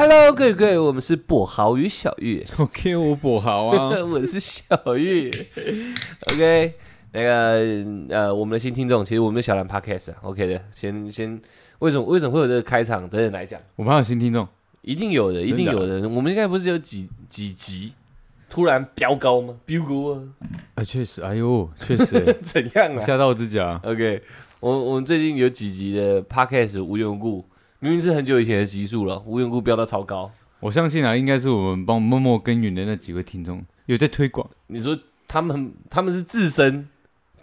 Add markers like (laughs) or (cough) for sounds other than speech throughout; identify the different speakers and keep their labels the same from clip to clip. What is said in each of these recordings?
Speaker 1: Hello，各位各位，我们是跛豪与小玉， (laughs)
Speaker 2: 我 Q 我跛豪啊，
Speaker 1: 我是小玉。OK，那个呃，我们的新听众，其实我们的小蓝 Podcast 啊 OK 的，先先为什么为什么会有这个开场？等等来讲，
Speaker 2: 我们还有新听众，
Speaker 1: 一定有的，一定有的。我们现在不是有几几集突然飙高吗？飙高啊， (laughs)
Speaker 2: 啊，确实，哎呦，确实欸
Speaker 1: 怎样啊？
Speaker 2: 吓到我自己啊，
Speaker 1: OK，我我们最近有几集的 Podcast 无缘无故，明明是很久以前的集数了，无缘无故飙到超高。
Speaker 2: 我相信啊，应该是我们帮默默耕耘的那几位听众有在推广，
Speaker 1: 你说他们他们是自身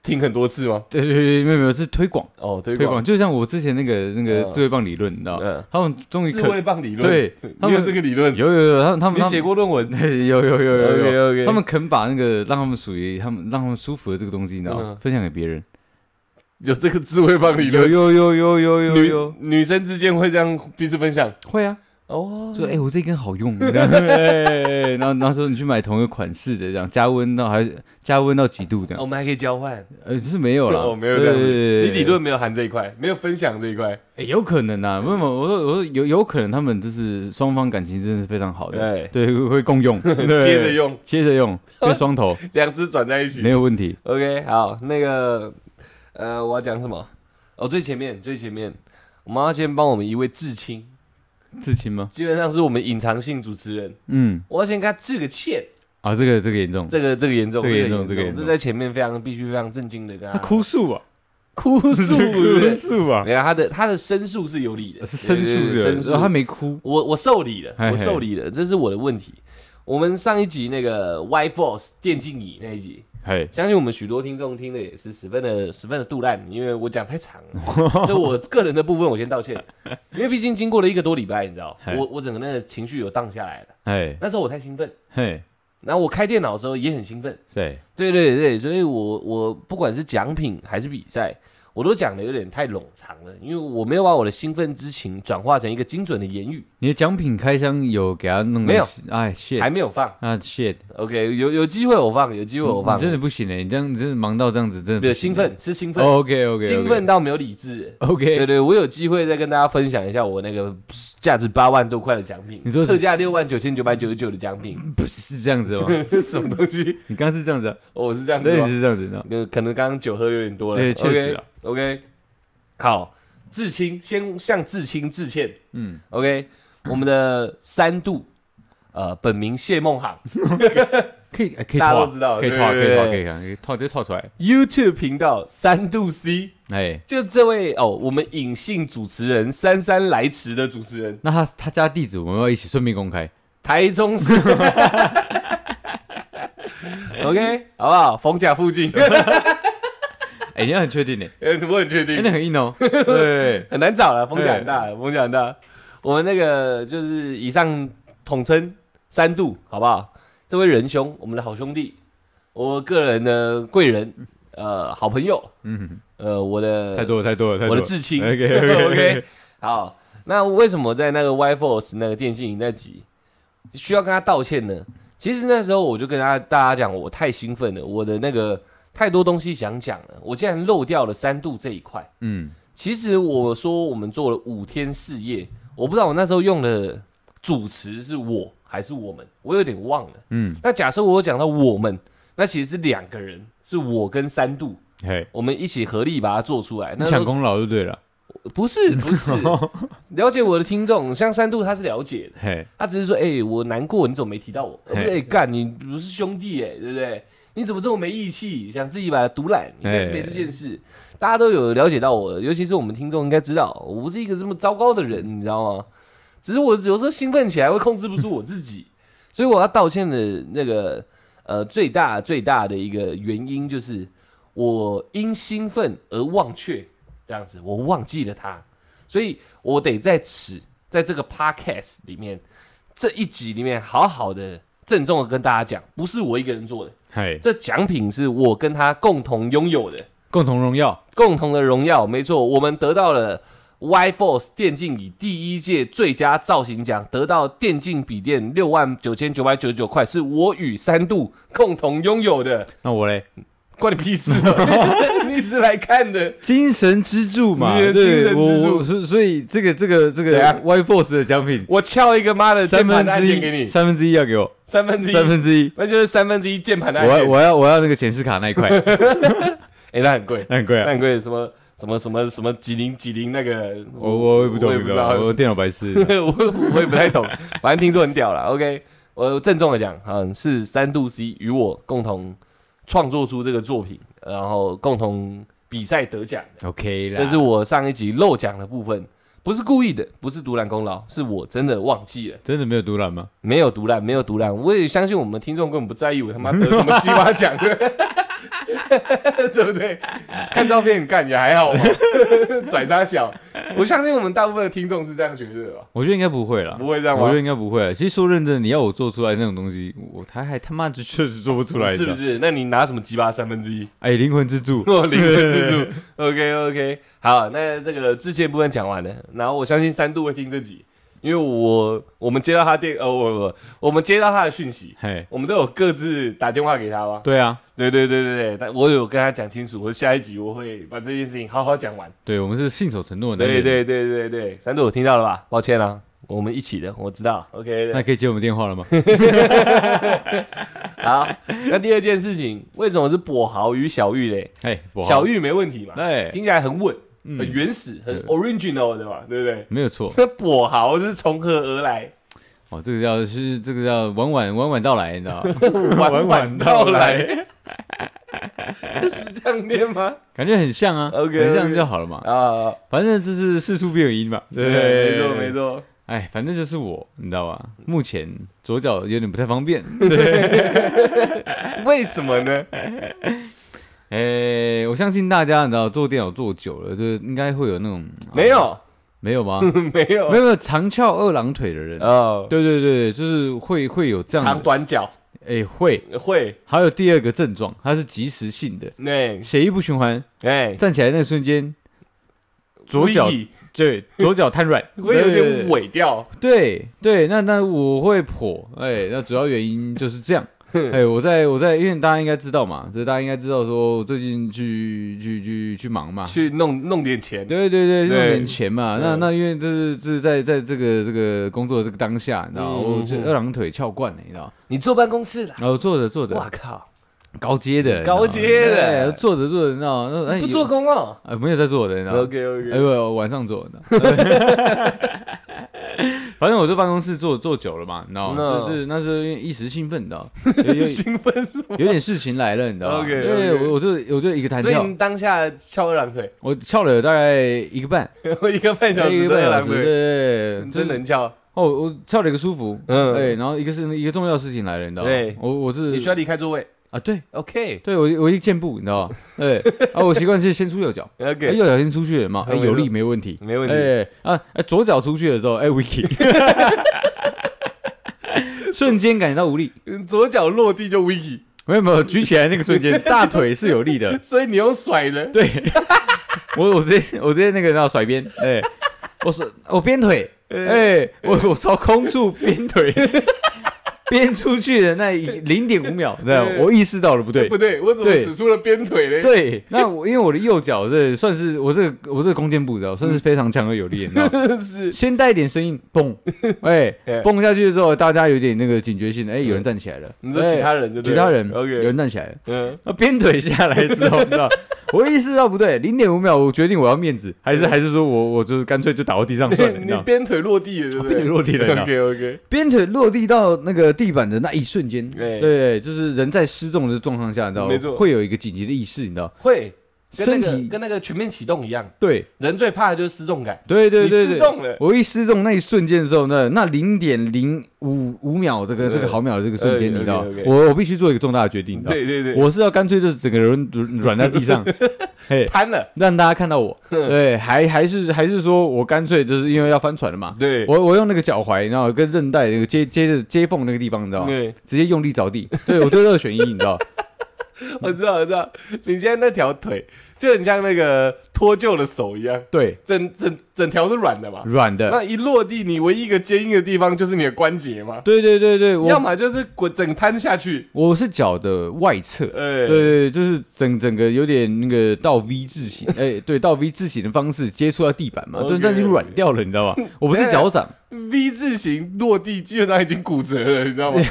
Speaker 1: 听很多次吗？
Speaker 2: 对对对，没有没有是推广
Speaker 1: 哦，推
Speaker 2: 推广，就像我之前那个那个
Speaker 1: 嗯
Speaker 2: 自慰棒理论，你知道，
Speaker 1: 嗯，
Speaker 2: 他们终于
Speaker 1: 自
Speaker 2: 可
Speaker 1: 慰棒理论，，
Speaker 2: 对，他
Speaker 1: 你有
Speaker 2: 们
Speaker 1: 这个理论，
Speaker 2: 有有有，他们他
Speaker 1: 你
Speaker 2: 们他
Speaker 1: 写
Speaker 2: 们
Speaker 1: 过论文
Speaker 2: (laughs) 有有有有有，
Speaker 1: OK，
Speaker 2: 他们肯把那个让他们属于他们让他们舒服的这个东西，你知道
Speaker 1: 嗯，
Speaker 2: 分享给别人，
Speaker 1: 有这个自慰棒理
Speaker 2: 有
Speaker 1: 论，
Speaker 2: 有有有有有
Speaker 1: 女
Speaker 2: 有，
Speaker 1: 女生之间会这样彼此分享
Speaker 2: 会啊。
Speaker 1: 哦，
Speaker 2: 说哎、欸我这根好 (laughs) 用，然后哎然后然后说你去买同一个款式的，这样加温到还是加温到几度这
Speaker 1: 哦
Speaker 2: 样，
Speaker 1: 我们还可以交换，
Speaker 2: 呃，就是没有啦，
Speaker 1: (laughs) 哦，没有这
Speaker 2: 对
Speaker 1: 样
Speaker 2: 对
Speaker 1: 子，
Speaker 2: 对
Speaker 1: 你
Speaker 2: 对
Speaker 1: 理论没有含这一块，没有分享这一块，
Speaker 2: 欸有可能啊，为什么我说我说有有可能他们就是双方感情真的是非常好的，
Speaker 1: 对，
Speaker 2: 对，会
Speaker 1: (laughs)
Speaker 2: 共用，
Speaker 1: 哎接
Speaker 2: 接
Speaker 1: 着用，
Speaker 2: 接着用，变
Speaker 1: (laughs)
Speaker 2: 双头
Speaker 1: 两只转在一起
Speaker 2: 没，有
Speaker 1: (laughs)
Speaker 2: 问题，
Speaker 1: OK，好，那个，呃，我要讲什么？哦，最前面，最前面，我们要先帮我们一位至亲，
Speaker 2: 至亲吗？
Speaker 1: 基本上是我们隐藏性主持人，
Speaker 2: 嗯，
Speaker 1: 我要先跟他致个歉。
Speaker 2: 啊，这个这个严重，
Speaker 1: 这个这个严重，
Speaker 2: 这个严重这个
Speaker 1: 严
Speaker 2: 严
Speaker 1: 重，
Speaker 2: 重
Speaker 1: 这在前面非常必须非常震惊的跟他
Speaker 2: 他哭诉啊，
Speaker 1: 哭 (laughs) 诉，对不
Speaker 2: (laughs) 哭
Speaker 1: (laughs) 对
Speaker 2: 诉啊，
Speaker 1: 你看他的他的申诉是有理的，
Speaker 2: 是 (laughs) 申
Speaker 1: 对对
Speaker 2: 诉
Speaker 1: 对
Speaker 2: 的，哦
Speaker 1: 申诉
Speaker 2: 然后他没哭，
Speaker 1: 我我受理了，
Speaker 2: 嘿嘿
Speaker 1: 我受理了，这是我的问题。我们上一集那个 Y Force 电竞椅那一集，
Speaker 2: 嘿，
Speaker 1: 相信我们许多听众听的也是十分的十分的肚烂，因为我讲太长
Speaker 2: (laughs)
Speaker 1: 了，这我个人的部分我先道歉，因为毕竟经过了一个多礼拜，你知道，
Speaker 2: 嘿
Speaker 1: 我我整个那个情绪有荡下来了。
Speaker 2: 嘿，
Speaker 1: 那时候我太兴奋，
Speaker 2: 嘿，
Speaker 1: 然后我开电脑的时候也很兴奋，
Speaker 2: 对，
Speaker 1: 对对对，所以我我不管是奖品还是比赛，我都讲的有点太冗长了，因为我没有把我的兴奋之情转化成一个精准的言语，
Speaker 2: 你的奖品开箱有给他弄个
Speaker 1: 没有？
Speaker 2: 哎，shit，
Speaker 1: 还没有放。
Speaker 2: 啊，shit，
Speaker 1: OK，有有机会我放，有机会我
Speaker 2: 你
Speaker 1: 放。
Speaker 2: 真的不行哎、你这样你真的忙到这样子，真的
Speaker 1: 没有
Speaker 2: 不行
Speaker 1: 兴
Speaker 2: 欸
Speaker 1: 奋，是兴奋，
Speaker 2: 哦，OK，OK，OK、o k OK，,
Speaker 1: 兴奋到没有理智。对
Speaker 2: ，OK，
Speaker 1: 对，我有机会再跟大家分享一下我那个价值八万多块的奖品，
Speaker 2: 你说是
Speaker 1: 特价六万九千九百九十九的奖
Speaker 2: (laughs)
Speaker 1: 品，
Speaker 2: 不是这样
Speaker 1: (laughs)
Speaker 2: 子吗？
Speaker 1: 这是什么东西？哦
Speaker 2: 你刚刚是这样子、啊，
Speaker 1: 我、是这样子
Speaker 2: 对，你
Speaker 1: 吗？
Speaker 2: 是这样子哦的。
Speaker 1: 呃可能刚刚酒喝有点多了，
Speaker 2: 对确实啊
Speaker 1: OK，, OK 好，至亲先向至亲致歉。
Speaker 2: 嗯，
Speaker 1: OK，我们的三度，呃，本名谢梦航
Speaker 2: 可以，哎可以
Speaker 1: 大家都
Speaker 2: 拓
Speaker 1: 知道
Speaker 2: 可以啊
Speaker 1: 对
Speaker 2: 拓，可
Speaker 1: 对
Speaker 2: 以拓，
Speaker 1: 对
Speaker 2: 可以看，可以拓，直接拓出来。
Speaker 1: ，YouTube 频道三度 C，
Speaker 2: 哎，
Speaker 1: 就这位哦，我们隐性主持人姗姗来迟的主持人，
Speaker 2: 那他他家地址我们要一起顺便公开。
Speaker 1: 台中
Speaker 2: (laughs)
Speaker 1: 市。OK，好不好？逢甲附近， (laughs)
Speaker 2: 哎，你要很确定呢，
Speaker 1: 呃我很确定
Speaker 2: 哎，那，很
Speaker 1: (laughs)
Speaker 2: 硬哦。对，
Speaker 1: 很难找了，风险很大，风险很大。我们那个就是以上统称三度，好不好？这位仁兄，我们的好兄弟，我个人的贵人，呃，好朋友，
Speaker 2: 嗯，
Speaker 1: 呃，我的
Speaker 2: 太多了，太多了，哎太多
Speaker 1: 我
Speaker 2: 了。
Speaker 1: 的至亲
Speaker 2: OK，OK，OK
Speaker 1: (laughs) OK，好，那为什么在那个 Y Force 那个电竞营那集需要跟他道歉呢？其实那时候我就跟他大家讲，我太兴奋了，我的那个太多东西想讲了，我竟然漏掉了三度这一块。
Speaker 2: 嗯，
Speaker 1: 其实我说我们做了五天四夜，我不知道我那时候用的主词是我还是我们，我有点忘了。
Speaker 2: 嗯，
Speaker 1: 那假设我有讲到我们，那其实是两个人，是我跟三度，
Speaker 2: 嘿，
Speaker 1: 我们一起合力把它做出来。
Speaker 2: 你
Speaker 1: 那
Speaker 2: 抢功劳就对了。
Speaker 1: 不
Speaker 2: (laughs)
Speaker 1: 是不是，了解我的听众，像三度他是了解的，
Speaker 2: 嘿，
Speaker 1: 他只是说，哎、我难过，你怎么没提到我？呃不是，哎、
Speaker 2: 嘿
Speaker 1: 干，你不是兄弟、哎，对不对？你怎么这么没义气，想自己把它独揽？应该是没这件事。大家都有了解到我的，尤其是我们听众应该知道，我不是一个这么糟糕的人，你知道吗？只是我有时候兴奋起来会控制不住我自己， (laughs) 所以我要道歉的那个呃最大最大的一个原因就是我因兴奋而忘却，这样子我忘记了他，所以我得在此在这个 podcast 里面这一集里面好好的郑重的跟大家讲，不是我一个人做的，
Speaker 2: 嘿，
Speaker 1: 这奖品是我跟他共同拥有的。
Speaker 2: 共同荣耀。
Speaker 1: 共同的荣耀，没错，我们得到了 Y Force 电竞椅第一届最佳造型奖，得到电竞笔电六万九千九百九十九块，是我与三度共同拥有的，
Speaker 2: 那我嘞， (laughs)
Speaker 1: 关你屁事啊！你一直来看的。
Speaker 2: 精神支柱嘛，
Speaker 1: 对精神
Speaker 2: 对，
Speaker 1: 支柱
Speaker 2: 我我所以所以这个这个这
Speaker 1: 怎
Speaker 2: 个
Speaker 1: 样
Speaker 2: Y Force 的奖品
Speaker 1: 我撬一个妈的键
Speaker 2: 三
Speaker 1: 盘
Speaker 2: 分
Speaker 1: 的按
Speaker 2: 之
Speaker 1: 键给
Speaker 2: 一，
Speaker 1: 你，
Speaker 2: 三分之一要给我，
Speaker 1: 三分之
Speaker 2: 三
Speaker 1: 一，
Speaker 2: 分之一，
Speaker 1: 那就是三分之一键盘的
Speaker 2: 我
Speaker 1: 按
Speaker 2: 要
Speaker 1: 键。
Speaker 2: 我要我要那个显示卡那
Speaker 1: (laughs)
Speaker 2: 一块，
Speaker 1: 哎，那很贵，
Speaker 2: 那很贵
Speaker 1: 那
Speaker 2: 啊，
Speaker 1: 很贵，什么什么什么什么几零几零那个，
Speaker 2: 我我也不懂，
Speaker 1: 我也
Speaker 2: 我
Speaker 1: 不
Speaker 2: 不
Speaker 1: 知
Speaker 2: 知
Speaker 1: 道，，
Speaker 2: 道，我电脑白痴
Speaker 1: (laughs) 我我也不太懂，反正听说很屌啦。OK，我郑重的讲，嗯，是三度 C 与我共同创作出这个作品，然后共同比赛得奖的。
Speaker 2: OK 啦，
Speaker 1: 这是我上一集漏讲的部分，不是故意的，不是独揽功劳，是我真的忘记了，
Speaker 2: 真的没有独揽吗？
Speaker 1: 没有独揽，没有独揽。我也相信我们听众根本不在意我他妈得什么西瓜奖，对不对？看照片干也还好嘛， (laughs) 拽沙小。我相信我们大部分的听众是这样觉得的吧？
Speaker 2: 我觉得应该不会啦，
Speaker 1: 不会这样吗？
Speaker 2: 我觉得应该不会啊。其实说认真，你要我做出来那种东西，我他还他妈就确实做不出来，
Speaker 1: 是不
Speaker 2: 你知道？
Speaker 1: 是？那你拿什么鸡巴三分之一？ (laughs)
Speaker 2: 哎，灵魂支柱， (laughs)
Speaker 1: 我灵魂支柱。OK OK，好，那这个致谢部分讲完了，然后我相信三度会听这集，因为我我们接到他电呃我不我们接到他的讯息，
Speaker 2: 嘿，
Speaker 1: 我们都有各自打电话给他吧？
Speaker 2: 对啊，
Speaker 1: 对对对对对，但我有跟他讲清楚，我下一集我会把这件事情好好讲完。
Speaker 2: 对我们是信守承诺的，
Speaker 1: 对，对对对对，三度我听到了吧？抱歉啊，我们一起的，我知道。OK，
Speaker 2: (laughs) 那可以接我们电
Speaker 1: (laughs)
Speaker 2: 话了吗？
Speaker 1: 好，那第二件事情，为什么是跛豪与小玉嘞？
Speaker 2: 哎，我好
Speaker 1: 小玉没问题嘛？
Speaker 2: 哎，
Speaker 1: 听起来很稳、
Speaker 2: 嗯
Speaker 1: 很原始、很
Speaker 2: 对
Speaker 1: original 的嘛，对不
Speaker 2: (laughs)
Speaker 1: 对？
Speaker 2: 没有错，
Speaker 1: 那跛豪是从何而
Speaker 2: (laughs)
Speaker 1: 来？
Speaker 2: 哦，这个叫是这个叫晚晚晚晚到来，你知道
Speaker 1: (laughs)
Speaker 2: 吗？
Speaker 1: 晚晚
Speaker 2: 晚
Speaker 1: 到
Speaker 2: 到
Speaker 1: 来， (laughs) 是这样念
Speaker 2: (laughs)
Speaker 1: 吗？
Speaker 2: 感觉很像啊
Speaker 1: (laughs) OK，
Speaker 2: 很
Speaker 1: OK
Speaker 2: 像就好了嘛。
Speaker 1: 啊，
Speaker 2: 反正这是事出必有因嘛，对
Speaker 1: 没错没。错。
Speaker 2: 哎，反正就是我，你知道吧？目前左脚有点不太方
Speaker 1: (laughs)
Speaker 2: 便，
Speaker 1: 为什么呢？
Speaker 2: 啊哎，我相信大家你知道做电脑做久了，就是应该会有那种
Speaker 1: (laughs)
Speaker 2: 啊
Speaker 1: 没有，
Speaker 2: 没
Speaker 1: (laughs)
Speaker 2: 有吗？
Speaker 1: 没有
Speaker 2: (laughs) 没，有没有长翘二郎腿的人，啊
Speaker 1: 哦，
Speaker 2: 对对对，就是会会有这样
Speaker 1: 长
Speaker 2: 的，
Speaker 1: 短脚
Speaker 2: 哎、会。
Speaker 1: 会
Speaker 2: 还有第二个症状，它是即时性的，
Speaker 1: 那
Speaker 2: 血液不循环，
Speaker 1: 哎，
Speaker 2: 站起来那瞬间，左脚
Speaker 1: 会
Speaker 2: 对左脚瘫软，
Speaker 1: (laughs) 会有点
Speaker 2: 萎。
Speaker 1: 萎掉，
Speaker 2: 对对，那那我会跛，哎、那主要原因就是
Speaker 1: (laughs)
Speaker 2: 这样。哎、我在我在，因为大家应该知道嘛，就是大家应该知道说，我最近去去去去忙嘛，
Speaker 1: 去弄弄点钱，
Speaker 2: 啊对对
Speaker 1: 对
Speaker 2: 对，弄点钱嘛。那
Speaker 1: 嗯
Speaker 2: 那因为这是这是在在这个这个工作的这个当下，你知道，
Speaker 1: 嗯
Speaker 2: 我这
Speaker 1: 嗯
Speaker 2: 二郎腿翘惯了，你知道。
Speaker 1: 你坐办公室啦，
Speaker 2: 然后坐着坐
Speaker 1: 哇
Speaker 2: 着，
Speaker 1: 靠，
Speaker 2: 高阶的，
Speaker 1: 高阶的
Speaker 2: 哎坐着坐着，你知道，那哎
Speaker 1: 不做，工哦。
Speaker 2: 有哎，没有在坐的，你知道。
Speaker 1: OK
Speaker 2: 哎
Speaker 1: OK，
Speaker 2: 不，晚
Speaker 1: (laughs)
Speaker 2: 上坐的。 (laughs) 你知道反正我在办公室坐坐久了嘛，你知道，
Speaker 1: No
Speaker 2: 就是那时候因为一时兴奋，你知道，有有
Speaker 1: (laughs) 兴奋是吗？
Speaker 2: 有点事情来了，你知道吗？
Speaker 1: OK，
Speaker 2: 对，
Speaker 1: OK
Speaker 2: 我我就我就一个弹
Speaker 1: 所以
Speaker 2: 跳
Speaker 1: 你，当下翘二郎腿，
Speaker 2: 我翘了有大概一个 (laughs) 半，哎
Speaker 1: 一个半小时
Speaker 2: 一
Speaker 1: 的
Speaker 2: 个
Speaker 1: 二
Speaker 2: 半小
Speaker 1: 郎
Speaker 2: 时，对
Speaker 1: 腿，
Speaker 2: 对，对
Speaker 1: 真
Speaker 2: 就是
Speaker 1: 能翘。
Speaker 2: 哦，我翘了一个舒服，
Speaker 1: 嗯
Speaker 2: 嗯，对，然后一个是一个重要事情来了，你知道吗？
Speaker 1: 对
Speaker 2: 我我是
Speaker 1: 你需要离开座位
Speaker 2: 啊，对
Speaker 1: ，OK
Speaker 2: 对，我我一健步，你知道吗？
Speaker 1: (laughs)
Speaker 2: 对，啊，我习惯是先出右脚，哎
Speaker 1: OK，嗯
Speaker 2: 右脚先出去了嘛，哎
Speaker 1: 没错
Speaker 2: 有力没问题，
Speaker 1: 没问题。
Speaker 2: 哎啊哎左脚出去的时候，哎 Vicky，瞬间感觉到无力，
Speaker 1: 嗯左脚落地就 Wiki，
Speaker 2: 没有没有，举起来那个瞬间，大腿是有力的，
Speaker 1: 所以你用甩的，
Speaker 2: 对，我我直接我直接那个然后甩鞭，哎，我甩我鞭腿，哎、我我朝空处鞭腿鞭出去的那零点五秒，对吧，
Speaker 1: 对
Speaker 2: 我意识到了不对
Speaker 1: 不，对，我怎么
Speaker 2: 对
Speaker 1: 使出了鞭腿嘞？
Speaker 2: 对，那我因为我的右脚这算是我这个我这个弓箭步，你知道，算是非常强而有力，你知道。
Speaker 1: 是
Speaker 2: 先带一点声音，
Speaker 1: (laughs)
Speaker 2: 嘣，哎、
Speaker 1: 哎嗯
Speaker 2: 蹦下去之后，大家有点那个警觉性，哎、有人站起来了，
Speaker 1: 你说其他
Speaker 2: 哎
Speaker 1: 人就对
Speaker 2: 其
Speaker 1: 了
Speaker 2: 他人有
Speaker 1: OK，
Speaker 2: 人站起来了，
Speaker 1: 嗯，
Speaker 2: 那鞭腿下来之后，
Speaker 1: (laughs)
Speaker 2: 你知道，我意识到不对，零点五秒，我决定我要面子，还是还是说我我就是干脆就倒到地上算了，你
Speaker 1: 你
Speaker 2: 知
Speaker 1: 你 (laughs)
Speaker 2: 道，
Speaker 1: 鞭腿落地了，对不
Speaker 2: 鞭腿
Speaker 1: 对
Speaker 2: 落地了，你
Speaker 1: (laughs)
Speaker 2: 知道
Speaker 1: ？OK OK，
Speaker 2: 鞭腿落地到那个地板的那一瞬间，
Speaker 1: 对
Speaker 2: 对，就是人在失重的状况下，你知道，
Speaker 1: 哎没错
Speaker 2: 会有一个紧急的意识，你知道，
Speaker 1: 会跟
Speaker 2: 身
Speaker 1: 那个
Speaker 2: 体
Speaker 1: 跟那个全面启动一样，
Speaker 2: 对
Speaker 1: 人最怕的就是失重感，
Speaker 2: 对对对
Speaker 1: 你失
Speaker 2: 对，
Speaker 1: 重了
Speaker 2: (laughs) 我一失重那一瞬间的时候呢，那零点零五五秒这个
Speaker 1: 对
Speaker 2: 这个毫秒的这个瞬间，
Speaker 1: 对
Speaker 2: 你知道
Speaker 1: OK，OK，
Speaker 2: 我我必须做一个重大的决定，你知道，
Speaker 1: 对对对，
Speaker 2: 我是要干脆就是整个人软软在地上，
Speaker 1: (laughs)
Speaker 2: 嘿，
Speaker 1: 瘫了，
Speaker 2: 让大家看到我，
Speaker 1: 嗯
Speaker 2: 对，还还是还是说我干脆就是因为要翻船了嘛，
Speaker 1: 对，
Speaker 2: 我我用那个脚踝，然后跟韧
Speaker 1: 嗯
Speaker 2: 带那个接接着接缝那个地方，你知道吗？
Speaker 1: 对，
Speaker 2: 直接用力着地，对我就二选一，你知道。
Speaker 1: (laughs) 我知道，我知道，你现在那条腿就很像那个脱臼的手一样， (laughs)
Speaker 2: 对，
Speaker 1: 整整整条是软的嘛。
Speaker 2: 软的，
Speaker 1: 那一落地，你唯一一个坚硬的地方就是你的关节嘛，
Speaker 2: 对对对对，
Speaker 1: 要
Speaker 2: 我
Speaker 1: 么就是滚整摊下去，
Speaker 2: 我是脚的外侧，
Speaker 1: 哎，
Speaker 2: 对对，对就是整整个有点那个到 V 字 (laughs) 形，哎，对，到 V 字形的方式接触到地板嘛，对，
Speaker 1: OK，
Speaker 2: 但你软掉了，你知道吗？我不是脚掌，
Speaker 1: V 字形落地基本上已经骨折了，你知道吗？ (laughs)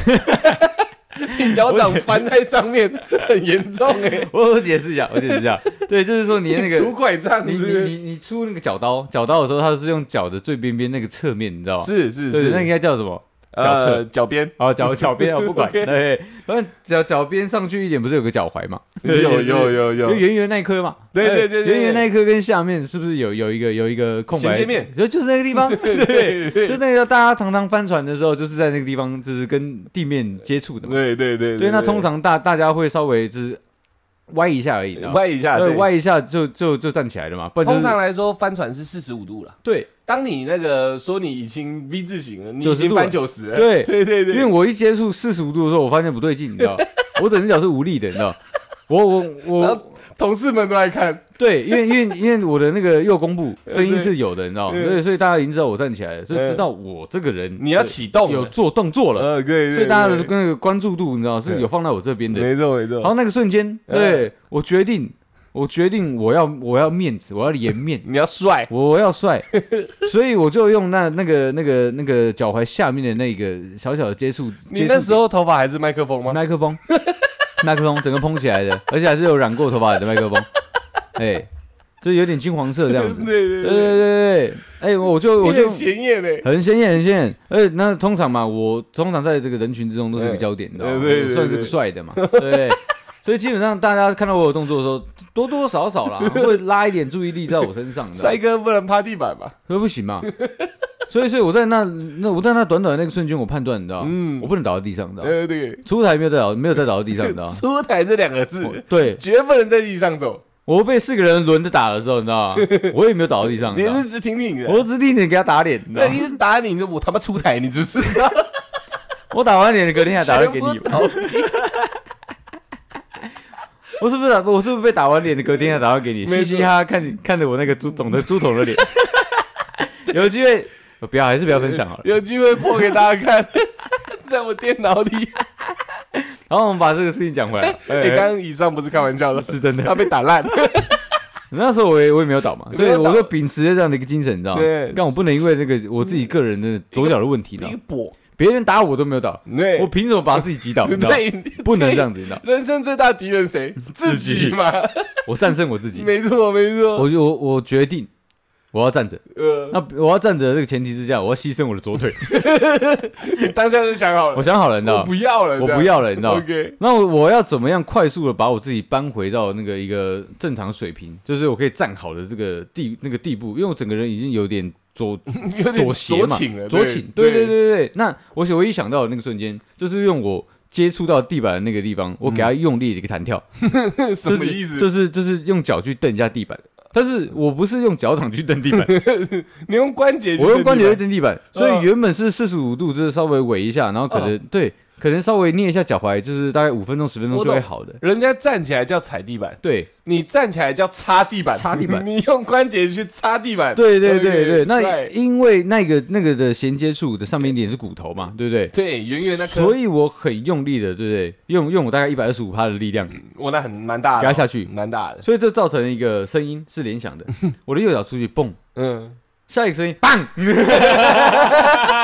Speaker 1: 你脚掌翻在上面很严重哎、
Speaker 2: (laughs) 我我解释一下，我解释一下， (laughs) 对，就是说你那
Speaker 1: 你拄
Speaker 2: 个。
Speaker 1: 拐杖
Speaker 2: 你
Speaker 1: 是不
Speaker 2: 你
Speaker 1: 是
Speaker 2: 你你出那个脚刀，脚刀的时候，它是用脚的最边边那个侧面，你知道吗？
Speaker 1: 是是
Speaker 2: 哦对
Speaker 1: 是，
Speaker 2: 那应该叫什么？脚侧
Speaker 1: 呃脚边
Speaker 2: 哦，脚脚边我不 (laughs) 管，
Speaker 1: OK
Speaker 2: 对，反正脚脚边上去一点，不是有个脚踝嘛？
Speaker 1: 有有有
Speaker 2: 有
Speaker 1: 有，
Speaker 2: 圆圆那一颗嘛？
Speaker 1: 啊对
Speaker 2: 哎
Speaker 1: 对对对
Speaker 2: 圆圆那一颗跟下面是不是有有一个有一个空白？
Speaker 1: 衔接面
Speaker 2: 就就是那个
Speaker 1: (laughs)
Speaker 2: 地方，对，
Speaker 1: 对对
Speaker 2: 就那个大家常常翻船的时候，就是在那个地方，就是跟地面接触的嘛。
Speaker 1: 对对对
Speaker 2: 对，那通常大大家会稍微就是歪一下而已，你知道吗
Speaker 1: 歪一下，
Speaker 2: 对，
Speaker 1: 对
Speaker 2: 歪。一下就就就站起来了嘛，不然
Speaker 1: 通
Speaker 2: 就是
Speaker 1: 常来说，翻船是四十五度了。
Speaker 2: 对，
Speaker 1: 当你那个说你已经 V 字形了，你已
Speaker 2: 90
Speaker 1: 经
Speaker 2: 度了
Speaker 1: 翻九十了。
Speaker 2: 对
Speaker 1: 对对
Speaker 2: 因为
Speaker 1: 对，
Speaker 2: 我一接触四十五度的时候，我发现不对劲，你知道吗，我整只脚是无力的，你知道吗，我我
Speaker 1: 然
Speaker 2: 我
Speaker 1: 后同事们都在看，
Speaker 2: 对，因为因为因为我的那个右弓部声音
Speaker 1: (laughs) 对
Speaker 2: 是有的，你知道吗，
Speaker 1: 嗯
Speaker 2: 所以所以大家已经知道我站起来了，所以
Speaker 1: 嗯
Speaker 2: 知道我这个人
Speaker 1: 你要
Speaker 2: 呃
Speaker 1: 启动了
Speaker 2: 有做动作了，
Speaker 1: 呃，对对对，
Speaker 2: 所以大家的
Speaker 1: 对
Speaker 2: 那个关注度，你知道是
Speaker 1: 对
Speaker 2: 有放在我这边的。
Speaker 1: 没错没
Speaker 2: 然后
Speaker 1: 错，
Speaker 2: 那个瞬间，
Speaker 1: 嗯，
Speaker 2: 对我决定，我决定我要我要面子，我要颜面
Speaker 1: 你要帅，
Speaker 2: 我要帅，
Speaker 1: (laughs)
Speaker 2: 所以我就用那那个那个那个脚踝下面的那个小小的接触，
Speaker 1: 你那时
Speaker 2: 候
Speaker 1: 候头发还是麦克风吗？
Speaker 2: 麦克风， (laughs) 麦克风整个蓬起来的，而且还是有染过头发的
Speaker 1: (laughs)
Speaker 2: 麦克风，哎，就有点金黄色这样子，
Speaker 1: 对对
Speaker 2: 对对对对，哎，我就我
Speaker 1: 有
Speaker 2: 就
Speaker 1: 点显眼嘞。
Speaker 2: 很鲜艳，很鲜艳。而且那通常嘛，我通常在这个人群之中都是个焦点，你知道吗？
Speaker 1: 对对对对
Speaker 2: 算是个
Speaker 1: (laughs)
Speaker 2: 帅的嘛，对。所以基本上大家看到我有动作的时候，多多少少
Speaker 1: (laughs)
Speaker 2: 啦会拉一点注意力在我身上，的，
Speaker 1: 帅哥不能趴地板吧？
Speaker 2: 所以不行嘛。所以，所以我在那那我在那短短的那个瞬间，我判断，你知道吗，
Speaker 1: 嗯
Speaker 2: 我不能倒在地上，你知道吗，
Speaker 1: 呃，对，
Speaker 2: 出台没有再倒，没有再倒在地上，你知
Speaker 1: (laughs)
Speaker 2: 道吗。
Speaker 1: 出台这两个 (laughs)
Speaker 2: 我
Speaker 1: 字
Speaker 2: 哦对，
Speaker 1: 绝不能在地上走，
Speaker 2: 我被四个人轮着打的时候，你
Speaker 1: (laughs)
Speaker 2: 知道吗？我也没有倒在地上，你
Speaker 1: 你
Speaker 2: 知道吗
Speaker 1: 是直挺挺的。
Speaker 2: 我只是定点给他打脸，你知
Speaker 1: 那
Speaker 2: 道吗？
Speaker 1: 一直打你，你说我他妈出台，你知不知
Speaker 2: (laughs)
Speaker 1: 道？
Speaker 2: 我打完脸，隔天还打
Speaker 1: 全
Speaker 2: 电话
Speaker 1: 部
Speaker 2: 给你，
Speaker 1: 倒
Speaker 2: (laughs) 我是不是打？我是不是被打完脸的？隔天还打电话给你，
Speaker 1: 没
Speaker 2: 嘻
Speaker 1: 错
Speaker 2: 嘻哈哈看你看着我那个猪肿的猪头的
Speaker 1: (laughs)
Speaker 2: 脸。有机会，呃不要，还是不要分享好了。
Speaker 1: (laughs) 有机会播给大家看， (laughs) 在我电脑里。
Speaker 2: 然后我们把这个事情讲回来。哎
Speaker 1: 哎，刚刚以上不是开玩笑的，
Speaker 2: 是真的
Speaker 1: 他被打
Speaker 2: (laughs)
Speaker 1: 烂。
Speaker 2: 那时候我也我也没有倒嘛，
Speaker 1: 没
Speaker 2: 对，
Speaker 1: 有倒
Speaker 2: 我就秉持着这样的一个精神，你知道吗
Speaker 1: 对？
Speaker 2: 但我不能因为这个我自己个人的左脚的问题，你知道
Speaker 1: 一
Speaker 2: 吗
Speaker 1: 跛，
Speaker 2: 别人打我都没有倒，
Speaker 1: 对
Speaker 2: 我，凭什么把自己击倒？你知道吗
Speaker 1: (laughs) 对，
Speaker 2: 不能这
Speaker 1: 对。
Speaker 2: 样子，你知道吗？
Speaker 1: 人生最大敌人谁？自己嘛。
Speaker 2: 我战胜我自己，
Speaker 1: 没错，没错。
Speaker 2: (laughs) 我就我我决定我要站着。
Speaker 1: 呃，
Speaker 2: 那我要站着的这个前提之下，我要牺牲我的左腿。
Speaker 1: 当下就想好
Speaker 2: 我
Speaker 1: 了，
Speaker 2: 想好了，你知道
Speaker 1: 我
Speaker 2: 吗？
Speaker 1: 不要了，
Speaker 2: 我
Speaker 1: 这样
Speaker 2: 不要了，你知道吗？
Speaker 1: OK， (laughs)
Speaker 2: 那我我要怎么样快速的把我自己搬回到那个一个正常水平，就是我可以站好的这个地那个地步，因为我整个人已经有点 (laughs) 左
Speaker 1: 有点
Speaker 2: 左斜嘛，
Speaker 1: 倾了，
Speaker 2: 左倾，对对对对对。那我唯一想到的那个瞬间，就是用我接触到地板的那个地方，我给它用力的一个弹跳，
Speaker 1: 对， (laughs) 什
Speaker 2: 就
Speaker 1: 么
Speaker 2: 是
Speaker 1: 意思？
Speaker 2: 就是就是用脚去蹬一下地板，但是我不是用脚掌去蹬地板，
Speaker 1: 你用关节去蹬地板，
Speaker 2: 我用关节去蹬地板，所
Speaker 1: 嗯
Speaker 2: 以原本是四十五度，就是稍微围一下，然后可能对，可能稍微捏一下脚踝，就是大概五分钟十分钟
Speaker 1: 我
Speaker 2: 就会
Speaker 1: 懂
Speaker 2: 好的。
Speaker 1: 人家站起来叫踩地板，
Speaker 2: 对
Speaker 1: 你站起来叫擦地板，
Speaker 2: 擦地板
Speaker 1: (laughs) 你用关节去擦地板，
Speaker 2: 对对对
Speaker 1: OK，
Speaker 2: 对，那
Speaker 1: 帅
Speaker 2: 因为那个那个的衔接处的上面一点是骨头嘛，对不对？
Speaker 1: 对，圆圆那颗
Speaker 2: 所，以我很用力的，对不对？用用我大概一百二十五趴的力量给
Speaker 1: 我那很蛮大的，
Speaker 2: 它下去，
Speaker 1: 蛮大的，
Speaker 2: 所以这造成一个声音是
Speaker 1: (laughs)
Speaker 2: 联想的，我的右脚出去蹦，
Speaker 1: 嗯，
Speaker 2: 下一个声音棒， (laughs)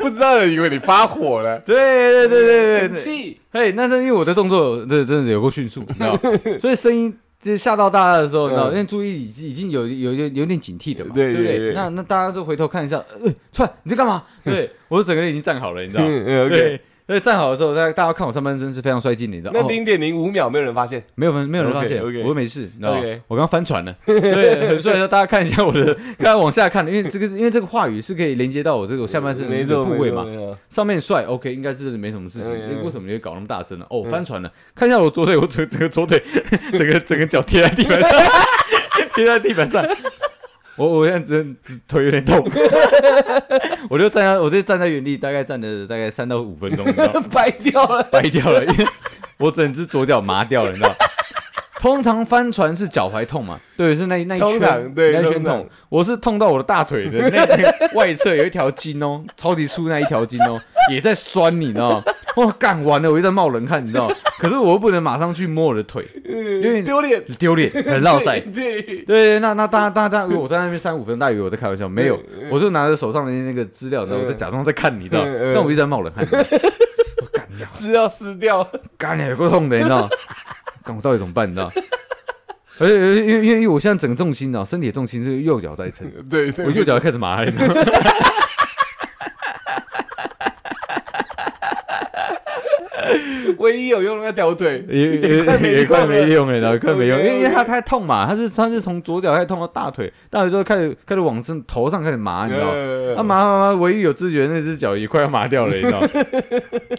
Speaker 1: 不知道的以为你发火了，
Speaker 2: 对对对对对
Speaker 1: 很
Speaker 2: 对，
Speaker 1: 气，
Speaker 2: 嘿，那是因为我的动作这真的有够迅速，你
Speaker 1: (laughs)
Speaker 2: 知道吗，所以声音就是吓到大家的时候，你知道，
Speaker 1: 嗯
Speaker 2: 因为注意已经已经有有有有点警惕的嘛，
Speaker 1: 对
Speaker 2: 不
Speaker 1: 对
Speaker 2: 对
Speaker 1: 对？
Speaker 2: 那那大家都回头看一下，呃，川你在干嘛？对我整个人已经站好了，你知道吗，
Speaker 1: 嗯嗯，OK。
Speaker 2: 对。所以站好的时候，大家大家看我上半身是非常衰劲的，你知道
Speaker 1: 那
Speaker 2: 哦，
Speaker 1: 零点零五秒没有人发现，
Speaker 2: 没有人没有人发
Speaker 1: OK，
Speaker 2: 现，
Speaker 1: OK
Speaker 2: 我又没事，你知道吗
Speaker 1: OK
Speaker 2: 我刚翻船了，对，很帅。大家看一下我的，大家往下看，因为这个因为这个话语是可以连接到我这个我下半身的
Speaker 1: 没
Speaker 2: 这个
Speaker 1: 错，
Speaker 2: 部
Speaker 1: 没
Speaker 2: 位
Speaker 1: 错
Speaker 2: 嘛，
Speaker 1: 没错
Speaker 2: 上面帅，OK，应该是没什么事情。
Speaker 1: 嗯嗯嗯
Speaker 2: 为什么你会搞那么大声呢？哦，
Speaker 1: 嗯
Speaker 2: 翻船了，看一下我左腿，我整整个左腿， (laughs) 整个整个脚贴在地板上，
Speaker 1: (laughs)
Speaker 2: 贴在地板上。我我现在真腿有点痛， (laughs) 我就站在，我就站在原地，大概站了大概三到五分钟，你知道吗
Speaker 1: 掰掉了，
Speaker 2: 掰掉了，因为我整只左脚麻掉了，
Speaker 1: (laughs)
Speaker 2: 你知道吗？通常翻船是脚踝痛嘛？对，是那那一
Speaker 1: 通常
Speaker 2: 圈，
Speaker 1: 对
Speaker 2: 那一圈
Speaker 1: 通常
Speaker 2: 痛。我是痛到我的大腿的那那外侧有一条筋哦，超级粗那一条筋哦，也在酸，你知道吗？哇，干完了，我又在冒冷汗，你知道吗？可是我又不能马上去摸我的腿，
Speaker 1: 有
Speaker 2: 点
Speaker 1: 嗯丢脸，
Speaker 2: 丢脸，很落塞。
Speaker 1: 对，对，
Speaker 2: 对，那那当然，当然，当然，我在那边三五分钟，大家以为我在开玩笑，没有，我就拿着手上的那个资料，然后我在假装在看你，你知道吗
Speaker 1: 嗯嗯，
Speaker 2: 但我一直在冒冷汗，你知道吗我干你啊，
Speaker 1: 资料撕掉， (laughs)
Speaker 2: 干你有够痛的，你知道吗？干我到底怎么办，你知道吗？而且因为因为因为我现在整个重心呢，身体的重心是右脚在撑，
Speaker 1: 对对，
Speaker 2: 我右脚开始麻了，你知道吗？
Speaker 1: 唯一有用的那条腿，
Speaker 2: 也
Speaker 1: 也快没
Speaker 2: 也也快
Speaker 1: 用了
Speaker 2: 没用了，然后快没用，因
Speaker 1: OK，OK
Speaker 2: 为因为它太痛嘛，它是它是从左脚开始痛到大腿，大腿之后开始开始往上头上开始麻，你知道吗？
Speaker 1: 呃
Speaker 2: 啊，麻麻麻！唯一有知觉的那只脚也快要麻掉了，你知道吗？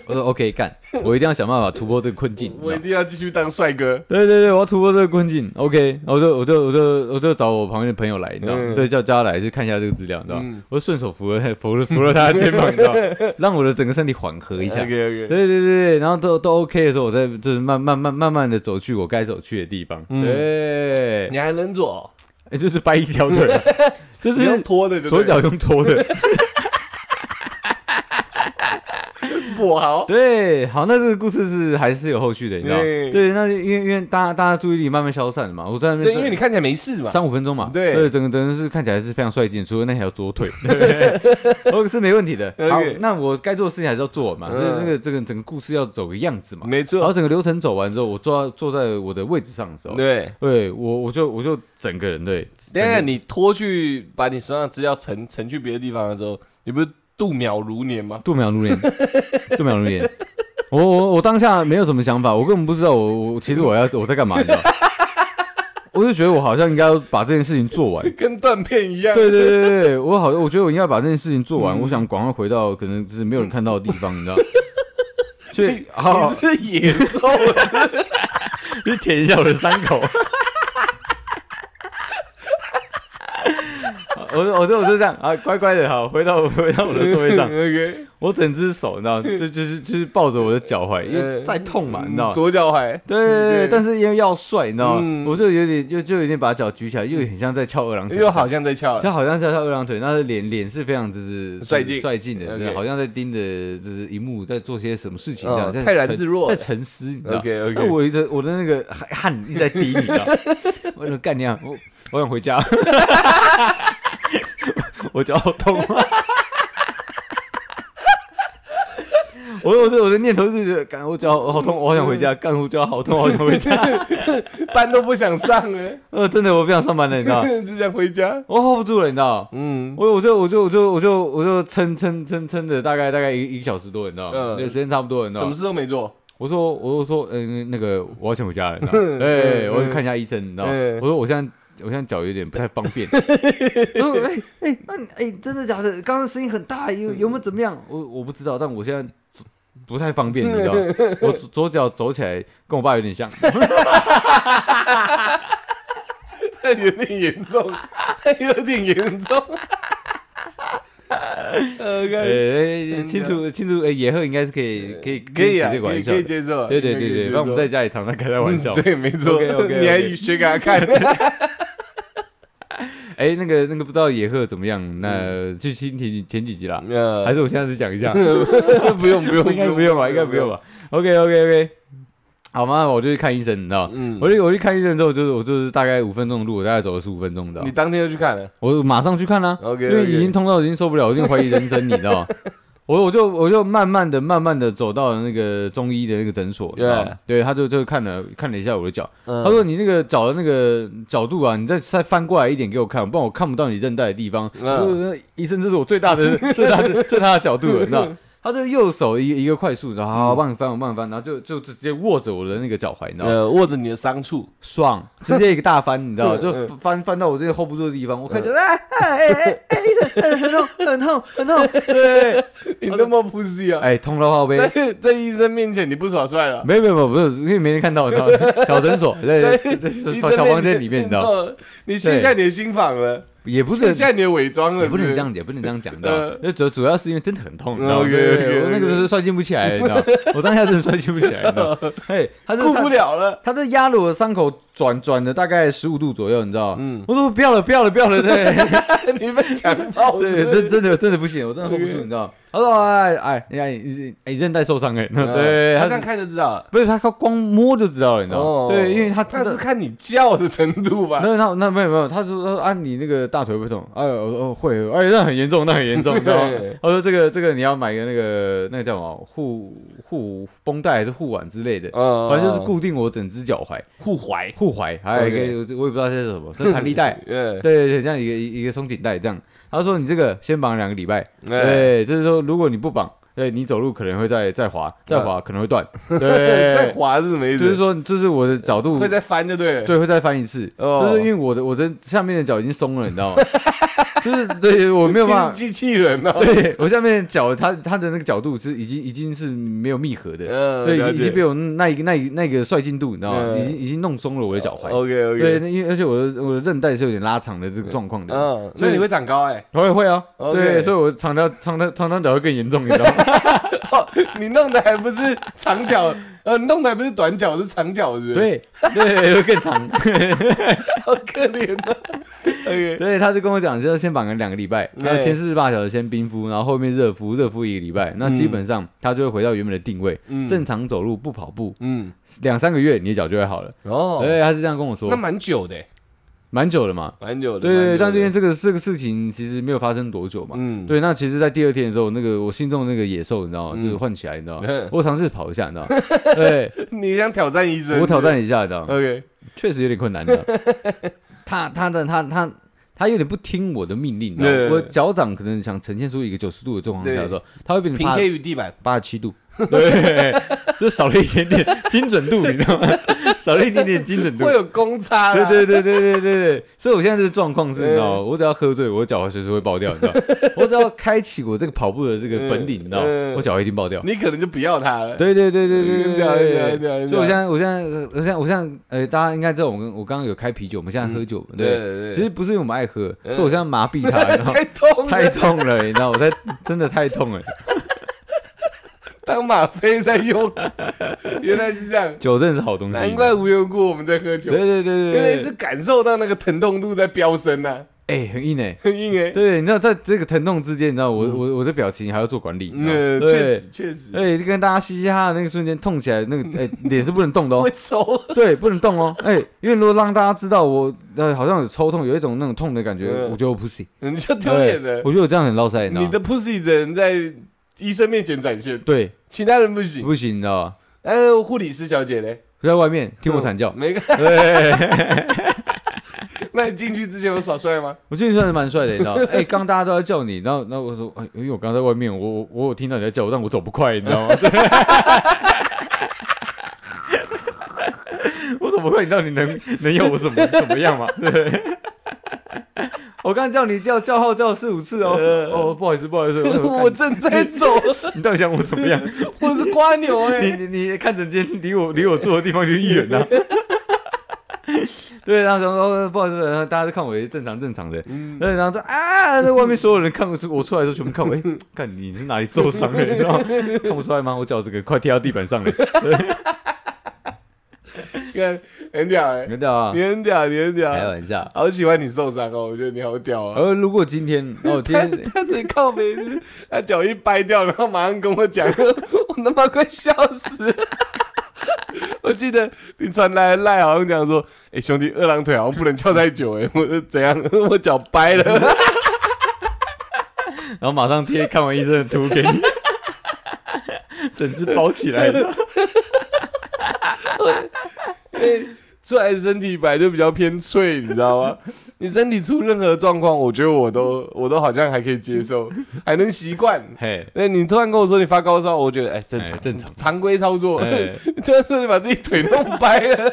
Speaker 2: 我说 OK，干，我一定要想办法突破这个困境。你知
Speaker 1: 我
Speaker 2: 道
Speaker 1: 一
Speaker 2: 吗
Speaker 1: 定要继续当帅哥，
Speaker 2: 对对对，我要突破这个困境。OK，我就我就我就我就找我旁边的朋友来，你知道吗？
Speaker 1: 嗯
Speaker 2: 对，叫叫他来去看一下这个资料，你知道吗？
Speaker 1: 嗯
Speaker 2: 我顺手扶了 (laughs) 他扶了扶了他的肩膀，你知
Speaker 1: (laughs)
Speaker 2: 道吗？让我的整个身体缓和一下。
Speaker 1: OK OK，
Speaker 2: 对对对对，然后都都 OK 的时候，我再就是慢慢慢慢慢的走去我该走去的地方。
Speaker 1: 嗯
Speaker 2: 对，
Speaker 1: 你还能左，
Speaker 2: 哎就是掰一条腿，
Speaker 1: (laughs)
Speaker 2: 就是
Speaker 1: 你用拖的就对
Speaker 2: 左脚用拖的。
Speaker 1: 跛豪，
Speaker 2: 对，好，那这个故事是还是有后续的，你知道吗？
Speaker 1: 对
Speaker 2: 对，那就因为因为大家大家注意力慢慢消散了嘛，我在那边
Speaker 1: 对，因为你看起来没事嘛，
Speaker 2: 三五分钟嘛，
Speaker 1: 对
Speaker 2: 整个整个是看起来是非常帅气，除了那条
Speaker 1: (laughs)
Speaker 2: 左腿， (laughs) 对哦是没问题的。好
Speaker 1: OK，
Speaker 2: 那我该做的事情还是要做嘛，
Speaker 1: 嗯
Speaker 2: 这这个这个整个故事要走个样子嘛，
Speaker 1: 没
Speaker 2: 然后
Speaker 1: 错，
Speaker 2: 整个流程走完之后，我坐到坐在我的位置上的时候，
Speaker 1: 对。
Speaker 2: 对我我就我就整个人对，
Speaker 1: 嗯等一
Speaker 2: 整
Speaker 1: 下
Speaker 2: 个
Speaker 1: 你拖去把你手上的资料呈呈去别的地方的时候，你不是度秒如年吗？
Speaker 2: 度秒如年， (laughs) 度秒如年。我我我当下没有什么想法，我根本不知道我我其实我要我在干嘛，你知道吗？我就觉得我好像应该要把这件事情做完。
Speaker 1: 跟断片一样。
Speaker 2: (laughs) 对对对对对，我好，我觉得我应该把这件事情做完。
Speaker 1: 嗯
Speaker 2: 我想赶快回到可能就是没有人看到的地方， (laughs) 你知道吗？所以好
Speaker 1: 你，是野兽，
Speaker 2: 你舔一下我的伤口。 (laughs) 我就我就我就这样啊，乖乖的，好，回到回 (laughs) 到我的座位 (laughs) 上。
Speaker 1: (laughs) OK，
Speaker 2: 我整只手，你知道，就就是就是抱着我的脚踝，因为在痛嘛，你知道。
Speaker 1: 左脚踝，嗯
Speaker 2: 对对
Speaker 1: 对
Speaker 2: 嗯对，但是因为要帅，你知道
Speaker 1: 嗯
Speaker 2: 吗？我就有点就就有点把脚举起来，又很像在翘二郎腿，
Speaker 1: 嗯又好像在翘。
Speaker 2: 就好像在翘二郎腿，但是脸脸是非常就是
Speaker 1: 呃帅劲
Speaker 2: 帅劲的，对
Speaker 1: OK
Speaker 2: 好像在盯着就是荧幕在做些什么事情
Speaker 1: 嗯
Speaker 2: 这样，在
Speaker 1: 泰然
Speaker 2: 沉
Speaker 1: 自若
Speaker 2: 在沉思，你知道。
Speaker 1: OK
Speaker 2: 那
Speaker 1: OK，
Speaker 2: 我的我的那个汗汗一直在滴，
Speaker 1: (laughs)
Speaker 2: 你知道，我就干娘，我我想回家， (laughs) 我脚好痛啊！我我的我的念头是觉得，干我脚好好痛，我好想回家，干我脚好痛，好想
Speaker 1: (laughs)
Speaker 2: 回家。
Speaker 1: 班都不想上了，
Speaker 2: 呃，真的我不想上班了，你知道，
Speaker 1: (laughs) 只想回家。
Speaker 2: 我 hold 不住了，你知道。
Speaker 1: 嗯，
Speaker 2: 我我就我就我就我就我就撑撑撑撑着大概大概一一个小时多，你知道吗？
Speaker 1: 嗯
Speaker 2: 对，时间差不多，你知
Speaker 1: 什
Speaker 2: 道
Speaker 1: 么
Speaker 2: 吗。
Speaker 1: 事都没做。 (laughs)
Speaker 2: 我说我就说嗯那个我要先回家了，你知道
Speaker 1: 嗯
Speaker 2: 吗？哎，
Speaker 1: 嗯
Speaker 2: 我去看一下医生，你知道吗？
Speaker 1: 嗯
Speaker 2: 我说我现在我现在脚有点不太方
Speaker 1: (laughs)
Speaker 2: 便。我说哎哎那你哎真的假的？刚刚声音很大，有有没有怎么样？我我不知道，但我现在走不太方便，你知道吗？我左左脚走起来跟我爸有点像。
Speaker 1: 那有点严重， (laughs) 有点严重。 (laughs) 呃
Speaker 2: 哎
Speaker 1: OK，
Speaker 2: 哎，哎清楚清楚，哎，野鹤应该是可以可以
Speaker 1: 可以
Speaker 2: 开
Speaker 1: 啊，
Speaker 2: 这
Speaker 1: 可
Speaker 2: 个玩
Speaker 1: 以
Speaker 2: 笑
Speaker 1: 可以
Speaker 2: 的。
Speaker 1: 接受啊。
Speaker 2: 对对
Speaker 1: 可以
Speaker 2: 对
Speaker 1: 接
Speaker 2: 对，
Speaker 1: 受
Speaker 2: 不然我们在家里常常开他玩笑。
Speaker 1: 嗯对，没错。
Speaker 2: OK，OK，OK
Speaker 1: 你还学给他看。
Speaker 2: (laughs) 哎，那个那个不知道野鹤怎么样？那去听前几前几集啦，
Speaker 1: 呃
Speaker 2: 还是我现在是讲一下？
Speaker 1: 不用不用， (laughs)
Speaker 2: 应呃该不用吧？应该不用吧？OK OK OK，好嘛，那我就去看医生，你知道吗？
Speaker 1: 嗯
Speaker 2: 我，就我去看医生之后，就是我就是大概五分钟的路，我大概走了十五分钟，你知道
Speaker 1: 你
Speaker 2: 吗？
Speaker 1: 当天就去看了
Speaker 2: 我马上去看啦，因
Speaker 1: ，OK，
Speaker 2: 为已经痛到已经受不了，我已经怀疑人生，你知道吗？我我就我就慢慢的慢慢的走到了那个中医的那个诊所，你知道吗对，他就就看了看了一下我的脚，他
Speaker 1: 他
Speaker 2: 说：“你那个脚的那个角度啊，你再再翻过来一点给我看，不然我看不到你韧带的地方。
Speaker 1: 嗯
Speaker 2: 我说：“医生，这是我最大的、 (laughs) 最大的、最大的角度了，你知道？”
Speaker 1: 嗯
Speaker 2: 他就右手一一个快速，然后好我帮你翻，我帮你翻，然后就就直接握着我的那个脚踝，你知道吗？
Speaker 1: 呃握着你的伤处，
Speaker 2: 爽，直接一个大翻，你知道吗？
Speaker 1: 嗯
Speaker 2: 就
Speaker 1: 嗯
Speaker 2: 翻翻翻到我这个 hold 不住的地方，我看
Speaker 1: 嗯
Speaker 2: 着哎哎哎哎，医生，很痛，很痛，很痛，对，
Speaker 1: (laughs) 你那么 pussy 啊！
Speaker 2: 哎，痛到靠背。
Speaker 1: 在在医生面前你不耍帅了，
Speaker 2: 没有没有没有，不是因为没人看到，你知道
Speaker 1: (laughs)
Speaker 2: 吗？小诊所，对对对，
Speaker 1: 医
Speaker 2: 小
Speaker 1: 生
Speaker 2: 小
Speaker 1: 面 (laughs)
Speaker 2: 房间里面，你知道吗？
Speaker 1: 哦你卸下你的心防了，
Speaker 2: 也不是
Speaker 1: 嗯现在你也伪装了，
Speaker 2: (laughs) 也不能
Speaker 1: 是
Speaker 2: 这样，也不能这样讲，你知道
Speaker 1: 呃哦
Speaker 2: 吗？那主主要是因为真的很痛，你知道吗？
Speaker 1: OK，
Speaker 2: 对对对
Speaker 1: OK，
Speaker 2: 我那个时候算计不起来，你
Speaker 1: (laughs)
Speaker 2: 知道吗？我当下真的算计不起来，你知道吗？嘿，他
Speaker 1: 是
Speaker 2: 就
Speaker 1: 顾
Speaker 2: 他
Speaker 1: 不了了。
Speaker 2: 他这压了我的伤口转转了大概十五度左右，你知道吗？
Speaker 1: 嗯，
Speaker 2: 我说不要了，不要了，不要了，对
Speaker 1: (laughs)
Speaker 2: (laughs)
Speaker 1: 你被强暴， (laughs)
Speaker 2: 对，真真的真的不行，我真的 hold 不住，
Speaker 1: OK
Speaker 2: 你知道吗？他说哎哎，你看你你哎韧带受伤哎，
Speaker 1: 嗯
Speaker 2: 对，
Speaker 1: 他
Speaker 2: 他
Speaker 1: 这样
Speaker 2: 是
Speaker 1: 看就知道了。哦
Speaker 2: 不是他靠光摸就知道了，你知道吗？对，因为他知
Speaker 1: 他
Speaker 2: 道
Speaker 1: 是看你叫的程度吧。
Speaker 2: 那那那没有没有，他说说啊，你那个大腿会不会痛？哎，我说哦会，哎，那很严重，那很严重，你知道吗
Speaker 1: 对？
Speaker 2: 他说这个这个你要买个那个那个叫什么护护绷带还是护腕之类的，
Speaker 1: 嗯
Speaker 2: 反正就是固定我整只脚踝，
Speaker 1: 互怀，，
Speaker 2: 护踝，还有一个我也不知道这是什么， (laughs) 是弹力带
Speaker 1: 嗯，
Speaker 2: 对对对，这样一个一个松紧带这样。他说你这个先绑两个礼拜，
Speaker 1: 哎，
Speaker 2: 对，就是说如果你不绑，对你走路可能会再再滑， (laughs) 再滑可能会断，
Speaker 1: (laughs) 在
Speaker 2: 对，
Speaker 1: 滑是什么意思？
Speaker 2: 就是说这是我的角度
Speaker 1: 会再翻就对了。
Speaker 2: 对，会再翻一次，
Speaker 1: 哦
Speaker 2: 就是因为我的我的下面的脚已经松了，你知道吗？就是对我没有
Speaker 1: 你
Speaker 2: 办
Speaker 1: 是
Speaker 2: 法，
Speaker 1: 机器人哦。
Speaker 2: 对我下面的脚，它它的那个角度是已经已经是没有密合的，
Speaker 1: 嗯，
Speaker 2: 对，已
Speaker 1: 了
Speaker 2: 经已经
Speaker 1: 解
Speaker 2: 被我那一个那一那个帅劲度，你知道吗？
Speaker 1: 嗯
Speaker 2: 已经已经弄松了我的脚踝，
Speaker 1: OK
Speaker 2: 对，
Speaker 1: OK，
Speaker 2: 那因为而且我的我的韧带是有点拉长的这个状况的，
Speaker 1: 嗯，所以你会长高哎。 (laughs)
Speaker 2: 我也会啊，
Speaker 1: OK
Speaker 2: 对，所以我长条长条长条脚会更严重，你知道吗？
Speaker 1: 哦，你弄的还不是长脚，呃，弄的还不是短脚，是长脚，是不是？，
Speaker 2: 对对，会更长。
Speaker 1: (laughs) 好可怜
Speaker 2: (laughs)
Speaker 1: 啊。OK，
Speaker 2: 对，他就跟我讲，就是先绑个两个礼拜，
Speaker 1: 对
Speaker 2: 然后前四十八小时先冰敷，然后后面热敷，热敷一个礼拜，那基本上他就会回到原本的定位，
Speaker 1: 嗯
Speaker 2: 正常走路不跑步，
Speaker 1: 嗯，
Speaker 2: 两三个月你的脚就会好了。
Speaker 1: 哦，
Speaker 2: 对，他是这样跟我说
Speaker 1: 那，蛮久的欸，
Speaker 2: 蛮久了嘛。
Speaker 1: 蛮久的。
Speaker 2: 对对，对但
Speaker 1: 蛮久
Speaker 2: 因为
Speaker 1: 的
Speaker 2: 这个这个事情其实没有发生多久嘛。
Speaker 1: 嗯，
Speaker 2: 对，那其实，在第二天的时候，那个我心中的那个野兽，你知道吗？
Speaker 1: 嗯
Speaker 2: 就是唤起来，你知道吗
Speaker 1: 嗯？
Speaker 2: 我尝试跑一下，你
Speaker 1: (laughs)
Speaker 2: 知道吗？对，
Speaker 1: 你想挑战医生？
Speaker 2: 我挑战一下，你知道吗？
Speaker 1: OK，
Speaker 2: 确实有点困
Speaker 1: (laughs)
Speaker 2: 难的。他他的他他他有点不听我的命令，你知道
Speaker 1: 对
Speaker 2: 吗我脚掌可能想呈现出一个九十度的状况下的时候，他会变成
Speaker 1: 平
Speaker 2: 八
Speaker 1: 贴于地板。
Speaker 2: 八十七度，对，就少了一点点精准度，你知道吗？少了一点点精准度
Speaker 1: 会。有公差
Speaker 2: 对
Speaker 1: 啦，
Speaker 2: 对对对对对对，所以我现在这个状况是，
Speaker 1: 对
Speaker 2: 你知道吗？我只要喝醉，我脚踝随时会爆掉，你知道吗？我只要开启我这个跑步的这个本领，你知道吗
Speaker 1: 嗯？
Speaker 2: 我脚踝一定爆掉。
Speaker 1: 你可能就不要他了。
Speaker 2: 对对对对对对
Speaker 1: 了解了
Speaker 2: 对
Speaker 1: 解了解
Speaker 2: 所以我现在我现在呃我现在我现在呃，大家应该知道我跟我刚刚有开啤酒，我们现在喝酒嘛，对。
Speaker 1: 对
Speaker 2: (laughs) 其实不是因为我们爱喝，
Speaker 1: 嗯
Speaker 2: 所以我现在麻痹它，然后
Speaker 1: 太痛
Speaker 2: 太
Speaker 1: 了，
Speaker 2: 痛了，你知道，我在真的太痛了。
Speaker 1: 当吗啡在
Speaker 2: (laughs)
Speaker 1: 用，原来是这样，
Speaker 2: 酒真的是好东西，
Speaker 1: 难怪无缘无故我们在喝酒
Speaker 2: 对。对
Speaker 1: 原
Speaker 2: 对对对，
Speaker 1: 来是感受到那个疼痛度在飙升啊呐、
Speaker 2: 哎，很硬哎。
Speaker 1: 很硬哎、
Speaker 2: 对，你知道在这个疼痛之间，你知道我我我的表情还要做管理，你知道
Speaker 1: 嗯，确
Speaker 2: 对
Speaker 1: 实。确实
Speaker 2: 哎，就跟大家嘻嘻哈哈的那个瞬间痛起来，那个哎脸是不能
Speaker 1: (laughs)
Speaker 2: 动的哦
Speaker 1: 会，抽，
Speaker 2: 对，不能动哦，哎，因为如果让大家知道我呃好像有抽痛，有一种那种痛的感觉，
Speaker 1: 嗯
Speaker 2: 我觉得我不行。
Speaker 1: 你就丢脸了。
Speaker 2: 我觉得我这样很落塞，你知道
Speaker 1: 你
Speaker 2: 吗？
Speaker 1: 的 pussy 只能在医生面前展现，
Speaker 2: 对，
Speaker 1: 其他人不行。
Speaker 2: 不行，你知道吗？
Speaker 1: 哎，护理师小姐嘞，
Speaker 2: 在外面听
Speaker 1: (laughs)
Speaker 2: 我惨叫，
Speaker 1: 没个。那你进去之前有耍帅
Speaker 2: (laughs)
Speaker 1: 吗？
Speaker 2: 我进去算是蛮帅的，你知道吗？ (laughs) 哎，刚大家都在叫你，然后然后我说，哎，因为我刚在外面，我我我有听到你在叫我，但我走不快，你知道吗？ (laughs) 我走不快，你到底能能要我怎么怎么样吗？ (laughs) 对。我刚叫你叫叫号叫了四五次哦，哦，不好意思，不好意思，
Speaker 1: (laughs) 我正在
Speaker 2: (laughs)
Speaker 1: 走，
Speaker 2: 你到底想我怎么样？
Speaker 1: 我是瓜牛哎、
Speaker 2: 你你你看整间离我离我坐的地方就远了、 (laughs) 对，然后然后呃不好意思，然后大家都看我也正常正常的，
Speaker 1: 嗯，
Speaker 2: 对，然后说啊，在外面所有人看我出我出来的时候，全部看我，哎、 (laughs) 看你是哪里受伤了，你知 (laughs) 道吗？看不出来吗？我脚这个快贴到地板上了，
Speaker 1: 看很屌哎、
Speaker 2: 你知道啊
Speaker 1: 你？很屌，你很
Speaker 2: (laughs) 开
Speaker 1: 屌，
Speaker 2: 玩笑。
Speaker 1: 好喜欢你受伤哦，我觉得你好屌啊。
Speaker 2: 而呃如果今天，哦，今
Speaker 1: 他
Speaker 2: 天
Speaker 1: (laughs) 他嘴靠背，他脚一掰掉，然后马上跟我讲， (laughs) 我他妈快笑死了。 (laughs) 我记得你传来的赖好像讲说，哎、兄弟，二郎腿好像不能翘太久、 (laughs) 哎，我说怎样？我脚掰了。 (laughs)
Speaker 2: 然后马上贴看完医生的图 (laughs) 给你，整只包起来，
Speaker 1: 出来身体本来就比较偏脆，你知道吗？ (laughs) 你身体出任何状况，我觉得我都我都好像还可以接受，还能习惯。
Speaker 2: (laughs) 嘿，
Speaker 1: 哎，你突然跟我说你发高烧，我觉得哎、正常
Speaker 2: 哎正常
Speaker 1: 常规操作。
Speaker 2: 哎
Speaker 1: 你 (laughs) 突然说你把自己腿弄掰了，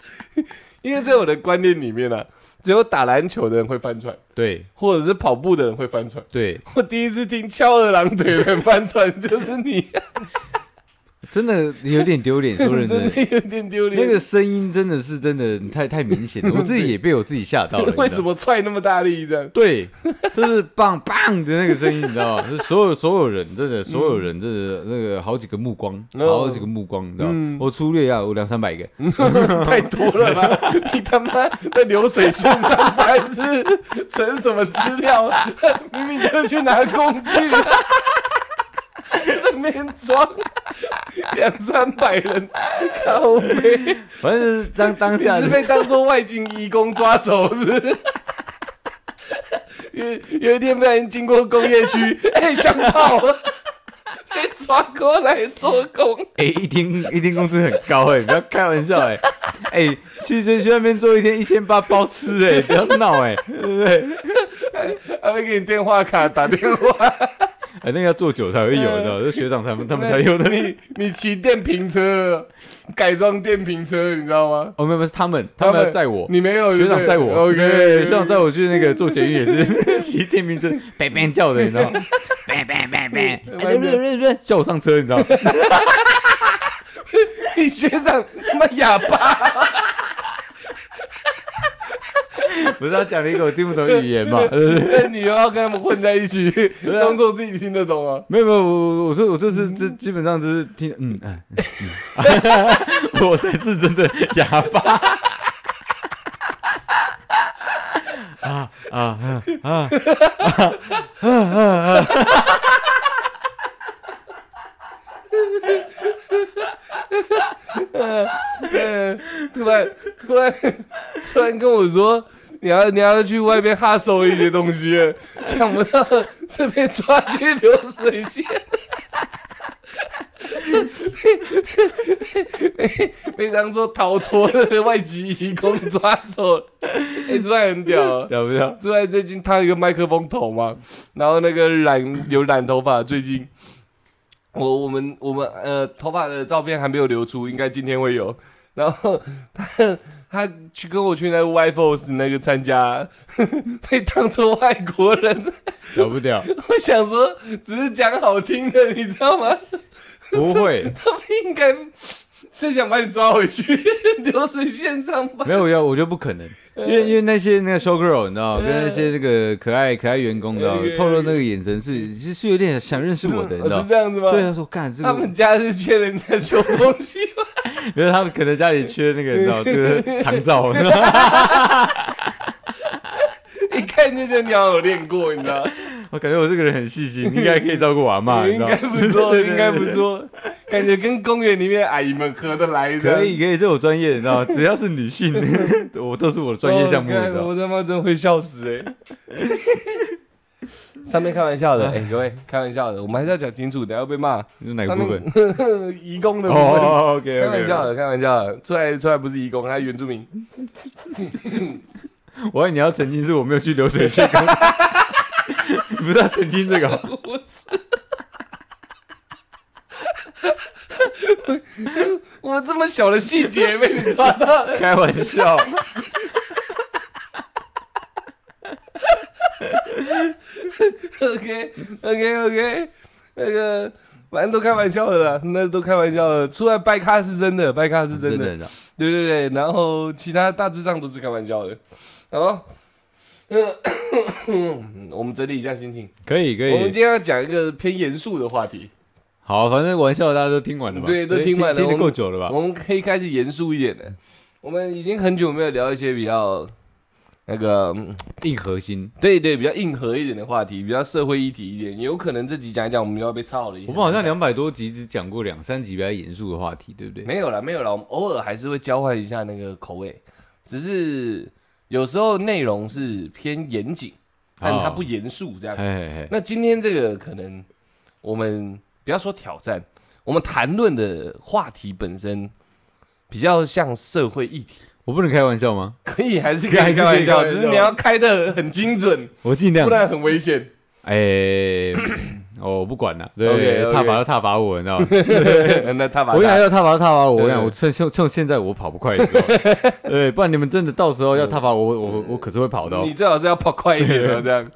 Speaker 1: (laughs) 因为在我的观念里面呢、啊，只有打篮球的人会翻船，
Speaker 2: 对
Speaker 1: 或者是跑步的人会翻船。
Speaker 2: 对，
Speaker 1: 啊我第一次听翘二郎腿的人翻船就是你，
Speaker 2: 真的有点丢脸，说认
Speaker 1: 真
Speaker 2: (laughs) 真。
Speaker 1: 的有点丢脸。
Speaker 2: 那个声音真的是真的太太明显了，我自己也被我自己吓到了。
Speaker 1: 为
Speaker 2: 你知
Speaker 1: 什
Speaker 2: 道吗？
Speaker 1: 么踹那么大力这样？
Speaker 2: 对， (laughs) 就是棒棒的那个声音，你知道吗？就是所有所有人真的，所有人真的那个好几个目光，
Speaker 1: 嗯哦
Speaker 2: 好几个目光，你知道
Speaker 1: 嗯
Speaker 2: 吗？我粗略啊，我两三百个，
Speaker 1: (laughs) 太多了吧？你他妈在流水线上班是 (laughs) 存什么资料？ (laughs) 明明就是去拿工具， (laughs) 在那边装两三百人，靠背，
Speaker 2: (laughs) 反正就是当当
Speaker 1: 你
Speaker 2: 下
Speaker 1: 是被当做外籍义工抓走是不是？ (laughs) 有有一天不然经过工业区，哎、想跑了， (laughs) 被抓过来做工。
Speaker 2: 哎、一天一天工资很高哎、不要开玩笑哎、哎、去学去那边做一天一千八包吃哎、不要闹哎、对不对？
Speaker 1: 还会给你电话卡打电话，
Speaker 2: 哎、那个要做久才会有，你
Speaker 1: 嗯
Speaker 2: 知道吗？就学长他们他们才有的。
Speaker 1: 你你骑电瓶车，改装电瓶车，你知道吗？
Speaker 2: 哦，没有，没有是他们，他们要载我。
Speaker 1: 你没有
Speaker 2: 学长载我，
Speaker 1: OK，
Speaker 2: 对，学长载我去那个做捷运也是 (laughs) 骑电瓶车，叭叭叫的，你知道吗？叭叭叭叭， (laughs) 哎对对对对，叫我上车，你知道吗？
Speaker 1: (laughs) 你学长他妈哑巴，
Speaker 2: 不是他讲了一个我听不懂的语言嘛？对不对？
Speaker 1: 那你又要跟他们混在一起，
Speaker 2: 啊
Speaker 1: 装作自己听得懂啊？
Speaker 2: 没有没有，我我说我就是这基本上就是听嗯哎，嗯嗯我才是真的哑巴啊啊啊啊啊啊啊！
Speaker 1: 嗯， (laughs) 突然突然突然跟我说。你要你要去外面哈搜一些东西了，想不到是被抓去流水线， (laughs) 被被被当做逃脱的外籍移工抓走了。哎、欸，朱爱很屌、啊，
Speaker 2: 屌不屌？
Speaker 1: 之外，最近烫一个麦克风头嘛，然后那个染有染头发，最近我我们我们呃头发的照片还没有流出，应该今天会有。然后他他去跟我去那个 Y Force 那个参加，被当做外国人，
Speaker 2: 屌不屌？
Speaker 1: 我想说只是讲好听的，你知道吗？
Speaker 2: 不会，
Speaker 1: 他们应该是想把你抓回去 (laughs) 流水线上吧？
Speaker 2: 没有要我觉得不可能，因为因为那些那个 show girl 你知道，跟那些那个可爱可爱员工你知道
Speaker 1: 呃，
Speaker 2: 透露那个眼神是是是有点想认识我的，你知道
Speaker 1: 是。这样子吗？
Speaker 2: 对，他啊说干这个
Speaker 1: 他们家是欠人家修东西吗？
Speaker 2: 因为他们可能家里缺那个，你知道，就是
Speaker 1: (laughs)
Speaker 2: 长照，
Speaker 1: 一看就觉 (laughs) 得你好像有练过，你知道？
Speaker 2: 我感觉我这个人很细心，应该可以照顾我
Speaker 1: (laughs)
Speaker 2: 阿妈，
Speaker 1: 应该不
Speaker 2: (laughs)
Speaker 1: 错，应该不错，感觉跟公园里面阿姨们合得来的。
Speaker 2: 可以，可以，这我专业，你知道，只要是女性， (laughs) 我都是我的专业项目，你
Speaker 1: 哦
Speaker 2: 知
Speaker 1: 干
Speaker 2: 道。
Speaker 1: 我他妈真会笑死哎、 (laughs) 上面开玩笑的，哎、各位开玩笑的，我们还是要讲清楚，等下会被骂。
Speaker 2: 是啊哪个
Speaker 1: 上
Speaker 2: 部分？
Speaker 1: 面 (laughs) 移工的部分，
Speaker 2: 哦，OK，
Speaker 1: 开玩笑的，开玩笑的。出来出来不是移工，他是原住民。
Speaker 2: (laughs) 我以为你要澄清是我没有去流水线，
Speaker 1: (laughs)
Speaker 2: 你不是要澄清这个？
Speaker 1: 不是。 (laughs) 我我这么小的细节被你抓到了，
Speaker 2: 开玩笑，
Speaker 1: OK OK OK，那个反正都开玩笑的啦，那都开玩笑的。出来拜咖是真的，拜咖是真的，
Speaker 2: 的，
Speaker 1: 对对对。然后其他大致上都是开玩笑的。好， (coughs) 嗯，我们整理一下心情。
Speaker 2: 可以，可
Speaker 1: 我们
Speaker 2: 以。
Speaker 1: 今天要讲一个偏严肃的话题，
Speaker 2: 好，反正玩笑大家都听完了吧？
Speaker 1: 对都听
Speaker 2: 听
Speaker 1: 完了
Speaker 2: 听
Speaker 1: 我
Speaker 2: 得
Speaker 1: 们
Speaker 2: 够久了吧？
Speaker 1: 我们可以开始严肃一点的。我们已经很久没有聊一些比较那个，嗯
Speaker 2: 硬核心，
Speaker 1: 对对，比较硬核一点的话题，比较社会议题一点。有可能这集讲一讲，我们又要被操了一下。
Speaker 2: 我们好像两百多集只讲过两三集比较严肃的话题，对不对？
Speaker 1: 没有啦，没有啦，我们偶尔还是会交换一下那个口味，只是有时候内容是偏严谨，但它不严肃这样。
Speaker 2: 哎，
Speaker 1: 那今天这个可能我们不要说挑战，我们谈论的话题本身比较像社会议题， (laughs)
Speaker 2: 我不能开玩笑吗？
Speaker 1: 可以还是可
Speaker 2: 还
Speaker 1: 以
Speaker 2: 是
Speaker 1: 开
Speaker 2: 可
Speaker 1: 玩
Speaker 2: 以
Speaker 1: 笑，
Speaker 2: 开玩
Speaker 1: 只是
Speaker 2: 笑
Speaker 1: 你要开的很精
Speaker 2: (laughs)
Speaker 1: 准，
Speaker 2: 我尽量
Speaker 1: 不。然很危
Speaker 2: (laughs)
Speaker 1: 险。 (laughs)
Speaker 2: 哎， (coughs) 哦，我不管了，对，
Speaker 1: OK，OK
Speaker 2: 踏伐就踏伐我，你知
Speaker 1: (laughs)
Speaker 2: 道吗？
Speaker 1: 那他把
Speaker 2: 我跟你讲
Speaker 1: 他
Speaker 2: 要踏伐就踏伐我，我跟你
Speaker 1: 对
Speaker 2: 讲，我趁趁趁现在我跑不快的时候，
Speaker 1: (laughs)
Speaker 2: 对，不然你们真的到时候要踏伐我，我我我可是会跑的哦
Speaker 1: 你。最好是要跑快一点哦，这样。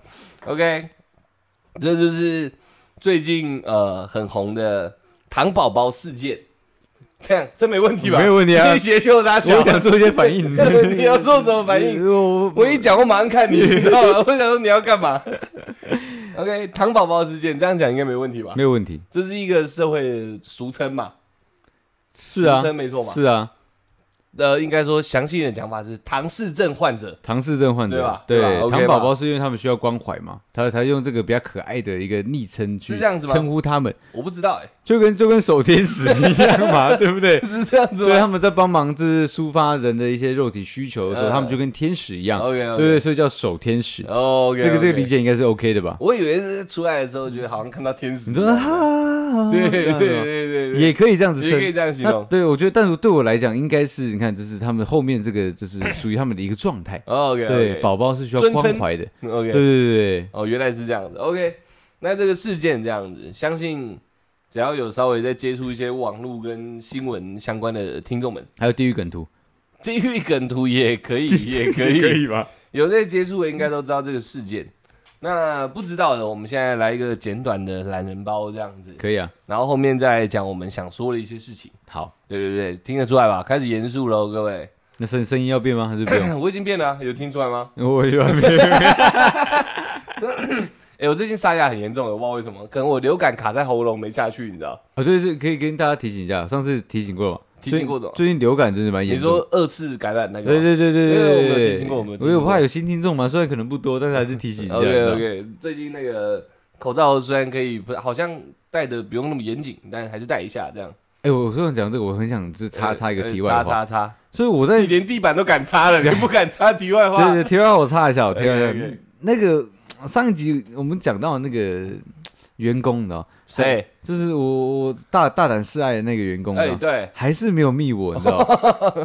Speaker 1: OK，这就是最近呃很红的糖宝宝事件，这样这没问题吧？
Speaker 2: 没有问题啊
Speaker 1: 谢谢秀大小。
Speaker 2: 我，想做一些反应
Speaker 1: (laughs) 你要做什么反应？
Speaker 2: (laughs) 我
Speaker 1: 我一讲，我马上
Speaker 2: (laughs)
Speaker 1: 看你，你知道吗？我想说你要干嘛？OK，糖宝宝事件这样讲应该没问题吧？
Speaker 2: 没有问题。
Speaker 1: 这是一个社会俗称嘛？
Speaker 2: 是啊
Speaker 1: 俗，称没错吧？
Speaker 2: 是啊，
Speaker 1: 呃，应该说详细的讲法是唐氏症患者，
Speaker 2: 唐氏症患
Speaker 1: 对
Speaker 2: 者
Speaker 1: 吧，对吧
Speaker 2: 对
Speaker 1: OK
Speaker 2: 唐宝宝
Speaker 1: 吧
Speaker 2: 是因为他们需要关怀嘛，他才用这个比较可爱的一个昵称去
Speaker 1: 是这样子吗
Speaker 2: 称呼他们，
Speaker 1: 我不知道哎、
Speaker 2: 就跟就跟守天使一样嘛，对不对？
Speaker 1: (laughs) 是这样子
Speaker 2: 对，啊他
Speaker 1: 吗
Speaker 2: 们在帮忙就是抒发人的一些肉体需求的时候，
Speaker 1: 呃
Speaker 2: 他们就跟天使一样，
Speaker 1: ？OK，
Speaker 2: 对对，所以叫守天使。
Speaker 1: o k
Speaker 2: 这个这个理，解应该是 OK 的吧？
Speaker 1: 我以为是出来的时候觉得好像看到天使
Speaker 2: 你
Speaker 1: 一
Speaker 2: 说
Speaker 1: 样，
Speaker 2: 啊，
Speaker 1: 对对
Speaker 2: 这样
Speaker 1: 对
Speaker 2: 子吗
Speaker 1: 对对，
Speaker 2: 也可以这样子
Speaker 1: 也可以
Speaker 2: 称。
Speaker 1: 这样形
Speaker 2: 那
Speaker 1: 容。
Speaker 2: 对我觉得，但是对我来讲，应该是你看，就是他们后面这个，就是属于他们的一个状态。
Speaker 1: OK，
Speaker 2: 对，宝宝是需要
Speaker 1: 尊称
Speaker 2: 关怀的。对
Speaker 1: 哦 OK，
Speaker 2: 对对
Speaker 1: 哦，原来是这样子。OK，那这个事件这样子，相信只要有稍微在接触一些网络跟新闻相关的听众们，
Speaker 2: 还有地狱梗图，
Speaker 1: 地狱梗图也可
Speaker 2: (laughs)
Speaker 1: 以，也可以，
Speaker 2: 吧？
Speaker 1: 有在接触的应该都知道这个事件。那不知道的，我们现在来一个简短的懒人包这样子，
Speaker 2: 可以啊，
Speaker 1: 然后后面再讲我们想说的一些事情。
Speaker 2: 好，
Speaker 1: 对对对，听得出来吧？开始严肃喽，各
Speaker 2: (coughs)
Speaker 1: 位。
Speaker 2: 那声声音要变吗？还是不
Speaker 1: (laughs)
Speaker 2: 用？
Speaker 1: 我已经变了啊、有听出来吗？
Speaker 2: 我就要变。
Speaker 1: 哎、我最近沙哑很严重，我不知道为什么，可能我流感卡在喉咙没下去，你知道？
Speaker 2: 哦，对对，可以跟大家提醒一下，上次提醒过了嘛？
Speaker 1: 提醒过的哦
Speaker 2: 最最近流感真的蛮
Speaker 1: 你
Speaker 2: 严重的。
Speaker 1: 说二次感染那个吗？
Speaker 2: 对对对对
Speaker 1: 因为我
Speaker 2: 对
Speaker 1: 没有
Speaker 2: 对，
Speaker 1: 提醒过我没有提
Speaker 2: 我有
Speaker 1: 醒过
Speaker 2: 怕有新听众嘛，虽然可能不多，但是还是提
Speaker 1: (laughs)
Speaker 2: 醒一下。你知
Speaker 1: OK
Speaker 2: 道
Speaker 1: OK，最近那个口罩虽然可以，不好像戴的不用那么严谨，但还是戴一下这样。
Speaker 2: 哎，我突然讲这个，我很想就是插
Speaker 1: 呃
Speaker 2: 插一个
Speaker 1: 呃
Speaker 2: 题外
Speaker 1: 插
Speaker 2: 话，
Speaker 1: 插插， (laughs)
Speaker 2: 所以我在
Speaker 1: 你连地板都敢插
Speaker 2: (laughs)
Speaker 1: 了，你不敢插题外话？
Speaker 2: 对对，题外话我插一下，我题外话
Speaker 1: (laughs) OK，OK
Speaker 2: 那个上一集我们讲到那个员工的，
Speaker 1: 谁？
Speaker 2: 就是我我大大胆示爱的那个员工
Speaker 1: 哎，
Speaker 2: 的，
Speaker 1: 对，
Speaker 2: 还是没有密我，你知道 吗，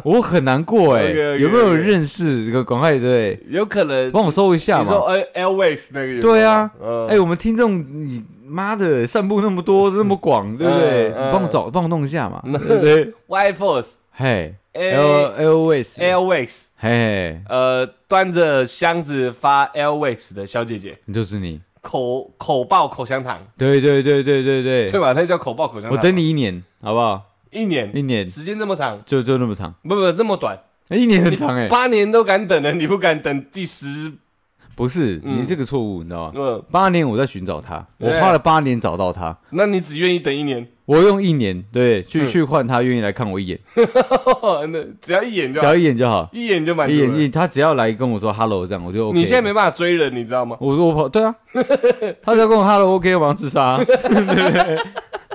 Speaker 1: (laughs)
Speaker 2: 我很难过哎，
Speaker 1: OK，OK，OK
Speaker 2: 有没有认识？这个广快对，
Speaker 1: 有可能
Speaker 2: 帮我搜一下
Speaker 1: 你说
Speaker 2: 嘛。
Speaker 1: 哎 Airways 那个有嗯
Speaker 2: 对啊
Speaker 1: 没有，
Speaker 2: 哎，我们听众，你妈的散步那
Speaker 1: (laughs)
Speaker 2: 么多，那么广，对不对？
Speaker 1: 嗯嗯
Speaker 2: 你帮我找，帮我弄一下
Speaker 1: (laughs)
Speaker 2: 嘛。
Speaker 1: 嗯
Speaker 2: 对，
Speaker 1: y Force 哎
Speaker 2: 嘿
Speaker 1: A
Speaker 2: ，L L W
Speaker 1: 哎
Speaker 2: S，
Speaker 1: Airways，
Speaker 2: 嘿，
Speaker 1: 呃，端着箱子发 Airways 的小姐姐，
Speaker 2: 你就是你，
Speaker 1: 口口爆口香糖，
Speaker 2: 对对对对对
Speaker 1: 对 (laughs)
Speaker 2: 对，
Speaker 1: 吧？那叫口爆口香
Speaker 2: 我
Speaker 1: 糖。
Speaker 2: 等你一年，好不好？
Speaker 1: 一年，
Speaker 2: 一年
Speaker 1: 时间这么长，
Speaker 2: 就就那么长，
Speaker 1: 不不这么短，
Speaker 2: 哎一年 (laughs) 很
Speaker 1: 你
Speaker 2: 长哎、
Speaker 1: 八年都敢等了，你不敢等第十？
Speaker 2: 不是、
Speaker 1: 嗯
Speaker 2: 你这个错误，你知道吗？
Speaker 1: 呃，
Speaker 2: 八年我在寻找他，我
Speaker 1: 对
Speaker 2: 花了八年找到他，
Speaker 1: 那你只愿意等一年， (laughs)
Speaker 2: 我用一年对去、
Speaker 1: 嗯
Speaker 2: 去换他愿意来看我一眼，
Speaker 1: 那只要一眼就
Speaker 2: 只
Speaker 1: 好，
Speaker 2: 要一眼就好，
Speaker 1: 啊一眼就满
Speaker 2: 一
Speaker 1: 足
Speaker 2: 眼
Speaker 1: 了。
Speaker 2: 一他只要来跟我说 hello 这样我就 OK。
Speaker 1: 你现在没办法追人，你知道吗？
Speaker 2: 我说我跑对啊，他只要跟我 hello OK 我马上自杀、
Speaker 1: (laughs)
Speaker 2: 啊，对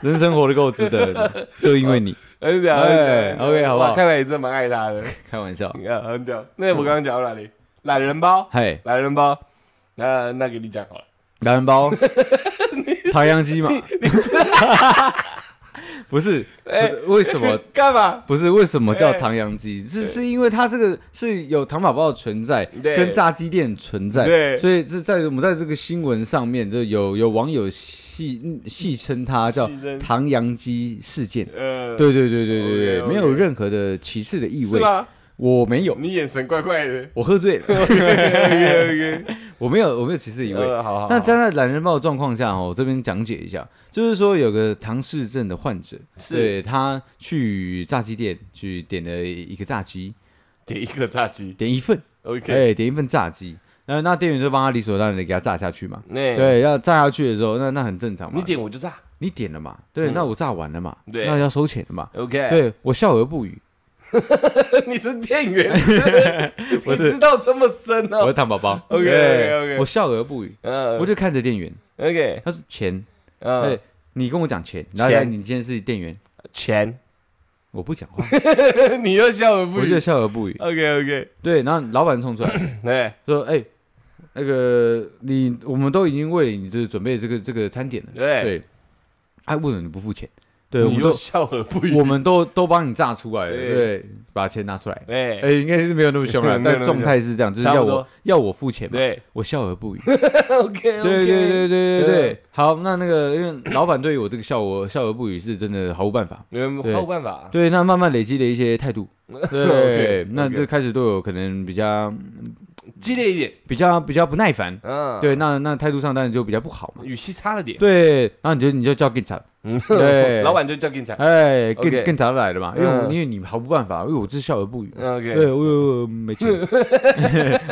Speaker 2: 人生活得够值得的，就因为你
Speaker 1: 很屌，
Speaker 2: 哎
Speaker 1: 很屌
Speaker 2: OK，好不好
Speaker 1: 哇看来你真的蛮爱他
Speaker 2: (laughs)
Speaker 1: 的，
Speaker 2: 开玩笑，
Speaker 1: 你看很屌。那我刚刚讲到哪里？懒人包，
Speaker 2: 嘿，
Speaker 1: 懒人包，那那给你讲好了。
Speaker 2: (laughs) 懒
Speaker 1: (laughs)
Speaker 2: 人包，唐扬鸡嘛，不是，
Speaker 1: 哎
Speaker 2: 不是为什么？
Speaker 1: 干嘛？
Speaker 2: 不是为什么叫
Speaker 1: 哎
Speaker 2: 唐扬鸡？是是因为它这个是有糖宝宝的存在，
Speaker 1: 对
Speaker 2: 跟炸鸡店存在，
Speaker 1: 对
Speaker 2: 所以是在我们在这个新闻上面，就有有网友戏嗯戏称它叫
Speaker 1: 戏称
Speaker 2: 唐扬鸡事件。
Speaker 1: 呃，
Speaker 2: 对对对对对对
Speaker 1: OK，OK
Speaker 2: 没有任何的歧视的意
Speaker 1: 是
Speaker 2: 味，
Speaker 1: 吗？
Speaker 2: 我没
Speaker 1: (laughs)
Speaker 2: 有，
Speaker 1: 你眼神怪怪的。 (laughs)
Speaker 2: 我喝醉了，
Speaker 1: OK OK，
Speaker 2: 我没有我没有歧视的意味。
Speaker 1: 呃好好好。
Speaker 2: 那站在懒人包的状况下哦，我这边讲解一下，就是说有个唐氏症的患者，
Speaker 1: 是
Speaker 2: 对他去炸鸡店去点了一个炸鸡，
Speaker 1: 点一个炸鸡
Speaker 2: 点一份。哎、
Speaker 1: ，OK，
Speaker 2: 点一份炸鸡，那那店员就帮他理所当然的给他炸下去嘛。
Speaker 1: 那
Speaker 2: 对，要炸下去的时候，那那很正常嘛。
Speaker 1: 你点我就炸
Speaker 2: 你点了嘛？对，
Speaker 1: 嗯
Speaker 2: 那我炸完了嘛？
Speaker 1: 对
Speaker 2: 那要收钱了嘛？
Speaker 1: (laughs) ，OK。
Speaker 2: 对我笑而不语，
Speaker 1: 你是店员，
Speaker 2: 我
Speaker 1: 你
Speaker 2: 是
Speaker 1: 知道这么深
Speaker 2: 我
Speaker 1: 哦
Speaker 2: 是。糖宝宝。
Speaker 1: OK，OK，OK
Speaker 2: 对我笑而不语，
Speaker 1: 嗯
Speaker 2: 我就看着店员，
Speaker 1: ，OK，
Speaker 2: 他说钱，
Speaker 1: 嗯
Speaker 2: 对，你跟我讲钱，然后
Speaker 1: 钱
Speaker 2: 来你今天是店员，
Speaker 1: 钱， (laughs)
Speaker 2: 我不讲话，
Speaker 1: 你又笑而不
Speaker 2: 我就
Speaker 1: 语。呃
Speaker 2: 笑而不语。
Speaker 1: OK OK，
Speaker 2: 对，然后老板冲出来
Speaker 1: 对，
Speaker 2: 说：“哎，那个你，我们都已经为你就是准备这个这个餐点了，
Speaker 1: 对
Speaker 2: 对，哎，为什么你不付钱？对，我
Speaker 1: 你
Speaker 2: 们都
Speaker 1: 又笑而不语。
Speaker 2: 我们都都帮你炸出来了，
Speaker 1: 对
Speaker 2: 对，把钱拿出来。哎、
Speaker 1: 哎，
Speaker 2: 应该是没有那么凶了，
Speaker 1: (laughs) 没有那
Speaker 2: 但
Speaker 1: 么
Speaker 2: 状态是这样，就是
Speaker 1: 差
Speaker 2: 要
Speaker 1: 不多
Speaker 2: 我要我付钱嘛，
Speaker 1: 对
Speaker 2: 我笑而不语。
Speaker 1: ，OK OK，
Speaker 2: 对对对对对
Speaker 1: 对
Speaker 2: 对，好，那那个因为老板对于我这个笑我笑而不语是真的毫无办法。
Speaker 1: 你们没有办法。
Speaker 2: 对，那慢慢累积的一些
Speaker 1: (laughs)
Speaker 2: 态度，对
Speaker 1: OK，OK
Speaker 2: 那就开始对我可能比较
Speaker 1: 激烈一点，
Speaker 2: 比较比较不耐烦，
Speaker 1: 嗯，
Speaker 2: 네.对，，那那态度上当然就比较不好嘛。
Speaker 1: 语气差了点。
Speaker 2: 对，然后你就你就叫 g i t
Speaker 1: 嗯，(laughs)
Speaker 2: 对
Speaker 1: 老板就叫警察。
Speaker 2: 哎，更
Speaker 1: OK
Speaker 2: 更早来了嘛，因为我
Speaker 1: 嗯
Speaker 2: 因为你毫无办法，因为我这是笑而不语。对
Speaker 1: OK，
Speaker 2: 我有
Speaker 1: (laughs)
Speaker 2: 没钱， (laughs)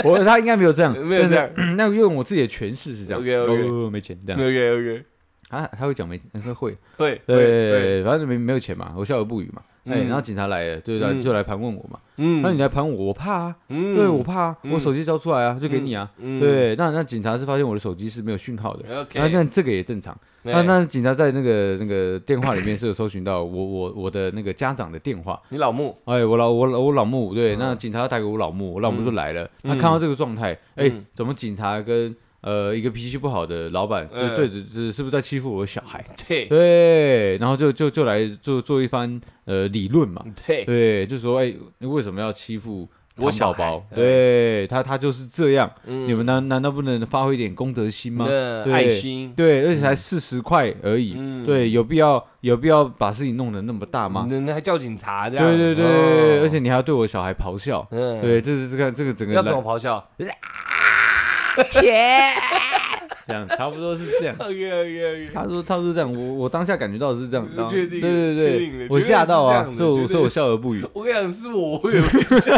Speaker 2: 我他应该没有这样，
Speaker 1: 没有这样
Speaker 2: 但是。那 (coughs) 用我自己的诠释是这样
Speaker 1: OK，OK
Speaker 2: 哦没钱这样
Speaker 1: OK OK，
Speaker 2: 啊，他会讲没会会
Speaker 1: 会会，
Speaker 2: 对，反正没没有钱嘛，我笑而不语嘛。哎，
Speaker 1: 嗯
Speaker 2: 然后警察来了，就来
Speaker 1: 嗯
Speaker 2: 就来盘问我嘛。
Speaker 1: 嗯
Speaker 2: 那你来盘我，我怕啊，
Speaker 1: 嗯
Speaker 2: 对我怕啊，
Speaker 1: 嗯
Speaker 2: 我手机交出来啊，就给你啊。
Speaker 1: 嗯，
Speaker 2: 对，那那警察是发现我的手机是没有讯号的，
Speaker 1: OK，
Speaker 2: 那那这个也正常。那
Speaker 1: 哎
Speaker 2: 那警察在那个那个电话里面是有搜寻到我我我的那个家长的电话，
Speaker 1: 你老木，
Speaker 2: 哎，我老我老我老母对，
Speaker 1: 嗯
Speaker 2: 那警察打给我老母，我老母就来了，
Speaker 1: 嗯
Speaker 2: 他看到这个状态，哎
Speaker 1: 嗯，
Speaker 2: 怎么警察跟呃一个脾气不好的老板，
Speaker 1: 嗯
Speaker 2: 对对对，这是不是在欺负我的小孩？
Speaker 1: 对
Speaker 2: 对，然后就就就来做做一番呃理论嘛，
Speaker 1: 对，
Speaker 2: 对，就说哎，你为什么要欺负
Speaker 1: 我小嗯
Speaker 2: 小
Speaker 1: 孩
Speaker 2: 宝宝？对他他就是这样，
Speaker 1: 你
Speaker 2: 你们难难道不能发挥一点公德心吗？
Speaker 1: 的
Speaker 2: 对
Speaker 1: 爱心，
Speaker 2: 对，而且才四十块而已，
Speaker 1: 嗯
Speaker 2: 对，有必要有必要把事情弄得那么大吗？
Speaker 1: 那那还叫警察这样？
Speaker 2: 对对对，
Speaker 1: 哦
Speaker 2: 而且，你还要对我小孩咆哮，
Speaker 1: 嗯，
Speaker 2: 对，这是这个这个整个
Speaker 1: 要怎么
Speaker 2: 来
Speaker 1: 咆哮。
Speaker 2: 这样，差不多是这样
Speaker 1: ？OK (laughs) OK
Speaker 2: 他说：“他说这样，我我当下感觉到是这样，当
Speaker 1: 确定
Speaker 2: 对对
Speaker 1: 确
Speaker 2: 对
Speaker 1: 定的
Speaker 2: 我
Speaker 1: 绝对
Speaker 2: 吓
Speaker 1: 是
Speaker 2: 到
Speaker 1: 这
Speaker 2: 啊
Speaker 1: 样，的
Speaker 2: 所以我
Speaker 1: 绝对
Speaker 2: 所以我笑而不语，
Speaker 1: 我跟你讲，是我，我也会吓，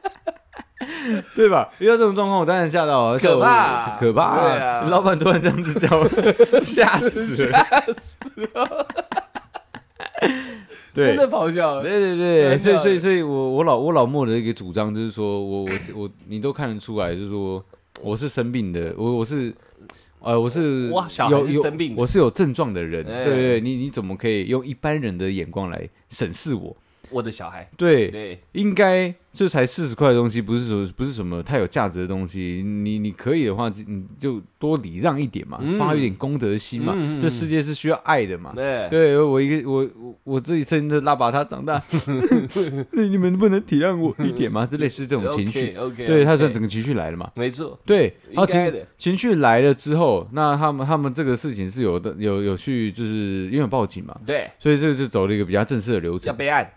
Speaker 2: (laughs) 对吧？遇到这种状况，我当然吓到啊，
Speaker 1: 可怕
Speaker 2: 笑而不语可怕
Speaker 1: 对啊
Speaker 2: (laughs) 老板突然这样子叫我， (laughs) 吓死
Speaker 1: (laughs)
Speaker 2: 了，对，
Speaker 1: (laughs) 真的咆哮。
Speaker 2: 对对对，
Speaker 1: 真的
Speaker 2: 所以所以所以我我老我老莫的一个主张就是说我我我你都看得出来，就是说我是生病的，我我是。呃，我是
Speaker 1: 哇小孩
Speaker 2: 有
Speaker 1: 是
Speaker 2: 有
Speaker 1: 生病的
Speaker 2: 我是有症状的人，
Speaker 1: 哎
Speaker 2: 对对对，你你怎么可以用一般人的眼光来审视我？
Speaker 1: 我的小孩，
Speaker 2: 对，
Speaker 1: 对，
Speaker 2: 应该这才四十块的东西，不是说不是什么太有价值的东西。你你可以的话，你就多礼让一点嘛，
Speaker 1: 嗯
Speaker 2: 发一点公德心嘛。
Speaker 1: 嗯嗯嗯
Speaker 2: 这世界是需要爱的嘛。
Speaker 1: 对，
Speaker 2: 对我一个我我我自己生的拉把他长大，那你们不能体谅我一点吗？这类似这种情绪，
Speaker 1: ，OK，
Speaker 2: 对他这整个情绪来了嘛。
Speaker 1: 没错，
Speaker 2: 对，然后
Speaker 1: 应该
Speaker 2: 情
Speaker 1: 的，
Speaker 2: 情绪来了之后，那他们他们这个事情是有的有有去就是因为有报警嘛，
Speaker 1: 对，
Speaker 2: 所以这个就走了一个比较正式的流
Speaker 1: 要
Speaker 2: 程。
Speaker 1: 备案，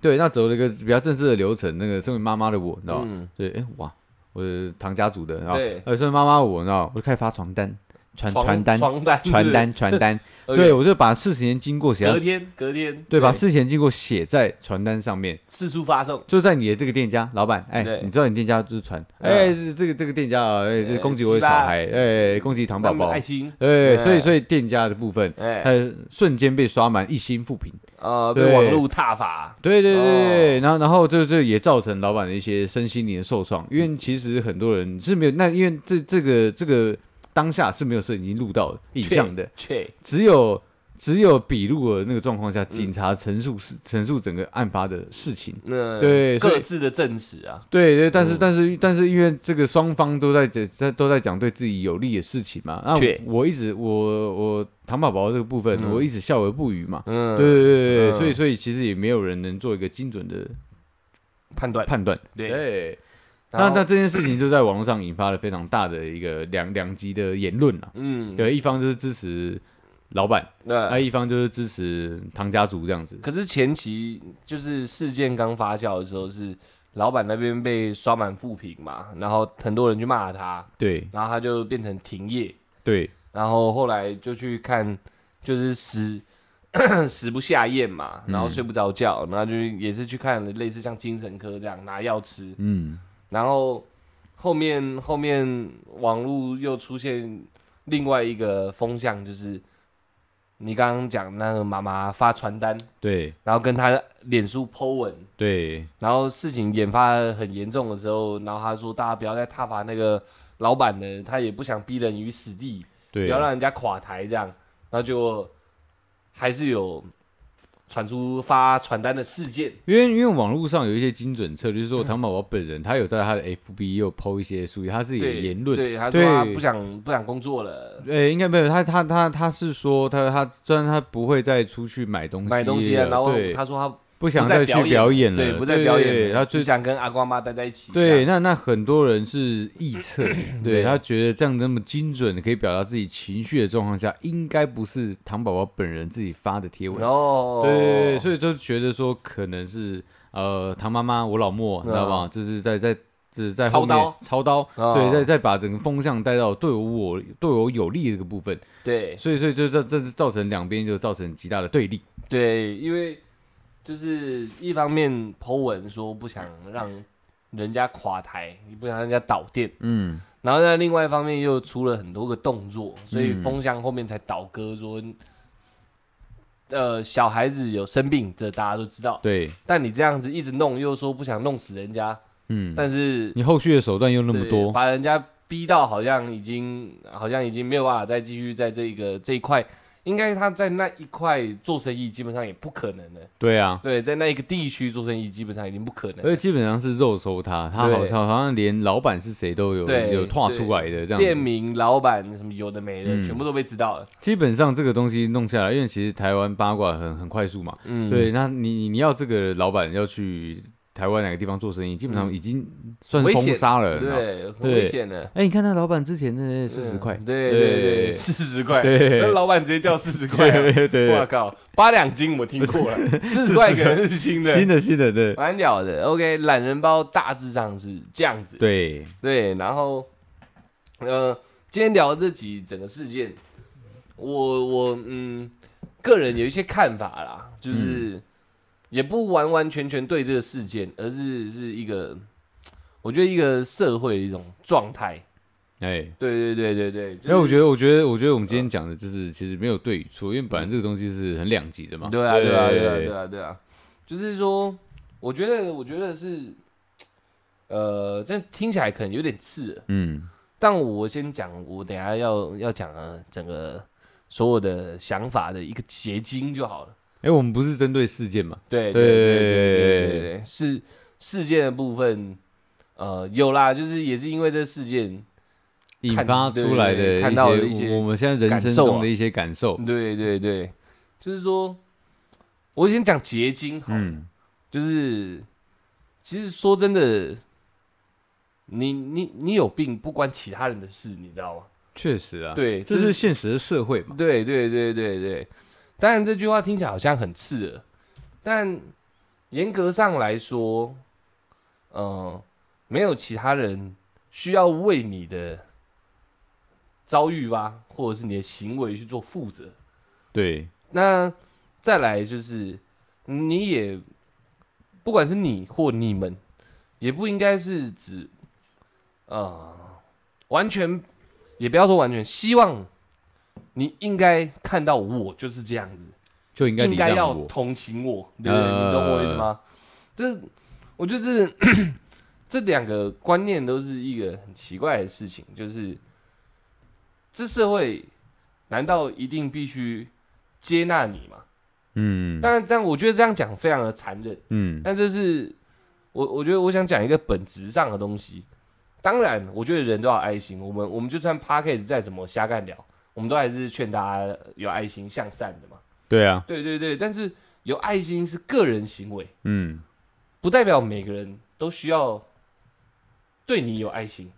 Speaker 2: 对，那走了一个比较正式的流程。那个身为妈妈的我，你知道吗？
Speaker 1: 嗯，
Speaker 2: 对，哎哇，我的堂家族的，然后
Speaker 1: 对
Speaker 2: 呃，身为妈妈的我，你知道吗，我就开始发传单，传传单，
Speaker 1: 床单，
Speaker 2: 传单，传单。 (laughs)
Speaker 1: OK
Speaker 2: 对，我就把事情的经过写
Speaker 1: 隔
Speaker 2: 在
Speaker 1: 天，隔天，
Speaker 2: 对，把事前经过写在传单上面，
Speaker 1: 四处发送，
Speaker 2: 就在你的这个店家，老板，哎
Speaker 1: 对，
Speaker 2: 你知道你店家就是传，
Speaker 1: 嗯
Speaker 2: 哎，这个这个店家啊，哎，这
Speaker 1: 哎
Speaker 2: 攻击我
Speaker 1: 鸡
Speaker 2: 的小
Speaker 1: 巴
Speaker 2: 孩，哎，攻击糖宝
Speaker 1: 那么
Speaker 2: 宝
Speaker 1: 爱，心，
Speaker 2: 哎，所以
Speaker 1: 哎
Speaker 2: 所以店家的部分，
Speaker 1: 哎，
Speaker 2: 它瞬间被刷满一星负评，
Speaker 1: 呃，
Speaker 2: 对
Speaker 1: 被网络踏伐，
Speaker 2: 对对对
Speaker 1: 哦
Speaker 2: 对，然后然后这这也造成老板的一些身心灵的受创，因
Speaker 1: 嗯
Speaker 2: 为其实很多人是没有，那因为这这个这个当下是没有摄影机录到的影像的，
Speaker 1: 切，
Speaker 2: 只有。只有笔录的那个状况下，
Speaker 1: 嗯
Speaker 2: 警察陈述事陈述整个案发的事情，
Speaker 1: 那
Speaker 2: 对所以
Speaker 1: 各自的证词啊，
Speaker 2: 对对，但是、
Speaker 1: 嗯
Speaker 2: 但是但是，因为这个双方都在这在都在讲对自己有利的事情嘛。那
Speaker 1: 对
Speaker 2: 我我一直我我糖宝宝这个部分，
Speaker 1: 嗯
Speaker 2: 我一直笑而不语嘛。
Speaker 1: 嗯，
Speaker 2: 对对对对，
Speaker 1: 嗯
Speaker 2: 所以所以其实也没有人能做一个精准的
Speaker 1: 判断，
Speaker 2: 判断。
Speaker 1: 对，然
Speaker 2: 那
Speaker 1: 后
Speaker 2: 那这件事情就在网络上引发了非常大的一个两两极的言论啊。
Speaker 1: 嗯，呃
Speaker 2: 对，一方就是支持老板，啊
Speaker 1: 那
Speaker 2: 那一哎方就是支持唐家族这样子。
Speaker 1: 可是前期就是事件刚发酵的时候，是老板那边被刷满负评嘛，然后很多人去骂他，
Speaker 2: 对
Speaker 1: 然后他就变成停业，
Speaker 2: 对，
Speaker 1: 然后后来就去看，就是死 (coughs) 死不下咽嘛，然
Speaker 2: 嗯
Speaker 1: 后睡不着觉，然后就也是去看了类似像精神科这样拿药吃，
Speaker 2: 嗯，
Speaker 1: 然后后面后面网络又出现另外一个风向，就是你刚刚讲那个妈妈发传单。
Speaker 2: 对
Speaker 1: 然后跟他脸书 Po 文，
Speaker 2: 对
Speaker 1: 然后事情引发很严重的时候，然后他说大家不要再挞伐那个老板了，他也不想逼人于死地，不
Speaker 2: 对
Speaker 1: 要让人家垮台这样，然后就还是有传出发传单的事件，
Speaker 2: 因为因为网络上有一些精准策略，就
Speaker 1: 嗯
Speaker 2: 是说唐宝宝本人他有在他的 FB 又 PO 一些属于他自己的
Speaker 1: 对
Speaker 2: 言论。
Speaker 1: 对，他说他
Speaker 2: 对
Speaker 1: 不想不想工作了，
Speaker 2: 呃、应该没有他，他他他是说他他虽然他不会再出去买东西了，
Speaker 1: 买东西啊，然后
Speaker 2: 对
Speaker 1: 他说他
Speaker 2: 不想
Speaker 1: 不再
Speaker 2: 再去
Speaker 1: 表演
Speaker 2: 表演了，
Speaker 1: 对不再表演
Speaker 2: 对
Speaker 1: 了，
Speaker 2: 他
Speaker 1: 只
Speaker 2: 最
Speaker 1: 想跟阿光妈待在一起，
Speaker 2: 对，，那那很多人是
Speaker 1: (clears throat)
Speaker 2: 臆测，对
Speaker 1: 对
Speaker 2: 他觉得这样那么精准的可以表达自己情绪的状况下，应该不是糖宝宝本人自己发的贴文，
Speaker 1: 然后
Speaker 2: 对对对，所以就觉得说可能是呃唐妈妈我老莫，你知道吧？就是在在是在后面
Speaker 1: 嗯操刀
Speaker 2: 操刀，
Speaker 1: 哦
Speaker 2: 对，再再把整个风向带到对我对我有利的这个部分，
Speaker 1: 对
Speaker 2: 所以所以就这这是造成两边就造成极大的对立，
Speaker 1: 对，因为就是一方面 Po 文说不想让人家垮台，你不想让人家倒店，
Speaker 2: 嗯，
Speaker 1: 然后在另外一方面又出了很多个动作，所以
Speaker 2: 嗯
Speaker 1: 风向后面才倒戈说，呃，小孩子有生病，这大家都知道。
Speaker 2: 对，
Speaker 1: 但你这样子一直弄，又说不想弄死人家，
Speaker 2: 嗯，
Speaker 1: 但是
Speaker 2: 你后续的手段又那么
Speaker 1: 对
Speaker 2: 多，
Speaker 1: 把人家逼到好像已经好像已经没有办法再继续在这个这一块，应该他在那一块做生意基本上也不可能了。
Speaker 2: 对啊，
Speaker 1: 对，在那一个地区做生意基本上已经不可能
Speaker 2: 而且
Speaker 1: 了。
Speaker 2: 基本上是肉收他，他好
Speaker 1: 对
Speaker 2: 像好像连老板是谁都有
Speaker 1: 对
Speaker 2: 有画出来的这样
Speaker 1: 店
Speaker 2: 子。
Speaker 1: 名、老板什么有的没的，
Speaker 2: 嗯
Speaker 1: 全部都被知道了。
Speaker 2: 基本上这个东西弄下来，因为其实台湾八卦很很快速嘛，
Speaker 1: 嗯，
Speaker 2: 对，那你你你要这个老板要去台湾哪个地方做生意，基本上已经算是
Speaker 1: 嗯危
Speaker 2: 封
Speaker 1: 险
Speaker 2: 杀了。你知道吗
Speaker 1: 对，很危险的。
Speaker 2: 哎，你看那老板之前的四十
Speaker 1: 嗯
Speaker 2: 块，
Speaker 1: 对对对，
Speaker 2: 对
Speaker 1: 四十块，
Speaker 2: 对
Speaker 1: 那老板直接叫四十 (laughs) 块啊，
Speaker 2: 对对
Speaker 1: 我靠，八两金我听过
Speaker 2: (laughs)
Speaker 1: 了，四十块可能是新的，
Speaker 2: 新的新的，对
Speaker 1: 蛮屌的。OK，懒人包大致上是这样子，
Speaker 2: 对，
Speaker 1: 对，然后，呃，今天聊这集整个事件，我我嗯，个人有一些看法啦，就是、也不完完全全对这个事件，而是是一个，我觉得一个社会的一种状态。
Speaker 2: 哎。
Speaker 1: 对对对对对，
Speaker 2: 因为我觉
Speaker 1: 得
Speaker 2: 得，我觉得，我觉得我们
Speaker 1: 嗯
Speaker 2: 今天讲的就是，其实没有对与错，因为本来这个东西是很两极的嘛。
Speaker 1: 对啊对啊对啊对啊对啊，就是说，我觉得我觉得是，呃，这听起来可能有点刺耳。
Speaker 2: 嗯，
Speaker 1: 但我先讲，我等一下要要讲啊，整个所有的想法的一个结晶就好了。
Speaker 2: 哎，我们不是针对事件嘛？
Speaker 1: 对
Speaker 2: 对
Speaker 1: 对对对对对，是事件的部分，呃，有啦，就是也是因为这事件，
Speaker 2: 引
Speaker 1: 看
Speaker 2: 发
Speaker 1: 对
Speaker 2: 出来
Speaker 1: 对
Speaker 2: 的
Speaker 1: 看到的
Speaker 2: 一
Speaker 1: 一些
Speaker 2: 我我们现在人
Speaker 1: 感
Speaker 2: 生
Speaker 1: 受
Speaker 2: 中
Speaker 1: 啊
Speaker 2: 的一些感受。
Speaker 1: 对对对，就是说，我先讲结晶好了，
Speaker 2: 嗯，
Speaker 1: 就是其实说真的，你你你有病不关其他人的事，你知道吗？
Speaker 2: 确实啊，，
Speaker 1: 对，
Speaker 2: 这是现实的社会嘛。
Speaker 1: 对对对对对，当然这句话听起来好像很刺耳，但严格上来说，嗯、没有其他人需要为你的遭遇吧，或者是你的行为去做负责。
Speaker 2: 对，
Speaker 1: 那再来就是，你也不管是你或你们，也不应该是指，呃，完全也不要说完全，希望你应该看到我就是这样子，
Speaker 2: 就应该
Speaker 1: 应
Speaker 2: 礼
Speaker 1: 该
Speaker 2: 让
Speaker 1: 要
Speaker 2: 我。呃
Speaker 1: 同情我，对不对？你懂我意思吗？这我觉得这 (coughs) 这两个观念都是一个很奇怪的事情，就是这社会难道一定必须接纳你吗？
Speaker 2: 嗯
Speaker 1: 但但我觉得这样讲非常的残忍，
Speaker 2: 嗯，
Speaker 1: 但这是我我觉得我想讲一个本质上的东西。当然，我觉得人都要有爱心，我们我们就算 p a c k a g e 再怎么瞎干聊，我们都还是劝大家有爱心向善的嘛。
Speaker 2: 对啊，
Speaker 1: 对对对，但是有爱心是个人行为，
Speaker 2: 嗯，
Speaker 1: 不代表每个人都需要对你有爱心。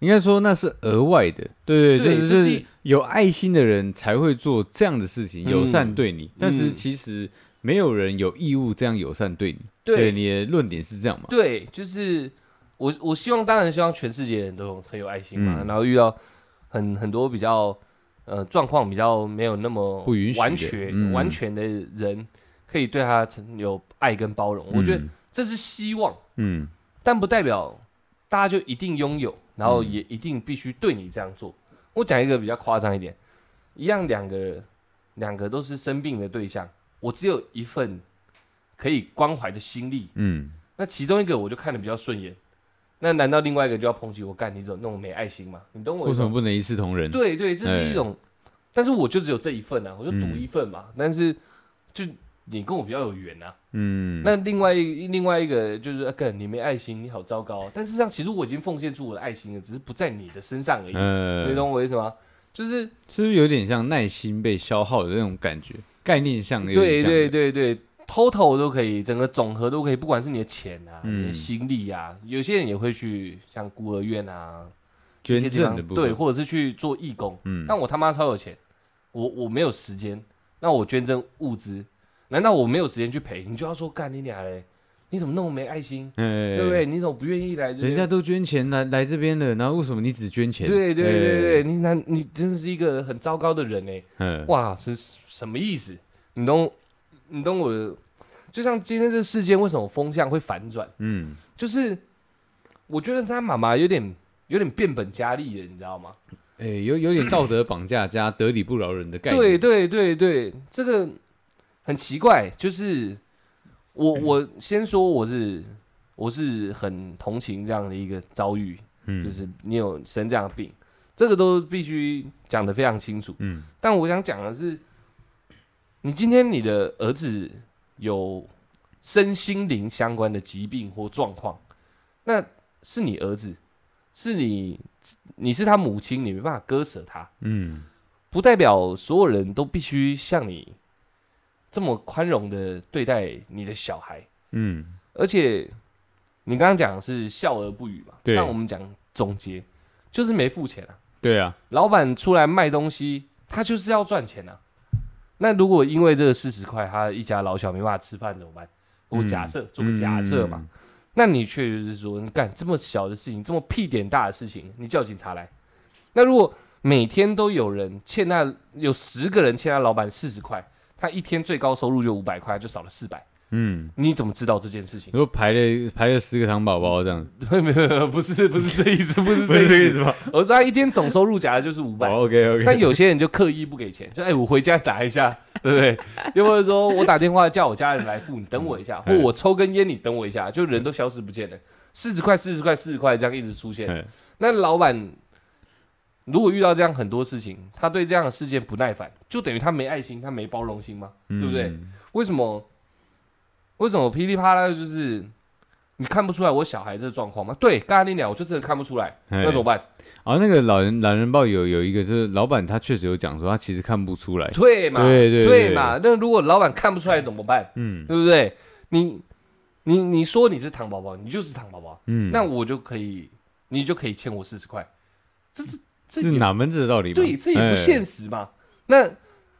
Speaker 2: 应该说那是额外的，对
Speaker 1: 对
Speaker 2: 对，
Speaker 1: 这
Speaker 2: 就是是有爱心的人才会做这样的事情，友善对你。但是
Speaker 1: 嗯
Speaker 2: 其实没有人有义务这样友善对你。对，你的论点是这样嘛？
Speaker 1: 对，就是我我希望，当然希望全世界人都有很有爱心嘛，
Speaker 2: 嗯
Speaker 1: 然后遇到很很多比较呃状况比较没有那么
Speaker 2: 不允许的
Speaker 1: 完全、
Speaker 2: 嗯
Speaker 1: 完全的人，可以对他存有爱跟包容。我觉得
Speaker 2: 嗯，
Speaker 1: 这是希望，
Speaker 2: 嗯，
Speaker 1: 但不代表大家就一定拥有，然后也一定必须对你这样做。我讲一个比较夸张一点，一样两个两个都是生病的对象，我只有一份可以关怀的心力，
Speaker 2: 嗯，
Speaker 1: 那其中一个我就看的比较顺眼，那难道另外一个就要抨击我干你怎么那么没爱心吗？你懂我
Speaker 2: 为
Speaker 1: 意
Speaker 2: 什
Speaker 1: 思
Speaker 2: 么
Speaker 1: 吗？
Speaker 2: 不能一视同仁？
Speaker 1: 对对，这是一种，但是我就只有这一份啊，我就独
Speaker 2: 嗯
Speaker 1: 一份嘛。但是就你跟我比较有缘啊，
Speaker 2: 嗯，
Speaker 1: 那另外一另外一个就是，啊干、你没爱心，你好糟糕哦、但事实上，其实我已经奉献出我的爱心了，只是不在你的身上而已。
Speaker 2: 呃
Speaker 1: 你懂我意思吗？就是
Speaker 2: 是不是有点像耐心被消耗的那种感觉？概念上嗯有
Speaker 1: 对
Speaker 2: 点像
Speaker 1: 对对对，total 都可以，整个总和都可以，不管是你的钱啊、
Speaker 2: 嗯
Speaker 1: 你的心力啊，有些人也会去像孤儿院啊、一些
Speaker 2: 捐
Speaker 1: 地方
Speaker 2: 赠的部分，
Speaker 1: 对，或者是去做义工。
Speaker 2: 嗯，
Speaker 1: 但我他妈超有钱，我我没有时间，那我捐赠物资，难道我没有时间去陪？你就要说干你俩嘞，你你怎么那么没爱心，
Speaker 2: 哎，
Speaker 1: 对不对？？你怎么不愿意来这边？
Speaker 2: 人家都捐钱来来这边了，然后为什么你只捐钱？
Speaker 1: 对对对对，
Speaker 2: 哎，
Speaker 1: 你那你真的是一个很糟糕的人哎！
Speaker 2: 嗯，
Speaker 1: 哇，是什么意思？你懂你懂我的？就像今天这事件，为什么风向会反转？
Speaker 2: 嗯，
Speaker 1: 就是我觉得他妈妈有点有点变本加厉了，你知道吗？
Speaker 2: 哎，有有点道德绑架加得理不饶人的概念。
Speaker 1: 对对对对，这个很奇怪，就是我
Speaker 2: 嗯
Speaker 1: 我先说我是我是很同情这样的一个遭遇，就
Speaker 2: 嗯
Speaker 1: 是你有生这样的病，这个都必须讲得非常清楚。
Speaker 2: 嗯
Speaker 1: 但我想讲的是，你今天你的儿子有身心灵相关的疾病或状况，那是你儿子，是你你是他母亲，你没办法割舍他，
Speaker 2: 嗯
Speaker 1: 不代表所有人都必须像你这么宽容的对待你的小孩。
Speaker 2: 嗯，
Speaker 1: 而且你刚刚讲的是笑而不语嘛，
Speaker 2: 对
Speaker 1: 但我们讲总结就是没付钱啊。
Speaker 2: 对啊，
Speaker 1: 老板出来卖东西，他就是要赚钱啊。那如果因为这个四十块，他一家老小没办法吃饭怎么办？我
Speaker 2: 嗯
Speaker 1: 假设、做个假设嘛，那你确实是说，你干这么小的事情，这么屁点大的事情，你叫警察来。那如果每天都有人欠他，有十个人欠他老板四十块，他一天最高收入就五百块，就少了四百，
Speaker 2: 嗯。嗯，
Speaker 1: 你怎么知道这件事情？ (laughs)
Speaker 2: 如果排了排了十个糖宝宝这样，
Speaker 1: 没有没有没有，不是不是这意思，不是
Speaker 2: 不
Speaker 1: 这
Speaker 2: (laughs) 是这
Speaker 1: 意
Speaker 2: 个意
Speaker 1: 思，
Speaker 2: 思吧？
Speaker 1: 而是他一天总收入假的就是五百、
Speaker 2: 哦，OK OK，
Speaker 1: 但有些人就刻意不给钱，就哎、我回家打一下，对不对？又或者说我打电话叫我家人来付，你等我一下，或
Speaker 2: 嗯
Speaker 1: 我抽根烟，你等我一下，就人都消失不见了，四十块、四十块、四十块这样一直出现。
Speaker 2: 哎
Speaker 1: 那老板如果遇到这样很多事情，他对这样的事件不耐烦，就等于他没爱心，他没包容心吗？
Speaker 2: 嗯
Speaker 1: 对不对为什么？为什么噼里啪啦就是你看不出来我小孩这个状况吗？对，刚才那鸟我就真的看不出来，
Speaker 2: 哎
Speaker 1: 那怎么办？
Speaker 2: 哦，那个老人懒人报有有一个，就是老板他确实有讲说，他其实看不出来。
Speaker 1: 对嘛，
Speaker 2: 对对对
Speaker 1: 嘛。那如果老板看不出来怎么办？
Speaker 2: 嗯
Speaker 1: 对不对？你你你说你是糖宝宝，你就是糖宝宝，
Speaker 2: 嗯，
Speaker 1: 那我就可以，你就可以欠我四十块，这是这
Speaker 2: 这
Speaker 1: 也
Speaker 2: 是哪门子的道理嘛？哎
Speaker 1: 对，这也不现实嘛。那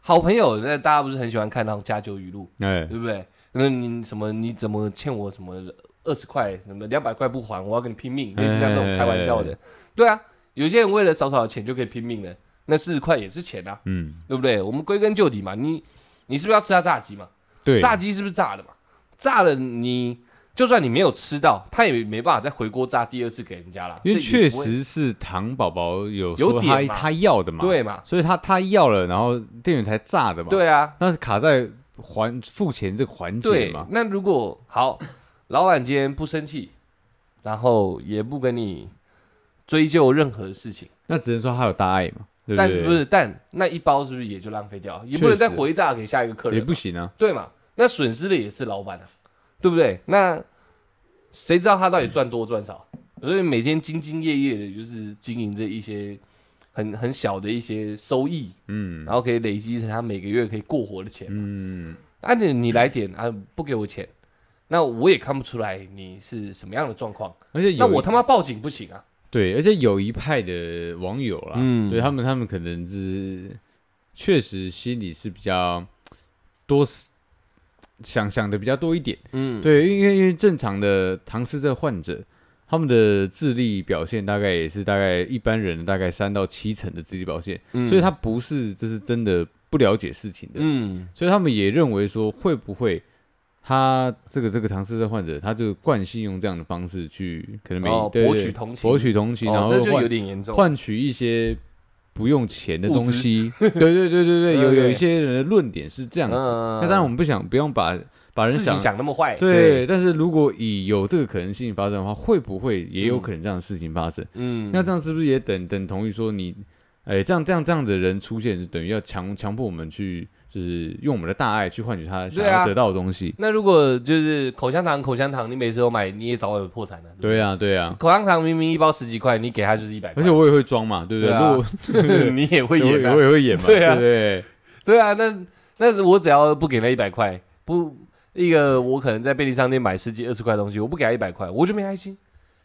Speaker 1: 好朋友，那大家不是很喜欢看那种家酒语录，
Speaker 2: 哎。哎，
Speaker 1: 对不对？那你什么你怎么欠我什么二十块，什么两百块不还，我要跟你拼命，类似像这种开玩笑
Speaker 2: 哎
Speaker 1: 的，对啊。有些人为了少少的钱就可以拼命了，那四十块也是钱啊。
Speaker 2: 嗯，
Speaker 1: 对不对？我们归根究底嘛，你你是不是要吃他炸鸡嘛？
Speaker 2: 对，
Speaker 1: 炸鸡是不是炸的嘛？炸了你就算你没有吃到，他也没办法再回锅炸第二次给人家啦。
Speaker 2: 因为
Speaker 1: 这也
Speaker 2: 确
Speaker 1: 不会
Speaker 2: 实是糖宝宝有
Speaker 1: 有
Speaker 2: 说
Speaker 1: 点
Speaker 2: 他
Speaker 1: 嘛
Speaker 2: 他要的嘛，，
Speaker 1: 对嘛？
Speaker 2: 所以他他要了，然后店员才炸的嘛，，
Speaker 1: 对啊，
Speaker 2: 那是卡在还付钱这个环节
Speaker 1: 对
Speaker 2: 嘛。，
Speaker 1: 那如果好，老板今天不生气，然后也不跟你追究任何事情，
Speaker 2: 那只能说他有大爱嘛，对
Speaker 1: 但
Speaker 2: 对？
Speaker 1: 不是但那一包是不是也就浪费掉？也不能
Speaker 2: 确
Speaker 1: 再
Speaker 2: 实
Speaker 1: 回炸给下一个客人
Speaker 2: 也
Speaker 1: 嘛，
Speaker 2: 不行啊，
Speaker 1: 对嘛？那损失的也是老板啊，对不对？那谁知道他到底赚多赚少？所以每天兢兢业业的，就是经营着一些很很小的一些收益，
Speaker 2: 嗯
Speaker 1: 然后可以累积成他每个月可以过活的钱。
Speaker 2: 嗯，
Speaker 1: 啊，你你来点啊，不给我钱，那我也看不出来你是什么样的状况。
Speaker 2: 而且
Speaker 1: 那
Speaker 2: 有
Speaker 1: 我
Speaker 2: 一
Speaker 1: 他妈报警不行啊！
Speaker 2: 对，而且有一派的网友啦，
Speaker 1: 嗯
Speaker 2: 对他们他们可能是确实心里是比较多思想想的比较多一点，
Speaker 1: 嗯，
Speaker 2: 对，因为因为正常的唐氏症患者，他们的智力表现大概也是大概一般人的大概三到七成的智力表现，
Speaker 1: 嗯
Speaker 2: 所以他不是就是真的不了解事情的，
Speaker 1: 嗯
Speaker 2: 所以他们也认为说会不会他这个这个唐氏症患者，他就惯性用这样的方式去可能每
Speaker 1: 哦
Speaker 2: 对
Speaker 1: 博
Speaker 2: 对
Speaker 1: 取同情
Speaker 2: 嗯博取同情，然
Speaker 1: 哦，
Speaker 2: 后
Speaker 1: 这就
Speaker 2: 换
Speaker 1: 有点严重。
Speaker 2: 换取一些不用钱的
Speaker 1: 物
Speaker 2: 东
Speaker 1: 资
Speaker 2: 西。对对对
Speaker 1: (laughs)
Speaker 2: 对对，有
Speaker 1: 对
Speaker 2: 有一些人的论点是这样子。
Speaker 1: 嗯
Speaker 2: 那当然我们不想不用把把人
Speaker 1: 事情
Speaker 2: 想。
Speaker 1: 想那么坏，
Speaker 2: 对，，但是如果以有这个可能性发生的话，会不会也有可能这样的事情发生？
Speaker 1: 嗯，
Speaker 2: 那这样是不是也等等同于说你，哎，这样这样这样的人出现，就等于要强强迫我们去，就是用我们的大爱去换取他想
Speaker 1: 对啊
Speaker 2: 要得到的东西？
Speaker 1: 那如果就是口香糖，口香糖你每次都买，你也早晚会破产的、不
Speaker 2: 对啊，对啊，
Speaker 1: 口香糖明明一包十几块，你给他就是一百块，
Speaker 2: 而且我也会装嘛，对不对？
Speaker 1: 哎对啊
Speaker 2: 如果
Speaker 1: (laughs) 你也 (laughs) 会
Speaker 2: 我
Speaker 1: 演、
Speaker 2: 也
Speaker 1: 啊
Speaker 2: 我，也会演
Speaker 1: (laughs)
Speaker 2: 嘛，
Speaker 1: 对啊
Speaker 2: 不对？
Speaker 1: 对啊，那但是我只要不给那一百块，不一个我可能在便利商店买十几二十块的东西，我不给他一百块，我就没开心，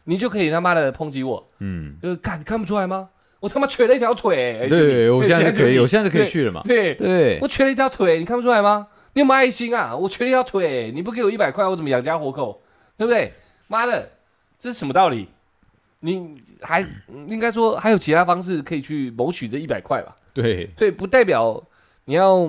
Speaker 1: 你就可以他妈的抨击我，
Speaker 2: 嗯，
Speaker 1: 就是看你看不出来吗？我他妈瘸了一条腿、哎就你
Speaker 2: 对，我现在是可以，我现在是可以，
Speaker 1: 就
Speaker 2: 去了嘛
Speaker 1: 你。对，对
Speaker 2: 对
Speaker 1: 我，瘸了一条腿，你看不出来吗？你有没有爱心啊？我瘸了一条腿，你不给我一百块，我怎么养家活口？对不对？妈的，这是什么道理？你还应该说还有其他方式可以去谋取这一百块吧？
Speaker 2: 对，
Speaker 1: 对，不代表你要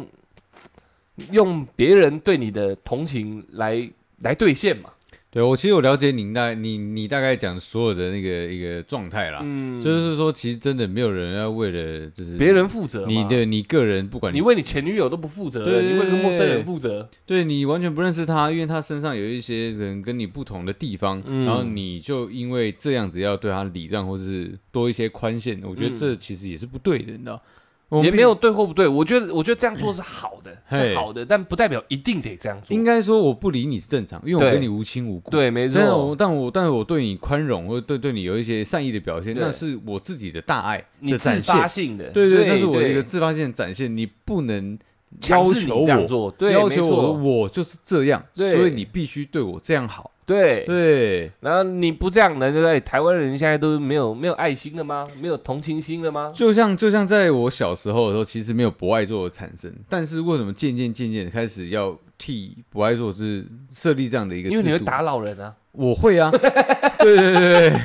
Speaker 1: 用别人对你的同情来来兑现嘛。
Speaker 2: 对我其实我了解你大你你大概讲所有的那个一个状态啦，
Speaker 1: 嗯，
Speaker 2: 啊就是说其实真的没有人要为了就是
Speaker 1: 别人负责嘛
Speaker 2: 你的你个人不管
Speaker 1: 你为你前女友都不负责了，
Speaker 2: 对对
Speaker 1: 你为个陌生
Speaker 2: 对
Speaker 1: 人负责，
Speaker 2: 对你完全不认识他，因为他身上有一些人跟你不同的地方，
Speaker 1: 嗯
Speaker 2: 然后你就因为这样子要对他礼让，或是多一些宽限，我觉得
Speaker 1: 嗯
Speaker 2: 这其实也是不对的，你知道？我们
Speaker 1: 也
Speaker 2: 并
Speaker 1: 没有对或不对。我觉得，我觉得这样做是好的，
Speaker 2: 嘿
Speaker 1: 是好的，但不代表一定得这样做
Speaker 2: 应。该说我不理你是正常，因为我
Speaker 1: 对
Speaker 2: 跟你无亲无故。
Speaker 1: 对，没
Speaker 2: 但我
Speaker 1: 错，
Speaker 2: 但我但是我对你宽容，或者对对你有一些善意的表现，
Speaker 1: 对
Speaker 2: 那是我自己的大爱
Speaker 1: 你
Speaker 2: 的
Speaker 1: 自
Speaker 2: 展
Speaker 1: 发
Speaker 2: 现。
Speaker 1: 性的，
Speaker 2: 对
Speaker 1: 对，
Speaker 2: 那是我的一个
Speaker 1: 对
Speaker 2: 自发性的展现，你不能
Speaker 1: 强
Speaker 2: 要
Speaker 1: 制你
Speaker 2: 求
Speaker 1: 这样
Speaker 2: 我
Speaker 1: 做，对，
Speaker 2: 要
Speaker 1: 没
Speaker 2: 求我，
Speaker 1: 错，
Speaker 2: 我就是这样，
Speaker 1: 对
Speaker 2: 所以你必须对我这样好。
Speaker 1: 对。
Speaker 2: 对，
Speaker 1: 然后你不这样的，对不对？台湾人现在都没有没有爱心了吗？没有同情心了吗？
Speaker 2: 就像就像在我小时候的时候，其实没有博爱座的产生，但是为什么渐渐渐渐开始要替博爱座是设立这样的一个制
Speaker 1: 因
Speaker 2: 度？
Speaker 1: 为你会打扰人啊， (laughs)
Speaker 2: 我会啊， (laughs) 对对对对，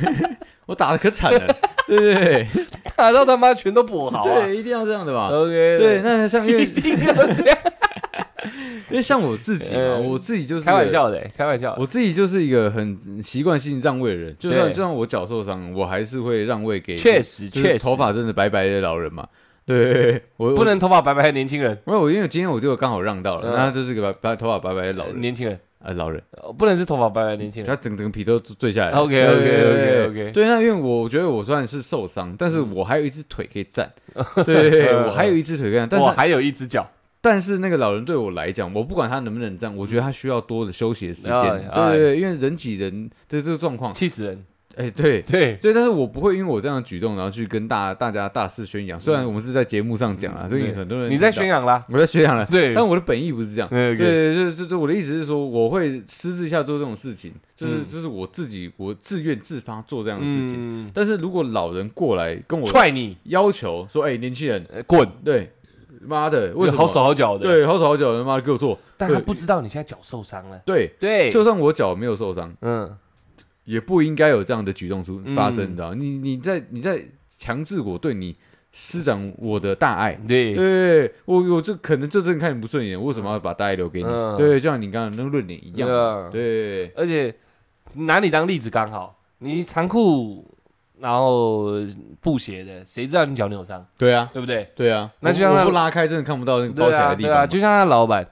Speaker 2: 我打的可惨了，对对对
Speaker 1: 打到他妈全都不 (laughs) 好啊。
Speaker 2: 对，一定要这样的吧？
Speaker 1: OK，
Speaker 2: 对，那像因
Speaker 1: (laughs)
Speaker 2: 为
Speaker 1: 一定要这样。
Speaker 2: 因为像我自己嘛，
Speaker 1: 呃
Speaker 2: 我自己 (laughs) 就是
Speaker 1: 开玩，笑的，开玩笑的。
Speaker 2: 我自己就是一个很习惯性让位的人，就算
Speaker 1: 对
Speaker 2: 就算我脚受伤，我还是会让位给
Speaker 1: 确实，
Speaker 2: 就是
Speaker 1: 确实，
Speaker 2: 头发真的白白的老人嘛，对对对，我
Speaker 1: 不。能头发白白的年轻人，
Speaker 2: 没有，我因为今天我就刚好让到了，
Speaker 1: 嗯
Speaker 2: 那他就是个白白头发白白的老
Speaker 1: 呃
Speaker 2: 人，
Speaker 1: 年轻人
Speaker 2: 呃，老人，
Speaker 1: 呃不能是头发白白的年轻人。
Speaker 2: 他整整个皮都坠下来了。
Speaker 1: OK，OK，OK，OK
Speaker 2: 对对对对对
Speaker 1: OK
Speaker 2: 对，那因为我觉得我虽然是受伤，但是我还有一只腿可以 (laughs) 站，对对对，我嗯还有一只腿可以站，但
Speaker 1: 我
Speaker 2: 是
Speaker 1: 还有一只脚，
Speaker 2: 但是那个老人对我来讲，我不管他能不能站，我觉得他需要多的休息的时间，
Speaker 1: 哎
Speaker 2: 对对对，因为人挤人的这个状况，
Speaker 1: 气死人。
Speaker 2: 哎，对。
Speaker 1: 对，
Speaker 2: 所以，但是我不会因为我这样的举动，然后去跟大大家大肆宣扬。虽然我们是在节目上讲啊，所以
Speaker 1: 对
Speaker 2: 很多人
Speaker 1: 你在
Speaker 2: 知道
Speaker 1: 宣，扬啦。
Speaker 2: 我在宣扬了，
Speaker 1: 对，
Speaker 2: 但我的本意不是这样。
Speaker 1: 对对
Speaker 2: 对，就是就是我的意思是说，我会私自下做这种事情，就是、
Speaker 1: 嗯
Speaker 2: 就是我自己我自愿自发做这样的事情。
Speaker 1: 嗯，
Speaker 2: 但是如果老人过来跟我
Speaker 1: 踹你，
Speaker 2: 要求说，哎、年轻人，
Speaker 1: 呃滚，
Speaker 2: 对，妈的，为什么
Speaker 1: 好手好脚的。，
Speaker 2: 对，好手好脚的，妈的，给我做。
Speaker 1: 但他
Speaker 2: 对
Speaker 1: 不知道你现在脚受伤了。
Speaker 2: 对，
Speaker 1: 对，
Speaker 2: 就算我脚没有受伤，
Speaker 1: 嗯，
Speaker 2: 也不应该有这样的举动出发生，
Speaker 1: 嗯
Speaker 2: 你知道吗？你你在你在强制我对你施展我的大爱，
Speaker 1: 对，
Speaker 2: 对我我这可能这真的看你不顺眼，为什么要把大爱留给你？
Speaker 1: 嗯
Speaker 2: 对，就像你刚刚那个论点一样嘛，
Speaker 1: 对啊
Speaker 2: 对。
Speaker 1: 而且拿你当例子刚好，你长裤然后布鞋的，谁知道你脚扭伤，
Speaker 2: 对啊，
Speaker 1: 对不对？
Speaker 2: 对啊，
Speaker 1: 那
Speaker 2: 我
Speaker 1: 就像
Speaker 2: 我
Speaker 1: 那
Speaker 2: 不拉开，真的看不到那个包
Speaker 1: 对
Speaker 2: 起来
Speaker 1: 啊，
Speaker 2: 的地
Speaker 1: 对
Speaker 2: 方嘛，
Speaker 1: 啊，就像他老板，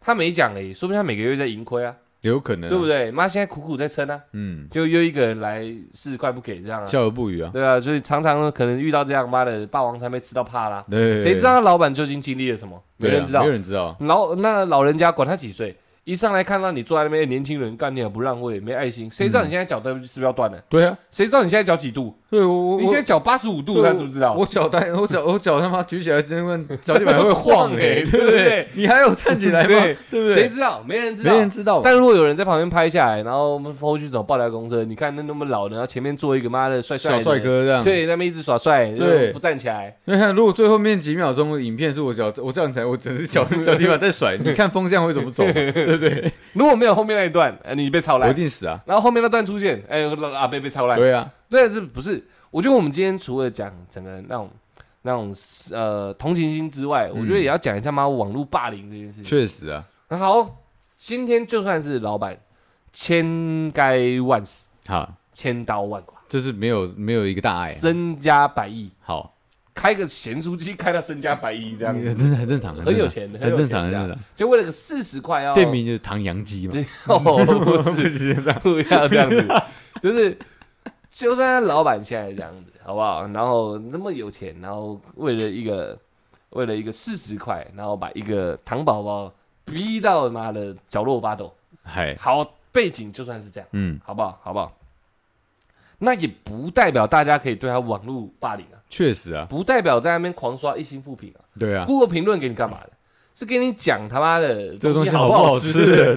Speaker 1: 他没讲而已，说不定他每个月在盈亏啊，
Speaker 2: 有可能、
Speaker 1: 对不？对？妈，现在苦苦在撑啊，
Speaker 2: 嗯，
Speaker 1: 就又一个人来四十块不给这样啊，
Speaker 2: 笑而不语啊，
Speaker 1: 对啊，所以常常可能遇到这样，妈的，霸王餐被吃到怕啦，
Speaker 2: 对，
Speaker 1: 谁知道他老板究竟经历了什么？没
Speaker 2: 对啊？
Speaker 1: 人知道
Speaker 2: 没。人知道，
Speaker 1: 老那老人家管他几岁，一上来看到你坐在那边，年轻人干你也不让位，没爱心，谁知道你现在脚都是不是要断了？
Speaker 2: 对啊，
Speaker 1: 谁知道你现在脚几度？
Speaker 2: 对我我
Speaker 1: 你现在脚八十五度，
Speaker 2: 对
Speaker 1: 他知不知道？
Speaker 2: 我脚带我脚我脚他妈举起来，真的 (laughs) 脚底板会晃
Speaker 1: 会
Speaker 2: 哎、
Speaker 1: 晃欸
Speaker 2: 对不
Speaker 1: 对不对？
Speaker 2: 你还有站起来吗？
Speaker 1: 对
Speaker 2: 对不
Speaker 1: 谁
Speaker 2: 对？
Speaker 1: 知道？没人知
Speaker 2: 没
Speaker 1: 道
Speaker 2: 人。知道，
Speaker 1: 但如果有人在旁边拍下来，然后我们后续走爆料公社，你看那那么老的，然后前面坐一个妈的帅帅
Speaker 2: 小
Speaker 1: 的
Speaker 2: 帅，哥这样。，
Speaker 1: 对，那边一直耍帅，
Speaker 2: 对
Speaker 1: 又不站起来，
Speaker 2: 你看，如果最后面几秒钟的影片是我脚我这样才，我整只脚脚底板在甩，你看风向会怎么
Speaker 1: (laughs)
Speaker 2: 走嘛，对不对？
Speaker 1: 如果没有后面那一段，哎，你被抄
Speaker 2: 我一
Speaker 1: 烂。
Speaker 2: 定死啊！
Speaker 1: 然后后面那段出现，哎，老阿贝被抄烂。
Speaker 2: 对啊，
Speaker 1: 对，这不是。我觉得我们今天除了讲整个那种那种呃同情心之外，我觉得也要讲一下妈网络霸凌这件事情。
Speaker 2: 嗯确实啊，
Speaker 1: 那好，今天就算是老板千该万死，
Speaker 2: 好，
Speaker 1: 千刀万剐，
Speaker 2: 就是没有没有一个大爱，啊
Speaker 1: 身家百亿，
Speaker 2: 好，
Speaker 1: 开个咸酥鸡开到身家百亿这样子，
Speaker 2: 真 (laughs) 的很正常，
Speaker 1: 很有
Speaker 2: 正
Speaker 1: 钱的，哦
Speaker 2: 常嗯很
Speaker 1: 有
Speaker 2: 正
Speaker 1: 钱
Speaker 2: 常，很
Speaker 1: 这
Speaker 2: 正
Speaker 1: 样，
Speaker 2: 常。
Speaker 1: 就为了个四十块要
Speaker 2: 店名就是唐扬鸡嘛，
Speaker 1: 对 (laughs) 哦，不
Speaker 2: 不
Speaker 1: 是
Speaker 2: 是 (laughs) 这样
Speaker 1: 不要这样子，就是就算老板现在这样子，好不好？然后这么有钱，然后为了一个为了一个四十块，然后把一个糖宝宝逼到妈的角落发抖。
Speaker 2: 嗨，
Speaker 1: 好，背景就算是这样，
Speaker 2: 嗯，
Speaker 1: 好不好？好不好？那也不代表大家可以对他网络霸凌啊，
Speaker 2: 确实啊，
Speaker 1: 不代表在那边狂刷一星负评啊。
Speaker 2: 对
Speaker 1: (laughs)
Speaker 2: 啊，
Speaker 1: 不过评论给你干嘛的？是给你讲他妈的
Speaker 2: 这个东西
Speaker 1: 好
Speaker 2: 不
Speaker 1: 好
Speaker 2: 好
Speaker 1: 的，
Speaker 2: 吃？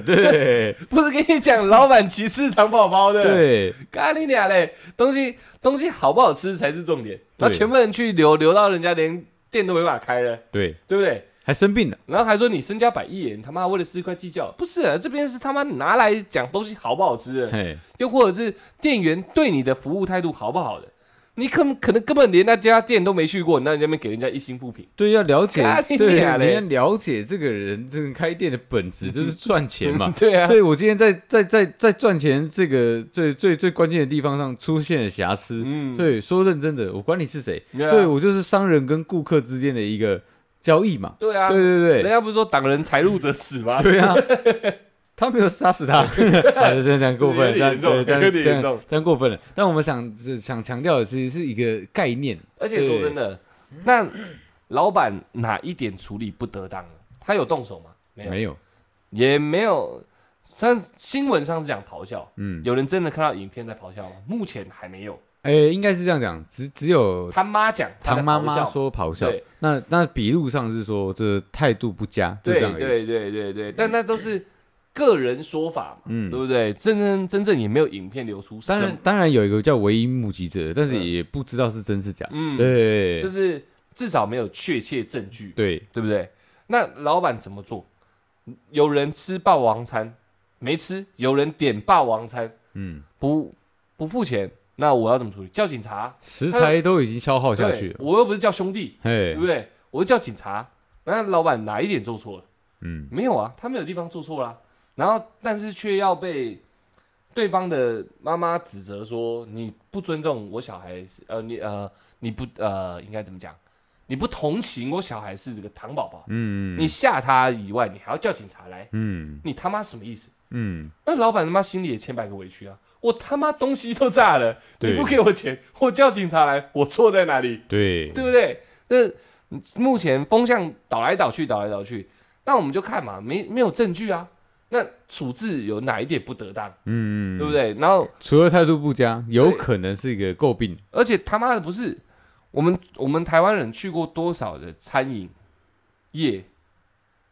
Speaker 1: (laughs)
Speaker 2: (laughs) 对
Speaker 1: 不是给你讲老板歧视糖宝宝的。
Speaker 2: 对，
Speaker 1: 咖喱俩嘞，东西东西好不好吃才是重点。然后
Speaker 2: 对
Speaker 1: 全部人去留，留到人家连店都没法开了，
Speaker 2: 对，
Speaker 1: 对不对？
Speaker 2: 还生病了，
Speaker 1: 然后还说你身家百亿，你他妈为了吃一块鸡脚，不是、啊、这边是他妈拿来讲东西好不好吃
Speaker 2: (laughs)
Speaker 1: 的，
Speaker 2: 嘿，
Speaker 1: 又或者是店员对你的服务态度好不好的，你可可能根本连那家店都没去过，那你在那边给人家一星不平，
Speaker 2: 对，要了解
Speaker 1: 干，你
Speaker 2: 对，
Speaker 1: 啊娘嘞。
Speaker 2: 你要了解这个人这个开店的本质就是赚钱嘛
Speaker 1: (laughs) 对啊，
Speaker 2: 对我今天在在在在赚钱这个最最最关键的地方上出现了瑕疵，
Speaker 1: 嗯，
Speaker 2: 对，说认真的，我管你是谁，
Speaker 1: 对啊
Speaker 2: 对我就是商人跟顾客之间的一个交易嘛。
Speaker 1: 对啊，
Speaker 2: 对对
Speaker 1: 人
Speaker 2: 对，
Speaker 1: 家不是说挡人财路者死吗？
Speaker 2: 对啊，他没有杀
Speaker 1: (laughs)
Speaker 2: 死他，啊这样这样过
Speaker 1: 有
Speaker 2: 分，这
Speaker 1: 点
Speaker 2: 样
Speaker 1: 严重
Speaker 2: 对这样
Speaker 1: 有点
Speaker 2: 这
Speaker 1: 严
Speaker 2: 样
Speaker 1: 重
Speaker 2: 这样过分了。但我们想只想强调的其实是一个概念，
Speaker 1: 而且说真的，那老板哪一点处理不得当呢？他有动手吗？没有，
Speaker 2: 没有，
Speaker 1: 也没有。像新闻上是讲咆哮，
Speaker 2: 嗯，
Speaker 1: 有人真的看到影片在咆哮吗？目前还没有。
Speaker 2: 哎，应该是这样讲，只只有
Speaker 1: 他妈讲，他在
Speaker 2: 唐妈
Speaker 1: 咆
Speaker 2: 妈
Speaker 1: 哮，
Speaker 2: 说咆哮
Speaker 1: 对，
Speaker 2: 那那笔录上是说这态度不佳，就
Speaker 1: 对
Speaker 2: 这样而已，
Speaker 1: 对对对对，但那都是个人说法嘛，对
Speaker 2: 嗯。
Speaker 1: 不对？真正真正也没有影片流出，
Speaker 2: 当然，，当然有一个叫唯一目击者，但是也不知道是真是假。
Speaker 1: 嗯，
Speaker 2: 对，
Speaker 1: 就是至少没有确切证据，
Speaker 2: 对，
Speaker 1: 对不对？那老板怎么做？有人吃霸王餐没吃，有人点霸王餐
Speaker 2: 嗯，
Speaker 1: 不不付钱，那我要怎么处理？叫警察
Speaker 2: 食材都已经消耗下
Speaker 1: 对
Speaker 2: 去了，
Speaker 1: 我又不是叫兄弟，对
Speaker 2: 嘿
Speaker 1: 不，对？我就叫警察。那老板哪一点做错了？
Speaker 2: 嗯，
Speaker 1: 没有啊，他没有地方做错啦、然后，但是却要被对方的妈妈指责说你不尊重我小孩是，呃，你呃你不呃应该怎么讲？你不同情我小孩是这个糖宝宝，
Speaker 2: 嗯，
Speaker 1: 你吓他以外，你还要叫警察来，
Speaker 2: 嗯
Speaker 1: 你他妈什么意思？
Speaker 2: 嗯，
Speaker 1: 那老板他妈心里也千百个委屈啊！我他妈东西都炸了，你
Speaker 2: 对
Speaker 1: 不给我钱，我叫警察来，我错在哪里？
Speaker 2: 对，
Speaker 1: 对不对？那目前风向倒来倒去，倒来倒去，那我们就看嘛，没没有证据啊。那处置有哪一点不得当，
Speaker 2: 嗯，
Speaker 1: 对不？对？然后，
Speaker 2: 除了态度不佳，有
Speaker 1: 对
Speaker 2: 可能是一个诟病。
Speaker 1: 而且他妈的不是我们我们台湾人去过多少的餐饮业，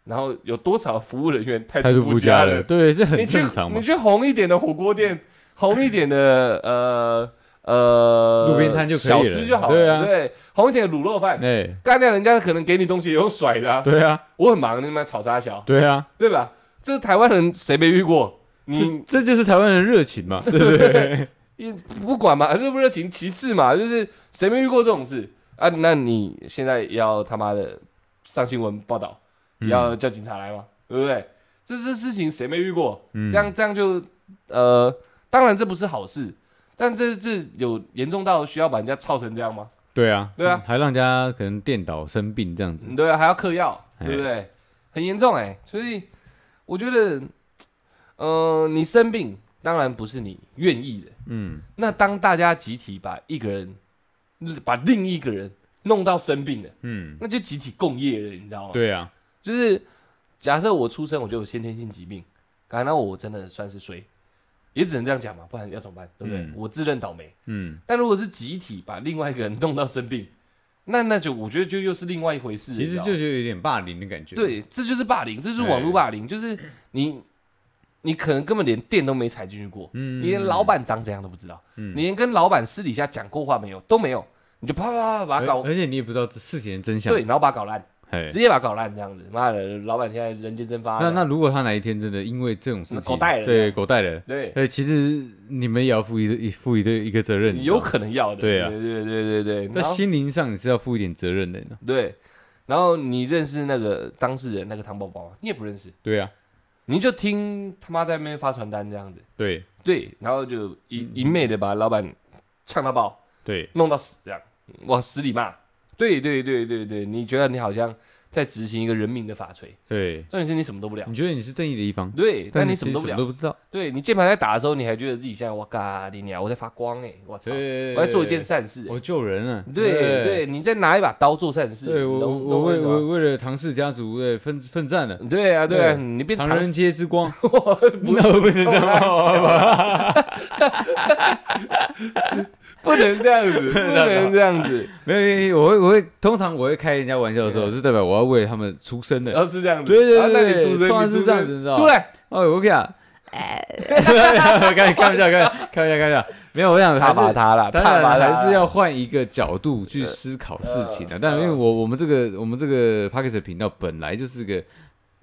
Speaker 1: 然后有多少服务人员态
Speaker 2: 态度
Speaker 1: 不
Speaker 2: 不佳
Speaker 1: 的
Speaker 2: 了，，对，这很
Speaker 1: 你去
Speaker 2: 正常嘛
Speaker 1: 你。去红一点的火锅店，红一点的呃呃
Speaker 2: 路边摊就可以
Speaker 1: 小
Speaker 2: 了
Speaker 1: 吃就好了，
Speaker 2: 对啊
Speaker 1: 对，红一点的卤肉饭，
Speaker 2: 哎，
Speaker 1: 干掉人家可能给你东西也用甩的、啊，
Speaker 2: 对啊，
Speaker 1: 我很忙，你妈炒沙小，
Speaker 2: 对啊，
Speaker 1: 对吧？这台湾人谁没遇过？
Speaker 2: 这
Speaker 1: 你
Speaker 2: 这就是台湾人热情
Speaker 1: (laughs)
Speaker 2: 嘛，对不对？
Speaker 1: 你不管嘛，热不热情其次嘛，就是谁没遇过这种事啊？那你现在要他妈的上新闻报道，
Speaker 2: 嗯
Speaker 1: 要叫警察来嘛，对不对？这这事情谁没遇过？
Speaker 2: 嗯
Speaker 1: 这样这样就呃，当然这不是好事，但这这有严重到需要把人家操成这样吗？
Speaker 2: 对啊，
Speaker 1: 对啊
Speaker 2: 还让人家可能电倒生病这样子。
Speaker 1: 对啊，还要嗑药，
Speaker 2: 哎
Speaker 1: 对不对？很严重哎、所以我觉得，呃，你生病当然不是你愿意的。
Speaker 2: 嗯，
Speaker 1: 那当大家集体把一个人，就是把另一个人弄到生病了，
Speaker 2: 嗯，
Speaker 1: 那就集体共业了，你知道吗？，
Speaker 2: 对啊，
Speaker 1: 就是假设我出生我就有先天性疾病，啊，那我真的算是衰，也只能这样讲嘛，不然要怎么办？对不对？
Speaker 2: 嗯
Speaker 1: 我自认倒霉。
Speaker 2: 嗯，
Speaker 1: 但如果是集体把另外一个人弄到生病，那那就我觉得就又是另外一回事了。
Speaker 2: 其
Speaker 1: 你
Speaker 2: 实
Speaker 1: 知道吗
Speaker 2: 就是有点霸凌的感觉。，
Speaker 1: 对，这就是霸凌，这就是网络霸凌，就是你你可能根本连店都没踩进去过，
Speaker 2: 嗯
Speaker 1: 你连老板长怎样都不知道，
Speaker 2: 嗯
Speaker 1: 你连跟老板私底下讲过话没有都没有，你就啪啪啪啪把他
Speaker 2: 而
Speaker 1: 搞
Speaker 2: 而且你也不知道这事情的真相。
Speaker 1: 对，，然后把他搞烂，
Speaker 2: 哎
Speaker 1: 直，接把他搞烂这样子，妈的，老板现在人间蒸发
Speaker 2: 那
Speaker 1: 了，
Speaker 2: 那如果他哪一天真的因为这种事
Speaker 1: 那嗯
Speaker 2: 情，
Speaker 1: 狗带了
Speaker 2: 对，狗带了，
Speaker 1: 对，
Speaker 2: 对，其实你们也要负一一负一个一个责任，
Speaker 1: 你
Speaker 2: 知道
Speaker 1: 有
Speaker 2: 吗
Speaker 1: 可啊能要的，
Speaker 2: 对啊
Speaker 1: 对对对对对，
Speaker 2: 在
Speaker 1: 然后
Speaker 2: 心灵上你是要负一点责任的呢。
Speaker 1: 对，然后你认识那个当事人那个糖宝宝吗？你也不认识，
Speaker 2: 对啊，
Speaker 1: 你就听他妈在那边发传单这样子，
Speaker 2: 对
Speaker 1: 对，然后就
Speaker 2: 嗯
Speaker 1: 一一昧的把老板呛到爆。
Speaker 2: 对，
Speaker 1: 弄到死这样，往死里骂。对对对对对，你觉得你好像在执行一个人民的法锤，
Speaker 2: 对，
Speaker 1: 重点是你什么都不了
Speaker 2: 你。觉得你是正义的一方，
Speaker 1: 啊对，但你
Speaker 2: 嗯你
Speaker 1: 什么都不
Speaker 2: 其实什
Speaker 1: 了
Speaker 2: 么。都不知道。
Speaker 1: 对你键盘在打的时候，你还觉得自己像哇嘎你娘，我在发光哎、我操，
Speaker 2: 对，
Speaker 1: 我在做一件，善事、欸
Speaker 2: 我救人啊。
Speaker 1: 对对
Speaker 2: 对，
Speaker 1: 你再拿一把刀做善事，
Speaker 2: 对
Speaker 1: 你
Speaker 2: 我
Speaker 1: 懂
Speaker 2: 我
Speaker 1: 懂
Speaker 2: 为
Speaker 1: 意思
Speaker 2: 我
Speaker 1: 吗
Speaker 2: 为了唐氏家族对奋奋战了，
Speaker 1: 对啊对啊，
Speaker 2: 对
Speaker 1: 你变
Speaker 2: 唐
Speaker 1: 唐
Speaker 2: 人街之光。
Speaker 1: 我不
Speaker 2: (laughs) 那我不知道
Speaker 1: 冲他笑 (laughs) 不能这样
Speaker 2: (laughs)
Speaker 1: 子，不能这样子，
Speaker 2: 没有没有，我会我会通常我会开人家玩笑的时候，是代表我要为他们出声的
Speaker 1: 然。后是这样子，
Speaker 2: 对对
Speaker 1: 然后那
Speaker 2: 对
Speaker 1: 你出生，
Speaker 2: 对通常
Speaker 1: 你
Speaker 2: 是
Speaker 1: 出
Speaker 2: 这样
Speaker 1: 生
Speaker 2: 子你知道吗 (laughs)
Speaker 1: 出来，
Speaker 2: 哦，我跟你讲，开开玩笑，开开玩笑，开玩笑，没有，我
Speaker 1: (laughs)
Speaker 2: 想
Speaker 1: 踏
Speaker 2: 还
Speaker 1: 伐
Speaker 2: 是。
Speaker 1: 他啦，
Speaker 2: 当
Speaker 1: 踏伐
Speaker 2: 然
Speaker 1: 他
Speaker 2: 还是要换一个角度去思考事情
Speaker 1: 呃
Speaker 2: 的、但因为我我们这个我们这个 p a c k e t 频道本来就是个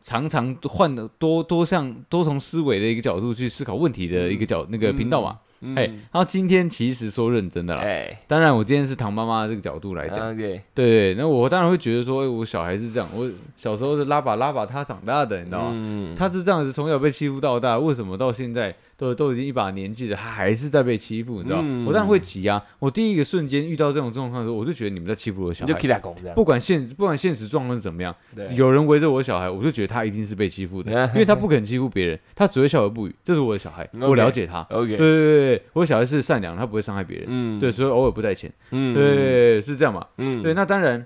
Speaker 2: 常常换多多项多重思维的一个角度去思考问题的一个角、那个频道嘛。
Speaker 1: 嗯
Speaker 2: 哎、然后今天其实说认真的啦，
Speaker 1: 哎呃
Speaker 2: 当然我今天是唐妈妈这个角度来讲，
Speaker 1: ，OK，
Speaker 2: 对，那我当然会觉得说，哎、我小孩是这样，我小时候是拉把拉把他长大的，你知道吗？
Speaker 1: 嗯，
Speaker 2: 他是这样子，从小被欺负到大，为什么到现在都都已经一把年纪了，他还是在被欺负？你知道吗？
Speaker 1: 嗯
Speaker 2: 我当然会急啊！我第一个瞬间遇到这种状况的时候，我就觉得你们在欺负我小
Speaker 1: 你就
Speaker 2: 孩
Speaker 1: k i。他拱这样，
Speaker 2: 不管现不管现实状况是怎么样，
Speaker 1: 对
Speaker 2: 有人围着我小孩，我就觉得他一定是被
Speaker 1: (laughs)
Speaker 2: 欺负的，因为他不肯欺负别人，他只会笑而不语。这是我的小孩，
Speaker 1: OK
Speaker 2: 我了解他。对
Speaker 1: OK，
Speaker 2: 对对对，我小孩是善良，他不会伤害别人。
Speaker 1: 嗯，
Speaker 2: 对，，所以偶尔不带钱。
Speaker 1: 嗯，
Speaker 2: 对，是这样嘛？
Speaker 1: 嗯，
Speaker 2: 对，那当然，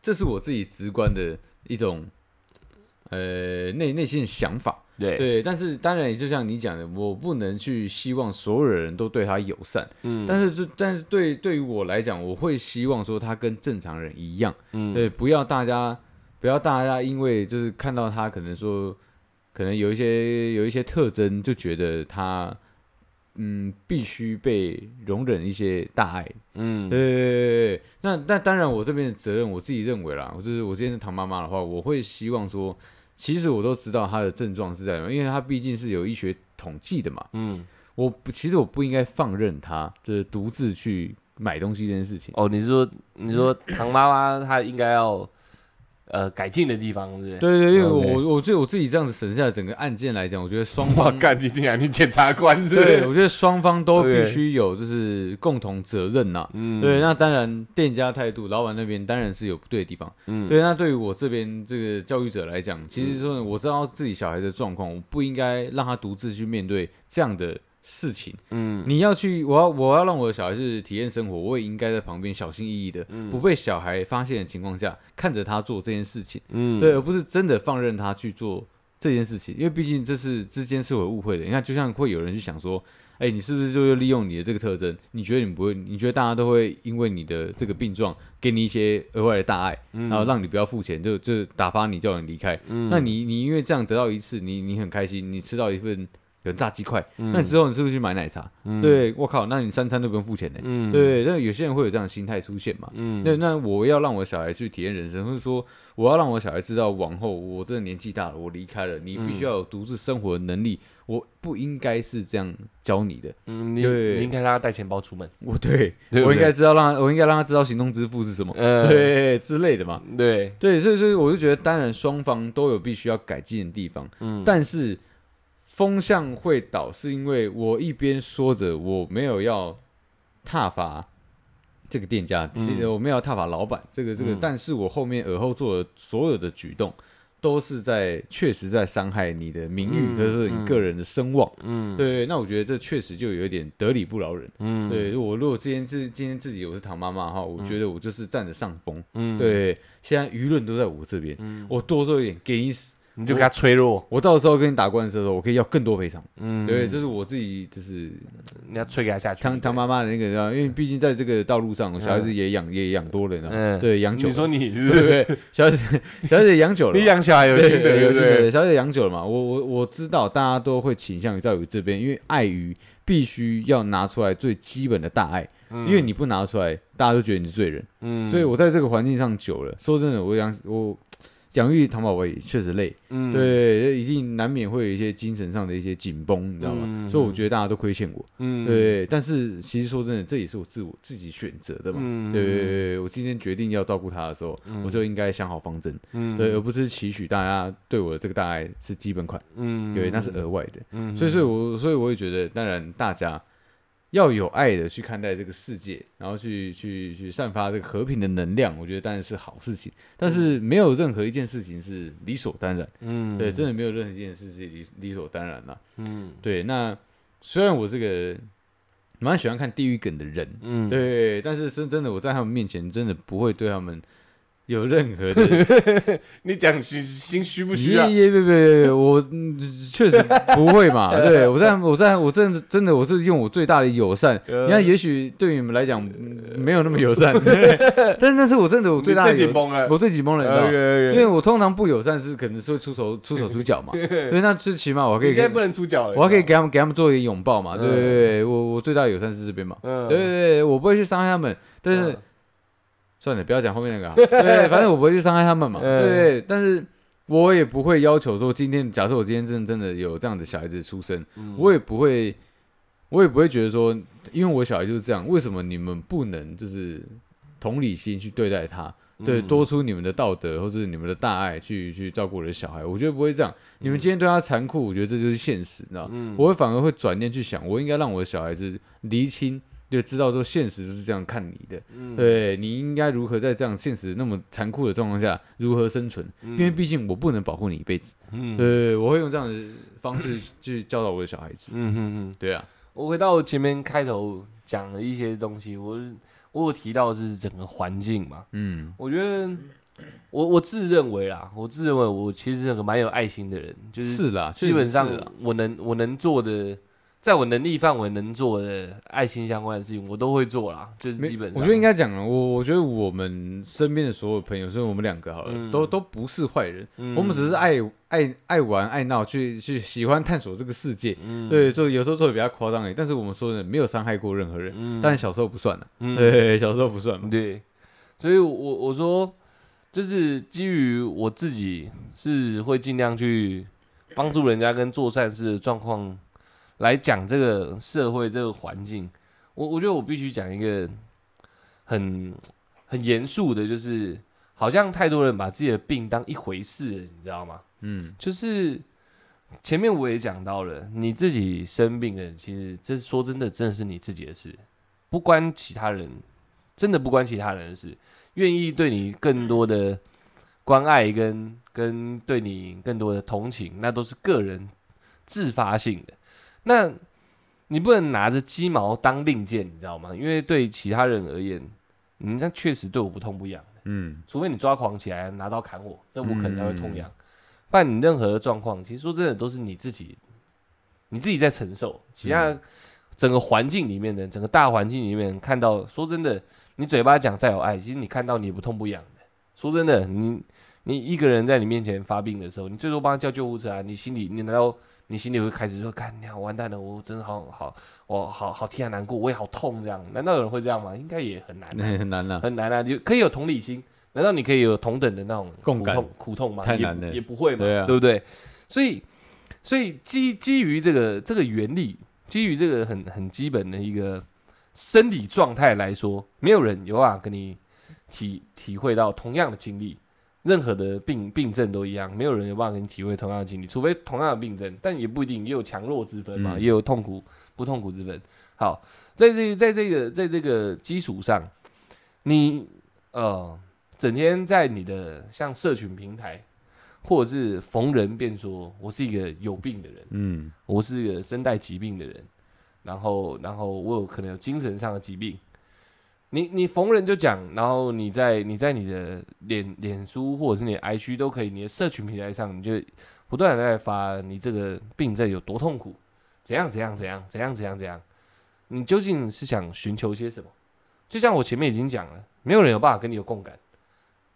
Speaker 2: 这是我自己直观的一种呃内内心的想法。
Speaker 1: 对对，
Speaker 2: 对，但是当然也就像你讲的，我不能去希望所有的人都对他友善，
Speaker 1: 嗯，
Speaker 2: 但是就但是对对于我来讲，我会希望说他跟正常人一样，
Speaker 1: 嗯，
Speaker 2: 对，不要大家不要大家因为就是看到他可能说可能有一些有一些特征，就觉得他嗯必须被容忍一些大爱，
Speaker 1: 嗯，
Speaker 2: 对对对对对，那那当然，我这边的责任我自己认为啦，我就是我今天是唐妈妈的话，我会希望说，其实我都知道她的症状是在哪，因为她毕竟是有医学统计的嘛，
Speaker 1: 嗯，
Speaker 2: 我不其实我不应该放任她就是独自去买东西这件事情。
Speaker 1: 哦，你是说你说
Speaker 2: 嗯
Speaker 1: 唐妈妈她应该要呃改进的地方，对不对？
Speaker 2: 对对，因为
Speaker 1: OK
Speaker 2: 我我对我自己这样子省下的整个案件来讲，我觉得双
Speaker 1: 哇， (laughs)
Speaker 2: 方
Speaker 1: 干你娘！你检察官是不
Speaker 2: 对，
Speaker 1: 是？
Speaker 2: 我觉得双方都
Speaker 1: OK
Speaker 2: 必须有就是共同责任呐、
Speaker 1: 嗯
Speaker 2: 对，那当然，店家态度、老板那边当然是有不对的地方。
Speaker 1: 嗯
Speaker 2: 对，那对于我这边这个教育者来讲，其实说我知道自己小孩的状况，我不应该让他独自去面对这样的事情。
Speaker 1: 嗯
Speaker 2: 你要去，我要我要让我的小孩是体验生活，我也应该在旁边小心翼翼的，
Speaker 1: 嗯
Speaker 2: 不被小孩发现的情况下，看着他做这件事情，
Speaker 1: 嗯，
Speaker 2: 对，而不是真的放任他去做这件事情，因为毕竟这是之间是有误会的。你看，就像会有人去想说。哎、你是不是就是利用你的这个特征？你觉得你不会？你觉得大家都会因为你的这个病状给你一些额外的大爱，
Speaker 1: 嗯
Speaker 2: 然后让你不要付钱，就就打发你叫你离开。那你你因为这样得到一次，你你很开心，你吃到一份有炸鸡块，
Speaker 1: 嗯
Speaker 2: 那之后你是不是去买奶茶？对，我靠，那你三餐都不用付钱呢、
Speaker 1: 嗯
Speaker 2: 对，那有些人会有这样的心态出现嘛？
Speaker 1: 嗯
Speaker 2: 那那我要让我小孩去体验人生，或者说我要让我小孩知道，往后我真的年纪大了，我离开了，你必须要有独自生活的能力。我不应该是这样教你的，
Speaker 1: 嗯，你
Speaker 2: 对
Speaker 1: 你应该让她带钱包出门，
Speaker 2: 我对
Speaker 1: 对不对
Speaker 2: 我应该知道让他，我应该让他知道行动支付是什么，
Speaker 1: 嗯
Speaker 2: 对之类的嘛。
Speaker 1: 对，
Speaker 2: 对，所以所以我就觉得，当然双方都有必须要改进的地方，
Speaker 1: 嗯
Speaker 2: 但是风向会倒，是因为我一边说着我没有要踏伐这个店家，
Speaker 1: 嗯
Speaker 2: 我没有要踏伐老板，这个这个，
Speaker 1: 嗯
Speaker 2: 但是我后面耳后做的所有的举动，都是在确实在伤害你的名誉，
Speaker 1: 嗯
Speaker 2: 或者说你
Speaker 1: 嗯
Speaker 2: 个人的声望。
Speaker 1: 嗯
Speaker 2: 对，那我觉得这确实就有一点得理不饶人。
Speaker 1: 嗯
Speaker 2: 对我，如果今天自今天自己我是唐妈妈哈，我觉得我就是占着上风。
Speaker 1: 嗯，
Speaker 2: 对，现在舆论都在我这边，我多做一点给你死，
Speaker 1: 你就给她脆弱，
Speaker 2: 我到时候跟你打官司的时候，我可以要更多赔偿。
Speaker 1: 嗯，
Speaker 2: 对，这是我自己就是
Speaker 1: 你要脆给她下去，
Speaker 2: 唐唐妈妈的那个，因为毕竟在这个道路上，小孩子也养也养多了，你知道吗
Speaker 1: 嗯
Speaker 2: 对，养久
Speaker 1: 你
Speaker 2: 了，
Speaker 1: 说你是不
Speaker 2: (laughs) 对
Speaker 1: 是
Speaker 2: 对，对小孩子小孩子也养久
Speaker 1: (laughs)
Speaker 2: 了
Speaker 1: 你
Speaker 2: 嘛。
Speaker 1: 养小孩有心得，
Speaker 2: 对
Speaker 1: 对
Speaker 2: 有
Speaker 1: 不
Speaker 2: 心得，
Speaker 1: 对？
Speaker 2: 小孩子养久了嘛，我我我知道大家都会倾向于在我这边，因为碍于必须要拿出来最基本的大爱，因为你不拿出来，大家都觉得你是罪人。
Speaker 1: 嗯，
Speaker 2: 所以我在这个环境上久了，说真的，我养我养育唐宝宝也确实累，
Speaker 1: 嗯，
Speaker 2: 对，一定难免会有一些精神上的一些紧绷，你知道吗？
Speaker 1: 嗯
Speaker 2: 所以我觉得大家都亏欠我，
Speaker 1: 嗯，
Speaker 2: 对。但是其实说真的，这也是我自我自己选择的嘛。
Speaker 1: 嗯，
Speaker 2: 对对对对，我今天决定要照顾他的时候，我就应该想好方针，
Speaker 1: 嗯，
Speaker 2: 对，而不是期许大家对我的这个大爱是基本款，
Speaker 1: 嗯，
Speaker 2: 对，那是额外的。
Speaker 1: 嗯，
Speaker 2: 所以，所以我所以我也觉得，当然大家要有爱的去看待这个世界，然后去去去散发这个和平的能量，我觉得当然是好事情。但是没有任何一件事情是理所当然，
Speaker 1: 嗯，
Speaker 2: 对，真的没有任何一件事是理理所当然啦、
Speaker 1: 嗯
Speaker 2: 对，那虽然我这个蛮喜欢看地狱梗的人，
Speaker 1: 嗯，
Speaker 2: 对，但是是真的，我在他们面前真的不会对他们有任何
Speaker 1: (laughs)
Speaker 2: 的，
Speaker 1: 你讲心心虚不虚
Speaker 2: 也
Speaker 1: 啊？
Speaker 2: 也别别别，我嗯确实不会
Speaker 1: (laughs)
Speaker 2: 嘛。对我在我在我真的真的我是用我最大的友善。
Speaker 1: 呃
Speaker 2: 你看，也许对你们来讲嗯没有那么
Speaker 1: (laughs)
Speaker 2: 友善，对但是那是我真的我
Speaker 1: 你
Speaker 2: 最大的
Speaker 1: 最紧
Speaker 2: 友，
Speaker 1: 绷呃了，
Speaker 2: 我最紧绷了，你知道吗
Speaker 1: OK，OK
Speaker 2: 因为我通常不友善是可能是会出手出手
Speaker 1: (laughs)
Speaker 2: 出脚嘛，所以那最起码我可
Speaker 1: 你
Speaker 2: 以
Speaker 1: 现在
Speaker 2: 给，
Speaker 1: 不能出脚了，
Speaker 2: 我还可
Speaker 1: 你
Speaker 2: 以
Speaker 1: 知
Speaker 2: 给他们给他们做一个拥抱嘛，
Speaker 1: 嗯
Speaker 2: 对对对，我我最大的友善是这边嘛，
Speaker 1: 道吗，嗯
Speaker 2: 对对对，我不会去伤害他们，但是
Speaker 1: 嗯
Speaker 2: 算了，不要讲后面
Speaker 1: (laughs)
Speaker 2: 那个啊，对，反正我不会去伤害他们嘛，
Speaker 1: 嗯
Speaker 2: 对，但是我也不会要求说今天假设我今天真的真的有这样的小孩子出生，
Speaker 1: 嗯
Speaker 2: 我也不会。我也不会觉得说，因为我小孩就是这样，为什么你们不能就是同理心去对待他？对，
Speaker 1: 嗯
Speaker 2: 多出你们的道德或者你们的大爱去去照顾我的小孩，我觉得不会这样。你们今天对他残酷，我觉得这就是现实，你知道吗？
Speaker 1: 嗯
Speaker 2: 我会反而会转念去想，我应该让我的小孩子厘清，就知道说现实就是这样看你的。
Speaker 1: 嗯
Speaker 2: 对你应该如何在这样现实那么残酷的状况下如何生存？因为毕竟我不能保护你一辈子。
Speaker 1: 嗯
Speaker 2: 对，我会用这样的方式去教导我的小孩子。
Speaker 1: 嗯嗯嗯，
Speaker 2: 对啊，
Speaker 1: 我回到前面开头讲的一些东西，我我有提到是整个环境嘛，
Speaker 2: 嗯
Speaker 1: 我觉得我我自认为啦，我自认为我其实是个蛮有爱心的人，就是
Speaker 2: 是啦，
Speaker 1: 基本上
Speaker 2: 确实是啊啦
Speaker 1: 我能我能做的，在我能力范围能做的爱心相关的事情，我都会做啦，就是
Speaker 2: 没
Speaker 1: 基本上
Speaker 2: 我觉得应
Speaker 1: 该
Speaker 2: 该讲了，我我觉得我们身边的所有朋友，所以我们两个好了，
Speaker 1: 嗯
Speaker 2: 都都不是坏人，我们只是
Speaker 1: 爱。
Speaker 2: 爱爱爱玩爱闹，去去喜欢探索这个世界。
Speaker 1: 嗯
Speaker 2: 对，做有时候做的比较夸张而已，但是我们说的没有伤害过任何人，
Speaker 1: 嗯
Speaker 2: 但小时候不算了、啊
Speaker 1: 嗯
Speaker 2: 对，小时候不算嘛。
Speaker 1: 对，所以我我说，就是基于我自己是会尽量去帮助人家跟做善事的状况来讲这个社会这个环境，我我觉得我必须讲一个很很严肃的，就是好像太多人把自己的病当一回事了，你知道吗？
Speaker 2: 嗯
Speaker 1: 就是前面我也讲到了，你自己生病了，其实这说真的，真的是你自己的事，不关其他人，真的不关其他人的事。愿意对你更多的关爱跟跟对你更多的同情，那都是个人自发性的。那你不能拿着鸡毛当令箭，你知道吗？因为对其他人而言，你那确实对我不痛不痒。
Speaker 2: 嗯
Speaker 1: 除非你抓狂起来拿刀砍我，这我可能才会痛
Speaker 2: 嗯
Speaker 1: 痒。不然你任何的状况，其实说真的都是你自己，你自己在承受。其他
Speaker 2: 嗯
Speaker 1: 整个环境里面的，整个大环境里面看到，说真的，你嘴巴讲再有爱，其实你看到你也不痛不痒的。说真的，你你一个人在你面前发病的时候，你最多帮他叫救护车啊，你心里你难道你心里会开始说，干你好完蛋了，我真的好好我好好替他难过，我也好痛这样？难道有人会这样吗？应该也很难啊、
Speaker 2: (laughs) 那、很难了、
Speaker 1: 很难啊，就可以有同理心，难道你可以有同等的那种
Speaker 2: 共
Speaker 1: 苦
Speaker 2: 感
Speaker 1: 痛苦痛吗？
Speaker 2: 太
Speaker 1: 也
Speaker 2: 难
Speaker 1: 不
Speaker 2: 了
Speaker 1: 也不会嘛，
Speaker 2: 对啊
Speaker 1: 不对？所以，所以基基于这个这个原理，基于这个很很基本的一个生理状态来说，没有人有办法跟你体体会到同样的经历。任何的病病症都一样，没有人有办法跟你体会同样的经历，除非同样的病症，但也不一定，也有强弱之分嘛，
Speaker 2: 嗯
Speaker 1: 也有痛苦不痛苦之分。好，在这在这个在这个基础上，你呃，整天在你的像社群平台，或者是逢人便说我是一个有病的人，
Speaker 2: 嗯
Speaker 1: 我是一个身带疾病的人，然后然后我有可能有精神上的疾病。你你逢人就讲，然后你在你在你的脸脸书或者是你的 IG 都可以，你的社群平台上你就不断的在发你这个病症有多痛苦，怎样怎样怎样怎样怎样怎样，你究竟是想寻求些什么？就像我前面已经讲了，没有人有办法跟你有共感，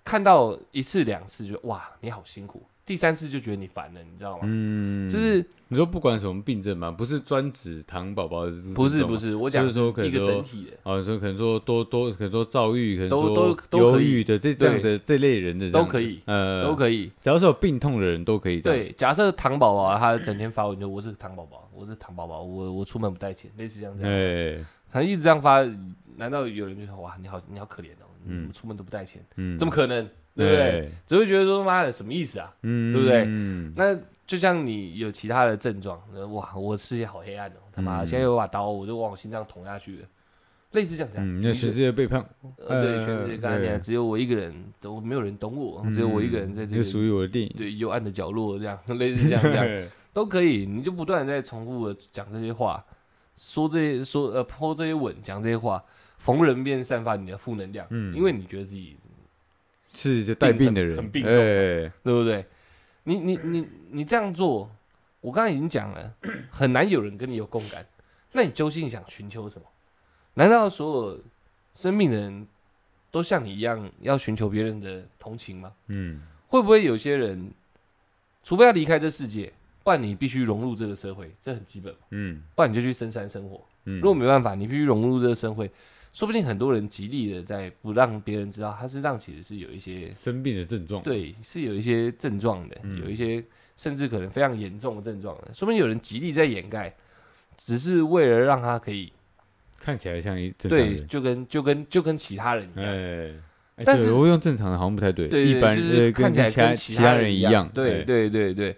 Speaker 1: 看到一次两次就哇你好辛苦，第三次就觉得你烦了，你知道吗？
Speaker 2: 嗯，
Speaker 1: 就是
Speaker 2: 你说不管什么病症嘛，不是专指糖宝宝的这种吗，啊
Speaker 1: 不是不是，我讲
Speaker 2: 就是说可
Speaker 1: 一
Speaker 2: 能
Speaker 1: 个
Speaker 2: 说
Speaker 1: 整体的，
Speaker 2: 啊，你说可能说多多，可能说躁郁，可能
Speaker 1: 都
Speaker 2: 说
Speaker 1: 都都可
Speaker 2: 忧
Speaker 1: 以
Speaker 2: 郁的这这样的这类人的这
Speaker 1: 都
Speaker 2: 样子
Speaker 1: 可以
Speaker 2: 呃，
Speaker 1: 都
Speaker 2: 以，
Speaker 1: 可以。
Speaker 2: 只要是有病痛的人都可以这样。
Speaker 1: 对，假设糖宝宝他整天发文就我是糖宝宝，我是糖宝宝，我我出门不带钱，类似这样这样，
Speaker 2: 对，哎，
Speaker 1: 他一直这样发，难道有人就说哇你好你好可怜哦，你怎么出门都不带钱？
Speaker 2: 嗯，
Speaker 1: 怎么可能？对不对？
Speaker 2: 对？
Speaker 1: 只会觉得说妈的什么意思啊？
Speaker 2: 嗯，
Speaker 1: 对不对
Speaker 2: 嗯
Speaker 1: 那就像你有其他的症状，呃哇，我世界好黑暗哦，他妈的
Speaker 2: 嗯
Speaker 1: 现在有把刀，我就往我心脏捅下去了，类似像这样。啊你
Speaker 2: 嗯，那
Speaker 1: 就
Speaker 2: 全世界背叛，
Speaker 1: 呃对，
Speaker 2: 呃
Speaker 1: 全世界看起来
Speaker 2: 对嗯
Speaker 1: 只有我一个人，都没有人懂我，哦只有我一个人在这
Speaker 2: 就
Speaker 1: 个
Speaker 2: 属于我的电影。
Speaker 1: 对幽暗的角落这样， (laughs) 类似这样这
Speaker 2: (laughs)
Speaker 1: 样都可以，你就不断的在重复的讲这些话，说这些说呃抛这些吻，讲这些话，逢人便散发你的负能量，
Speaker 2: 嗯
Speaker 1: 因为你觉得自己
Speaker 2: 是就带
Speaker 1: 病
Speaker 2: 病的
Speaker 1: 很
Speaker 2: 人，
Speaker 1: 很病
Speaker 2: 哎
Speaker 1: 重啊对不对？你你你你这样做，我刚才已经讲了，很难有人跟你有共感。那你究竟想寻求什么？难道所有生命的人都像你一样要寻求别人的同情吗？
Speaker 2: 嗯，
Speaker 1: 会不会有些人，除非要离开这世界，不然你必须融入这个社会，这很基本嘛，
Speaker 2: 嗯
Speaker 1: 不然你就去深山生活。
Speaker 2: 嗯，
Speaker 1: 如果没办法，你必须融入这个社会，说不定很多人极力的在不让别人知道，他身上其实是有一些
Speaker 2: 生病的症状，，
Speaker 1: 对，是有一些症状的，
Speaker 2: 嗯
Speaker 1: 有一些甚至可能非常严重的症状的，说明有人极力在掩盖，只是为了让他可以
Speaker 2: 看起来像一正常
Speaker 1: 对，
Speaker 2: 人，
Speaker 1: 就跟就跟就跟其他人一样，
Speaker 2: 哎，哎
Speaker 1: 但
Speaker 2: 对
Speaker 1: 是
Speaker 2: 我用正常的好像不太对，
Speaker 1: 对，
Speaker 2: 一般
Speaker 1: 就
Speaker 2: 呃
Speaker 1: 是看起来
Speaker 2: 其他
Speaker 1: 跟
Speaker 2: 其
Speaker 1: 他
Speaker 2: 人
Speaker 1: 一
Speaker 2: 样，
Speaker 1: 对
Speaker 2: 哎，
Speaker 1: 对对对，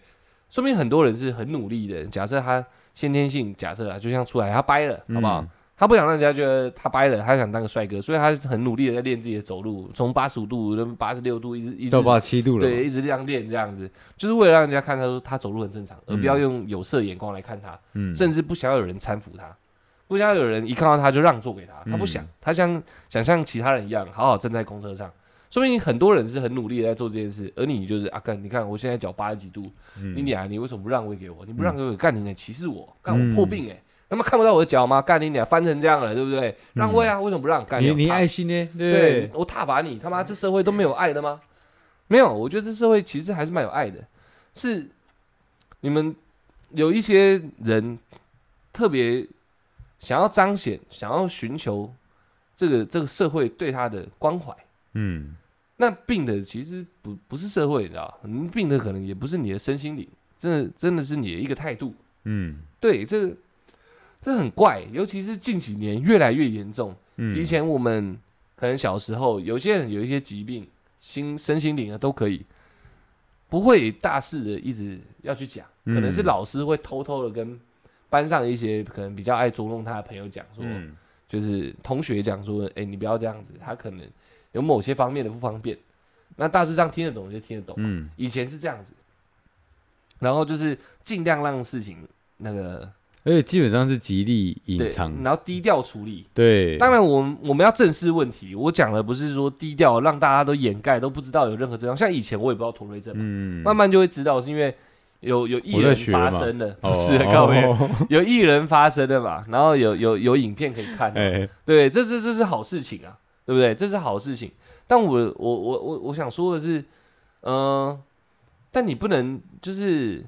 Speaker 1: 说明很多人是很努力的。假设他先天性，假设啊，就像出来他掰了，好不好？
Speaker 2: 嗯
Speaker 1: 他不想让人家觉得他掰了，他想当个帅哥，所以他是很努力的在练自己的走路，从八十五度、八十六度一直一直
Speaker 2: 到八十七度了，
Speaker 1: 对，一直这样练这样子，就是为了让人家看他说他走路很正常，而不要用有色眼光来看他，
Speaker 2: 嗯，
Speaker 1: 甚至不想要有人搀扶他，不想要有人一看到他就让座给他，
Speaker 2: 嗯
Speaker 1: 他不想，他像想像其他人一样，好好站在公车上。说明很多人是很努力的在做这件事，而你就是啊，干，你看我现在脚八十几度，你
Speaker 2: 嗯
Speaker 1: 俩你为什么不让位给我？你不让给我，干你呢？歧视我，干我破病哎、他妈看不到我的脚吗？干你俩翻成这样了，对不对？让位啊，为什么不让？干
Speaker 2: 嗯你
Speaker 1: 娘
Speaker 2: 你
Speaker 1: 怕
Speaker 2: 爱心呢？
Speaker 1: 对，我踏伐你，他妈这社会都没有爱了吗？没有，我觉得这社会其实还是蛮有爱的，是你们有一些人特别想要彰显，想要寻求这个这个社会对他的关怀。
Speaker 2: 嗯，
Speaker 1: 那病的其实不不是社会，你知道吧，你病的可能也不是你的身心灵，真的真的是你的一个态度。
Speaker 2: 嗯
Speaker 1: 对，这个这很怪，尤其是近几年越来越严重。
Speaker 2: 嗯，
Speaker 1: 以前我们可能小时候，有些人有一些疾病，心身心灵的啊都可以，不会大肆的一直要去讲，
Speaker 2: 嗯
Speaker 1: 可能是老师会偷偷的跟班上一些可能比较爱捉弄他的朋友讲说，
Speaker 2: 嗯
Speaker 1: 就是同学讲说，哎、你不要这样子，他可能有某些方面的不方便。那大致上听得懂就听得懂，
Speaker 2: 嗯
Speaker 1: 以前是这样子，然后就是尽量让事情那个
Speaker 2: 而且基本上是极力隐
Speaker 1: 对
Speaker 2: 藏，，
Speaker 1: 然后低调处理。
Speaker 2: 对，
Speaker 1: 当然我们，我们要正视问题。我讲的不是说低调，让大家都掩盖，都不知道有任何症状。像以前我也不知道妥瑞症嘛，
Speaker 2: 嗯，
Speaker 1: 慢慢就会知道，是因为有有艺
Speaker 2: 我在
Speaker 1: 人
Speaker 2: 学
Speaker 1: 发
Speaker 2: 嘛
Speaker 1: 生了，
Speaker 2: 哦
Speaker 1: 不 (laughs) 是靠背，有艺人发生的嘛，然后有有有影片可以看嘛，
Speaker 2: (laughs) 哎，
Speaker 1: 对，这这这是好事情啊，对不对？这是好事情。但我我我我我想说的是，嗯、但你不能就是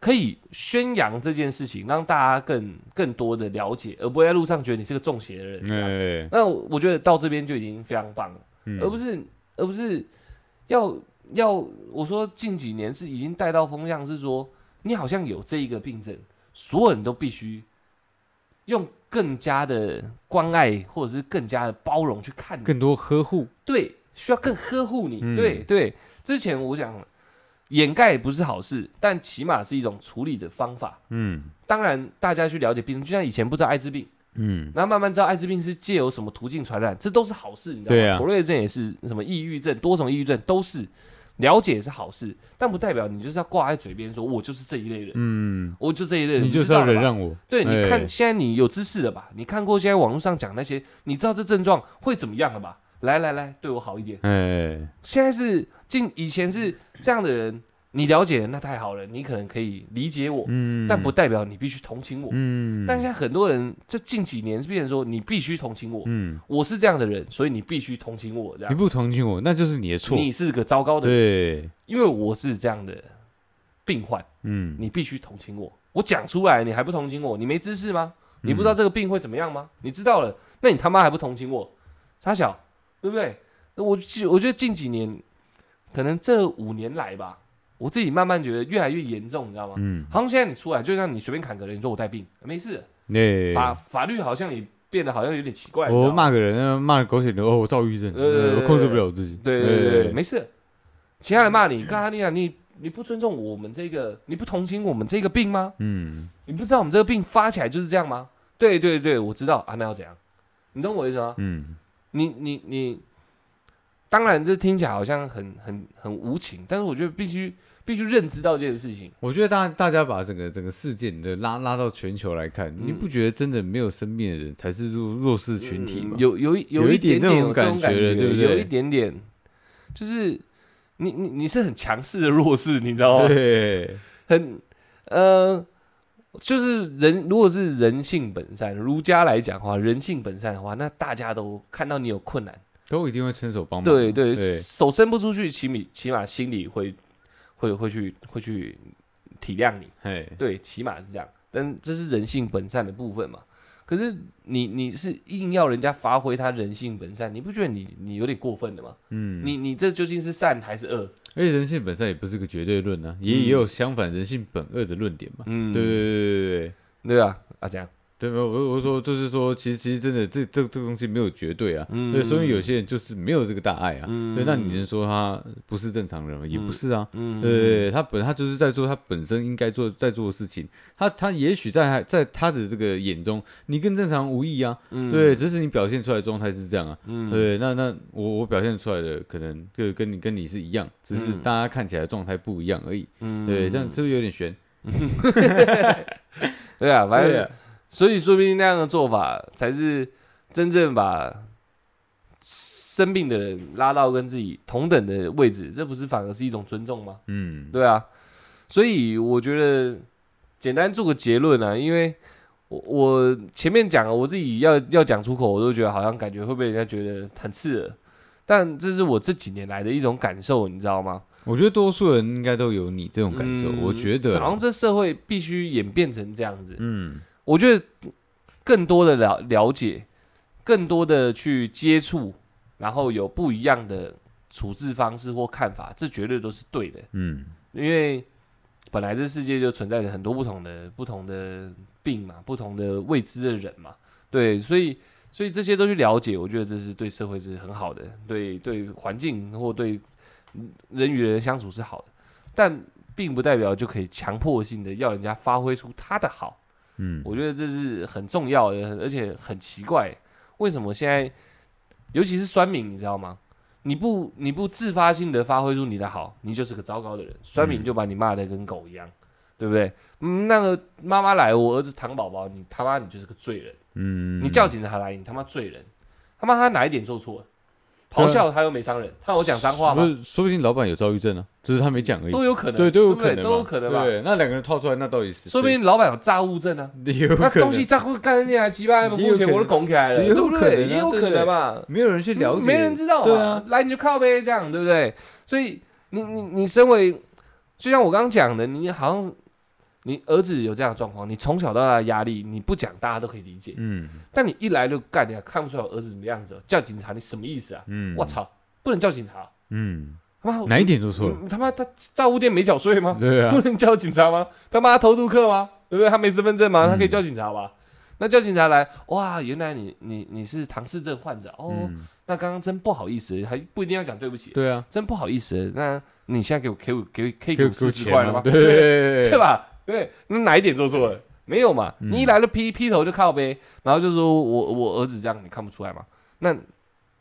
Speaker 1: 可以宣扬这件事情，让大家更更多的了解，而不会在路上觉得你是个中邪的人。这样
Speaker 2: 哎，嗯
Speaker 1: 那我我觉得到这边就已经非常棒了，而不
Speaker 2: 是
Speaker 1: 是而不是要要我说近几年是已经带到风向是说，你好像有这一个病症，所有人都必须用更加的关爱或者是更加的包容去看你，
Speaker 2: 更多呵护，
Speaker 1: 对，需要更呵护你，
Speaker 2: 嗯
Speaker 1: 对对。之前我讲掩盖不是好事，但起码是一种处理的方法。
Speaker 2: 嗯
Speaker 1: 当然，大家去了解病，就像以前不知道艾滋病。
Speaker 2: 嗯
Speaker 1: 然后慢慢知道艾滋病是借由什么途径传染，这都是好事，你知道
Speaker 2: 对啊
Speaker 1: 吗？妥瑞症也是，什么抑郁症、多重抑郁症都是，了解也是好事，但不代表你就是要挂在嘴边说，我就是这一类人，
Speaker 2: 嗯，
Speaker 1: 我就这一类人，
Speaker 2: 你
Speaker 1: 就
Speaker 2: 就是要忍。让我，
Speaker 1: 对，
Speaker 2: 哎
Speaker 1: 你看，现在你有知识了吧？你看过现在网络上讲那些，你知道这症状会怎么样了吧？来来来，对我好一点。
Speaker 2: 哎，
Speaker 1: 现在是近以前是这样的人，你了解了那太好了，你可能可以理解我，
Speaker 2: 嗯，
Speaker 1: 但不，代表你必须同情我。
Speaker 2: 嗯，
Speaker 1: 但现在很多人这近几年是变成说，你必须同情我，
Speaker 2: 嗯，
Speaker 1: 我是这样的人，所以你必须同情我，这
Speaker 2: 你
Speaker 1: 样
Speaker 2: 不同情我，那就是你的错，
Speaker 1: 你是个糟糕的人，
Speaker 2: 对，
Speaker 1: 因为我是这样的病患，
Speaker 2: 嗯，
Speaker 1: 你必须同情我。我讲出来，你还不同情我，你没知识吗？
Speaker 2: 嗯
Speaker 1: 你不知道这个病会怎么样吗？你知道了，那你他妈还不同情我？傻小，对不对？我记我觉得近几年，可能这五年来吧，我自己慢慢觉得越来越严重，你知道吗？
Speaker 2: 嗯，
Speaker 1: 好像现在你出来，就像你随便砍个人，你说我带病，没事，
Speaker 2: 对，
Speaker 1: 法法律好像也变得好像有点奇怪。你知
Speaker 2: 我
Speaker 1: 道吗
Speaker 2: 骂个人，骂狗血流，哦，我躁郁症，
Speaker 1: 对对对
Speaker 2: 呃我控制不了我自己，
Speaker 1: 对对对
Speaker 2: 哎
Speaker 1: 对，没事。其他人骂你，干你啊，你你不尊重我们这个，你不同情我们这个病吗？
Speaker 2: 嗯，
Speaker 1: 你不知道我们这个病发起来就是这样吗？对对对，我知道啊，那要怎样？你懂我意思吗？
Speaker 2: 嗯，
Speaker 1: 你你你，当然这听起来好像很很很无情，但是我觉得必须必须认知到这件事情。
Speaker 2: 我觉得大大家把整个整个事件的拉拉到全球来看，
Speaker 1: 嗯
Speaker 2: 你不觉得真的没有生病的人才是弱弱势群体吗？
Speaker 1: 嗯有有一
Speaker 2: 有一
Speaker 1: 一
Speaker 2: 点
Speaker 1: 点
Speaker 2: 那
Speaker 1: 有
Speaker 2: 种
Speaker 1: 这种
Speaker 2: 感觉了对不对
Speaker 1: 有一点点。就是你你你是很强势的弱势，你知道吗？
Speaker 2: 对，
Speaker 1: 很呃，就是人如果是人性本善，儒家来讲的话，人性本善的话，那大家都看到你有困难，
Speaker 2: 都一定会伸手帮忙。
Speaker 1: 对对，
Speaker 2: 对
Speaker 1: 手伸不出去，起码起码心里会会会去会去体谅你，
Speaker 2: 哎，
Speaker 1: 对，起码是这样。但这是人性本善的部分嘛？可是你你是硬要人家发挥他人性本善，你不觉得你你有点过分了吗？
Speaker 2: 嗯，
Speaker 1: 你你这究竟是善还是恶？
Speaker 2: 而且人性本善也不是个绝对论啊，也
Speaker 1: 嗯
Speaker 2: 也有相反人性本恶的论点嘛。
Speaker 1: 嗯，
Speaker 2: 对对对对对
Speaker 1: 对啊啊这样，
Speaker 2: 对，没有我我说就是说，其实其实真的这这这个东西没有绝对啊，
Speaker 1: 嗯
Speaker 2: 对，所以有些人就是没有这个大爱啊，
Speaker 1: 嗯
Speaker 2: 对，那你能说他不是正常人吗？也不是啊。
Speaker 1: 嗯，
Speaker 2: 对，他本他就是在做他本身应该做在做的事情，他他也许在他在他的这个眼中，你跟正常无异啊，
Speaker 1: 嗯
Speaker 2: 对，只是你表现出来的状态是这样啊，
Speaker 1: 嗯
Speaker 2: 对，那那我我表现出来的可能跟跟你跟你是一样，只是
Speaker 1: 嗯
Speaker 2: 大家看起来的状态不一样而已，
Speaker 1: 嗯
Speaker 2: 对，这样是不是有点悬？
Speaker 1: 对啊，反
Speaker 2: 对
Speaker 1: 正
Speaker 2: 啊，
Speaker 1: 所以说不定那样的做法才是真正把生病的人拉到跟自己同等的位置，这不是反而是一种尊重吗？
Speaker 2: 嗯，
Speaker 1: 对啊，所以我觉得简单做个结论啊，因为我我前面讲了，我自己要要讲出口，我都觉得好像感觉会被人家觉得很刺耳，但这是我这几年来的一种感受，你知道吗？
Speaker 2: 我觉得多数人应该都有你这种感受，
Speaker 1: 嗯
Speaker 2: 我觉得
Speaker 1: 好
Speaker 2: 啊，
Speaker 1: 像这社会必须演变成这样子，
Speaker 2: 嗯
Speaker 1: 我觉得更多的了了解，更多的去接触，然后有不一样的处置方式或看法，这绝对都是对的。
Speaker 2: 嗯，
Speaker 1: 因为本来这世界就存在着很多不同的、不同的病嘛，不同的未知的人嘛，对，所以所以这些都去了解，我觉得这是对社会是很好的，对对环境或对嗯人与人相处是好的，但并不代表就可以强迫性的要人家发挥出他的好，
Speaker 2: 嗯
Speaker 1: 我觉得这是很重要的，而且很奇怪，为什么现在尤其是酸民，你知道吗？你不你不自发性的发挥出你的好，你就是个糟糕的人，酸民就把你骂的跟狗一样，对不对？嗯，那个妈妈来，我儿子糖宝宝，你他妈你就是个罪人，
Speaker 2: 嗯，
Speaker 1: 你叫警察来，你他妈罪人，他妈他哪一点做错了？咆哮他又没伤人，他有讲脏话
Speaker 2: 不
Speaker 1: 吗？
Speaker 2: 啊是，说不定老板有躁郁症啊，只是他没讲而已。
Speaker 1: 都有可能，
Speaker 2: 对，都
Speaker 1: 对
Speaker 2: 有
Speaker 1: 不
Speaker 2: 可
Speaker 1: 对
Speaker 2: 能嘛，
Speaker 1: 都有可能吧。
Speaker 2: 对，那两个人套出来，那到底是
Speaker 1: 说不定老板有诈物证啊，
Speaker 2: 谁 (laughs) 也有
Speaker 1: 那
Speaker 2: 可能
Speaker 1: 东西炸过干你还鸡巴，
Speaker 2: 也有
Speaker 1: 目
Speaker 2: 可
Speaker 1: 前
Speaker 2: 能
Speaker 1: 我都拱起来了，
Speaker 2: 也有
Speaker 1: 对不
Speaker 2: 可能
Speaker 1: 对？
Speaker 2: 啊
Speaker 1: 也有
Speaker 2: 对
Speaker 1: 可
Speaker 2: 不对
Speaker 1: 能嘛，
Speaker 2: 没有人去了解，
Speaker 1: 没人知道
Speaker 2: 对
Speaker 1: 嘛
Speaker 2: 啊，
Speaker 1: 来你就靠呗，这样对不对？所以你你你身为，就像我刚刚讲的，你好像你儿子有这样的状况，你从小到大的压力，你不讲大家都可以理解，
Speaker 2: 嗯
Speaker 1: 但你一来就干，你还看不出来我儿子什么样子哦，叫警察你什么意思啊？
Speaker 2: 嗯，
Speaker 1: 我，操，不能叫警察，
Speaker 2: 嗯，
Speaker 1: 他妈
Speaker 2: 哪一点做错了？
Speaker 1: 嗯他妈他造物店没缴税吗？
Speaker 2: 对
Speaker 1: (laughs)
Speaker 2: 啊
Speaker 1: 不，能叫警察吗？他妈偷渡客吗？对不对？他没身份证吗？
Speaker 2: 嗯
Speaker 1: 他可以叫警察吧？那叫警察来，哇，原来你你你是唐氏症患者哦，
Speaker 2: 嗯，
Speaker 1: 那刚刚真不好意思，还不一定要讲对不起，
Speaker 2: 对啊，
Speaker 1: 真不好意思，那你现在给我给我给我可以给
Speaker 2: 给
Speaker 1: 我
Speaker 2: 给我
Speaker 1: 四十
Speaker 2: 钱
Speaker 1: 块了吗？
Speaker 2: 对对
Speaker 1: (laughs) 对？吧？对，那哪一点做错了？没有嘛？
Speaker 2: 嗯
Speaker 1: 你一来就劈劈头就靠呗，然后就说我我儿子这样，你看不出来嘛？那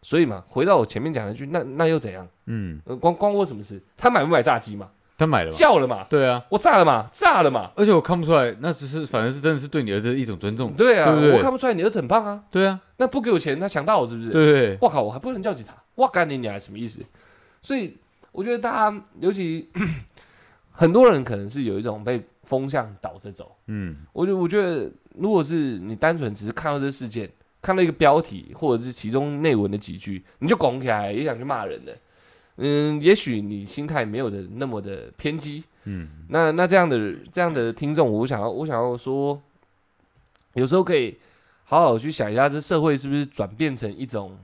Speaker 1: 所以嘛，回到我前面讲的一句，那那又怎样？
Speaker 2: 嗯，
Speaker 1: 呃关关我什么事？他买不买炸鸡嘛？
Speaker 2: 他买了嘛？
Speaker 1: 叫了嘛？
Speaker 2: 对啊，
Speaker 1: 我炸了嘛？炸了嘛？
Speaker 2: 而且我看不出来，那只是反正是真的是对你儿子的一种尊重。
Speaker 1: 对啊，
Speaker 2: 嗯对不对
Speaker 1: 我看不出来你儿子很棒啊，
Speaker 2: 对啊，
Speaker 1: 那不给我钱，他强盗我是不是？
Speaker 2: 对对，
Speaker 1: 我靠，我还不能叫警察，我干你娘，什么意思？所以我觉得大家，尤其 (clears throat) 很多人可能是有一种被风向导着走。
Speaker 2: 嗯
Speaker 1: 我觉我觉得，如果是你单纯只是看到这事件，看到一个标题或者是其中内文的几句，你就拱起来，也想去骂人的，嗯，也许你心态没有的那么的偏激，
Speaker 2: 嗯
Speaker 1: 那那这样的这样的听众，我想要我想要说，有时候可以好好去想一下，这社会是不是转变成一种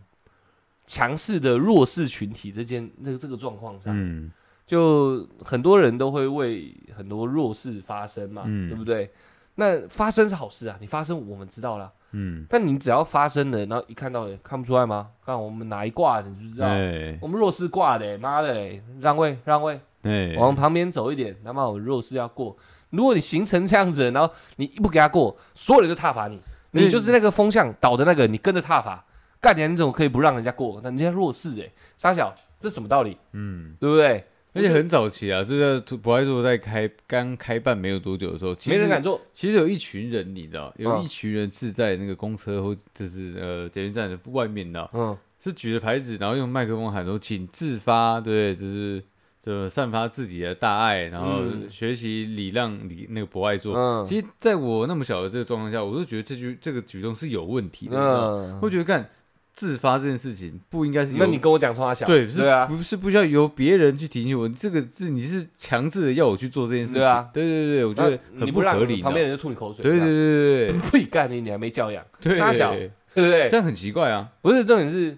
Speaker 1: 强势的弱势群体这件这个这个状况上，
Speaker 2: 嗯
Speaker 1: 就很多人都会为很多弱势发声嘛，
Speaker 2: 嗯
Speaker 1: 对不对？那发声是好事啊，你发声我们知道了，
Speaker 2: 嗯，
Speaker 1: 但你只要发声了，然后一看到看不出来吗？看我们哪一挂的，你知不知道？
Speaker 2: 哎
Speaker 1: 我们弱势挂的、妈的、让位让位，
Speaker 2: 哎，
Speaker 1: 往旁边走一点，他妈我弱势要过。如果你形成这样子，然后你一不给他过，所有人就踏伐你，
Speaker 2: 嗯
Speaker 1: 你就是那个风向倒的那个，你跟着踏伐。干你啊，你怎么可以不让人家过？那人家弱势哎、沙小，这什么道理？
Speaker 2: 嗯，
Speaker 1: 对不对？
Speaker 2: 而且很早期啊，这个博爱座在开刚开办没有多久的时候，其
Speaker 1: 没人
Speaker 2: 实
Speaker 1: 敢做。
Speaker 2: 其实有一群人，你知道，有
Speaker 1: 嗯
Speaker 2: 一群人是在那个公车或就是呃捷运站的外面呢，
Speaker 1: 嗯，
Speaker 2: 是举着牌子，然后用麦克风喊说：“请自发，对，就是就散发自己的大爱，然后
Speaker 1: 嗯
Speaker 2: 学习礼让礼那个博爱做。
Speaker 1: 嗯
Speaker 2: 其实，在我那么小的这个状况下，我都觉得这句这个举动是有问题的，你知道吗
Speaker 1: 嗯，
Speaker 2: 会觉得干自发这件事情不应该是由
Speaker 1: 那你跟我讲话小，
Speaker 2: 对是
Speaker 1: 对啊，
Speaker 2: 不是不需要由别人去提醒我，这个是你是强制的要我去做这件事情，
Speaker 1: 对啊
Speaker 2: 对对对，我觉
Speaker 1: 那
Speaker 2: 得很
Speaker 1: 你不让
Speaker 2: 合理，
Speaker 1: 旁边
Speaker 2: 你知道吗
Speaker 1: 人就吐你口水，
Speaker 2: 对对对对
Speaker 1: (laughs) 对，呸，干你，你还没教养，
Speaker 2: 对对，
Speaker 1: 插小
Speaker 2: 对
Speaker 1: 对不对？
Speaker 2: 这样很奇怪啊，
Speaker 1: 不是重点是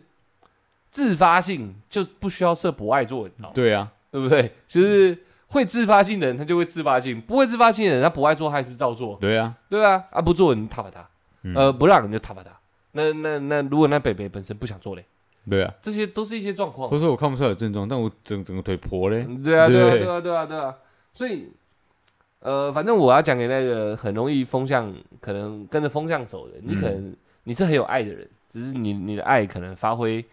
Speaker 1: 自发性，就不需要设博爱座，你知道吗？
Speaker 2: 对啊，
Speaker 1: 对不对？就是会自发性的人，他就会自发性；不会自发性的人，他不爱做，他还是照做，
Speaker 2: 对啊，
Speaker 1: 对啊，啊不做你就挞伐他，
Speaker 2: 嗯
Speaker 1: 呃不让你就挞伐他。那那那如果那北北本身不想做嘞，
Speaker 2: 对啊，
Speaker 1: 这些都是一些状况
Speaker 2: 或。者说我看不出来有症状，但我整整个腿婆嘞，
Speaker 1: 嗯对啊，对啊，
Speaker 2: 对
Speaker 1: 对啊，对啊，对啊。所以，呃，反正我要讲给那个很容易风向，可能跟着风向走的，你
Speaker 2: 嗯
Speaker 1: 可能你是很有爱的人，只是你你的爱可能发挥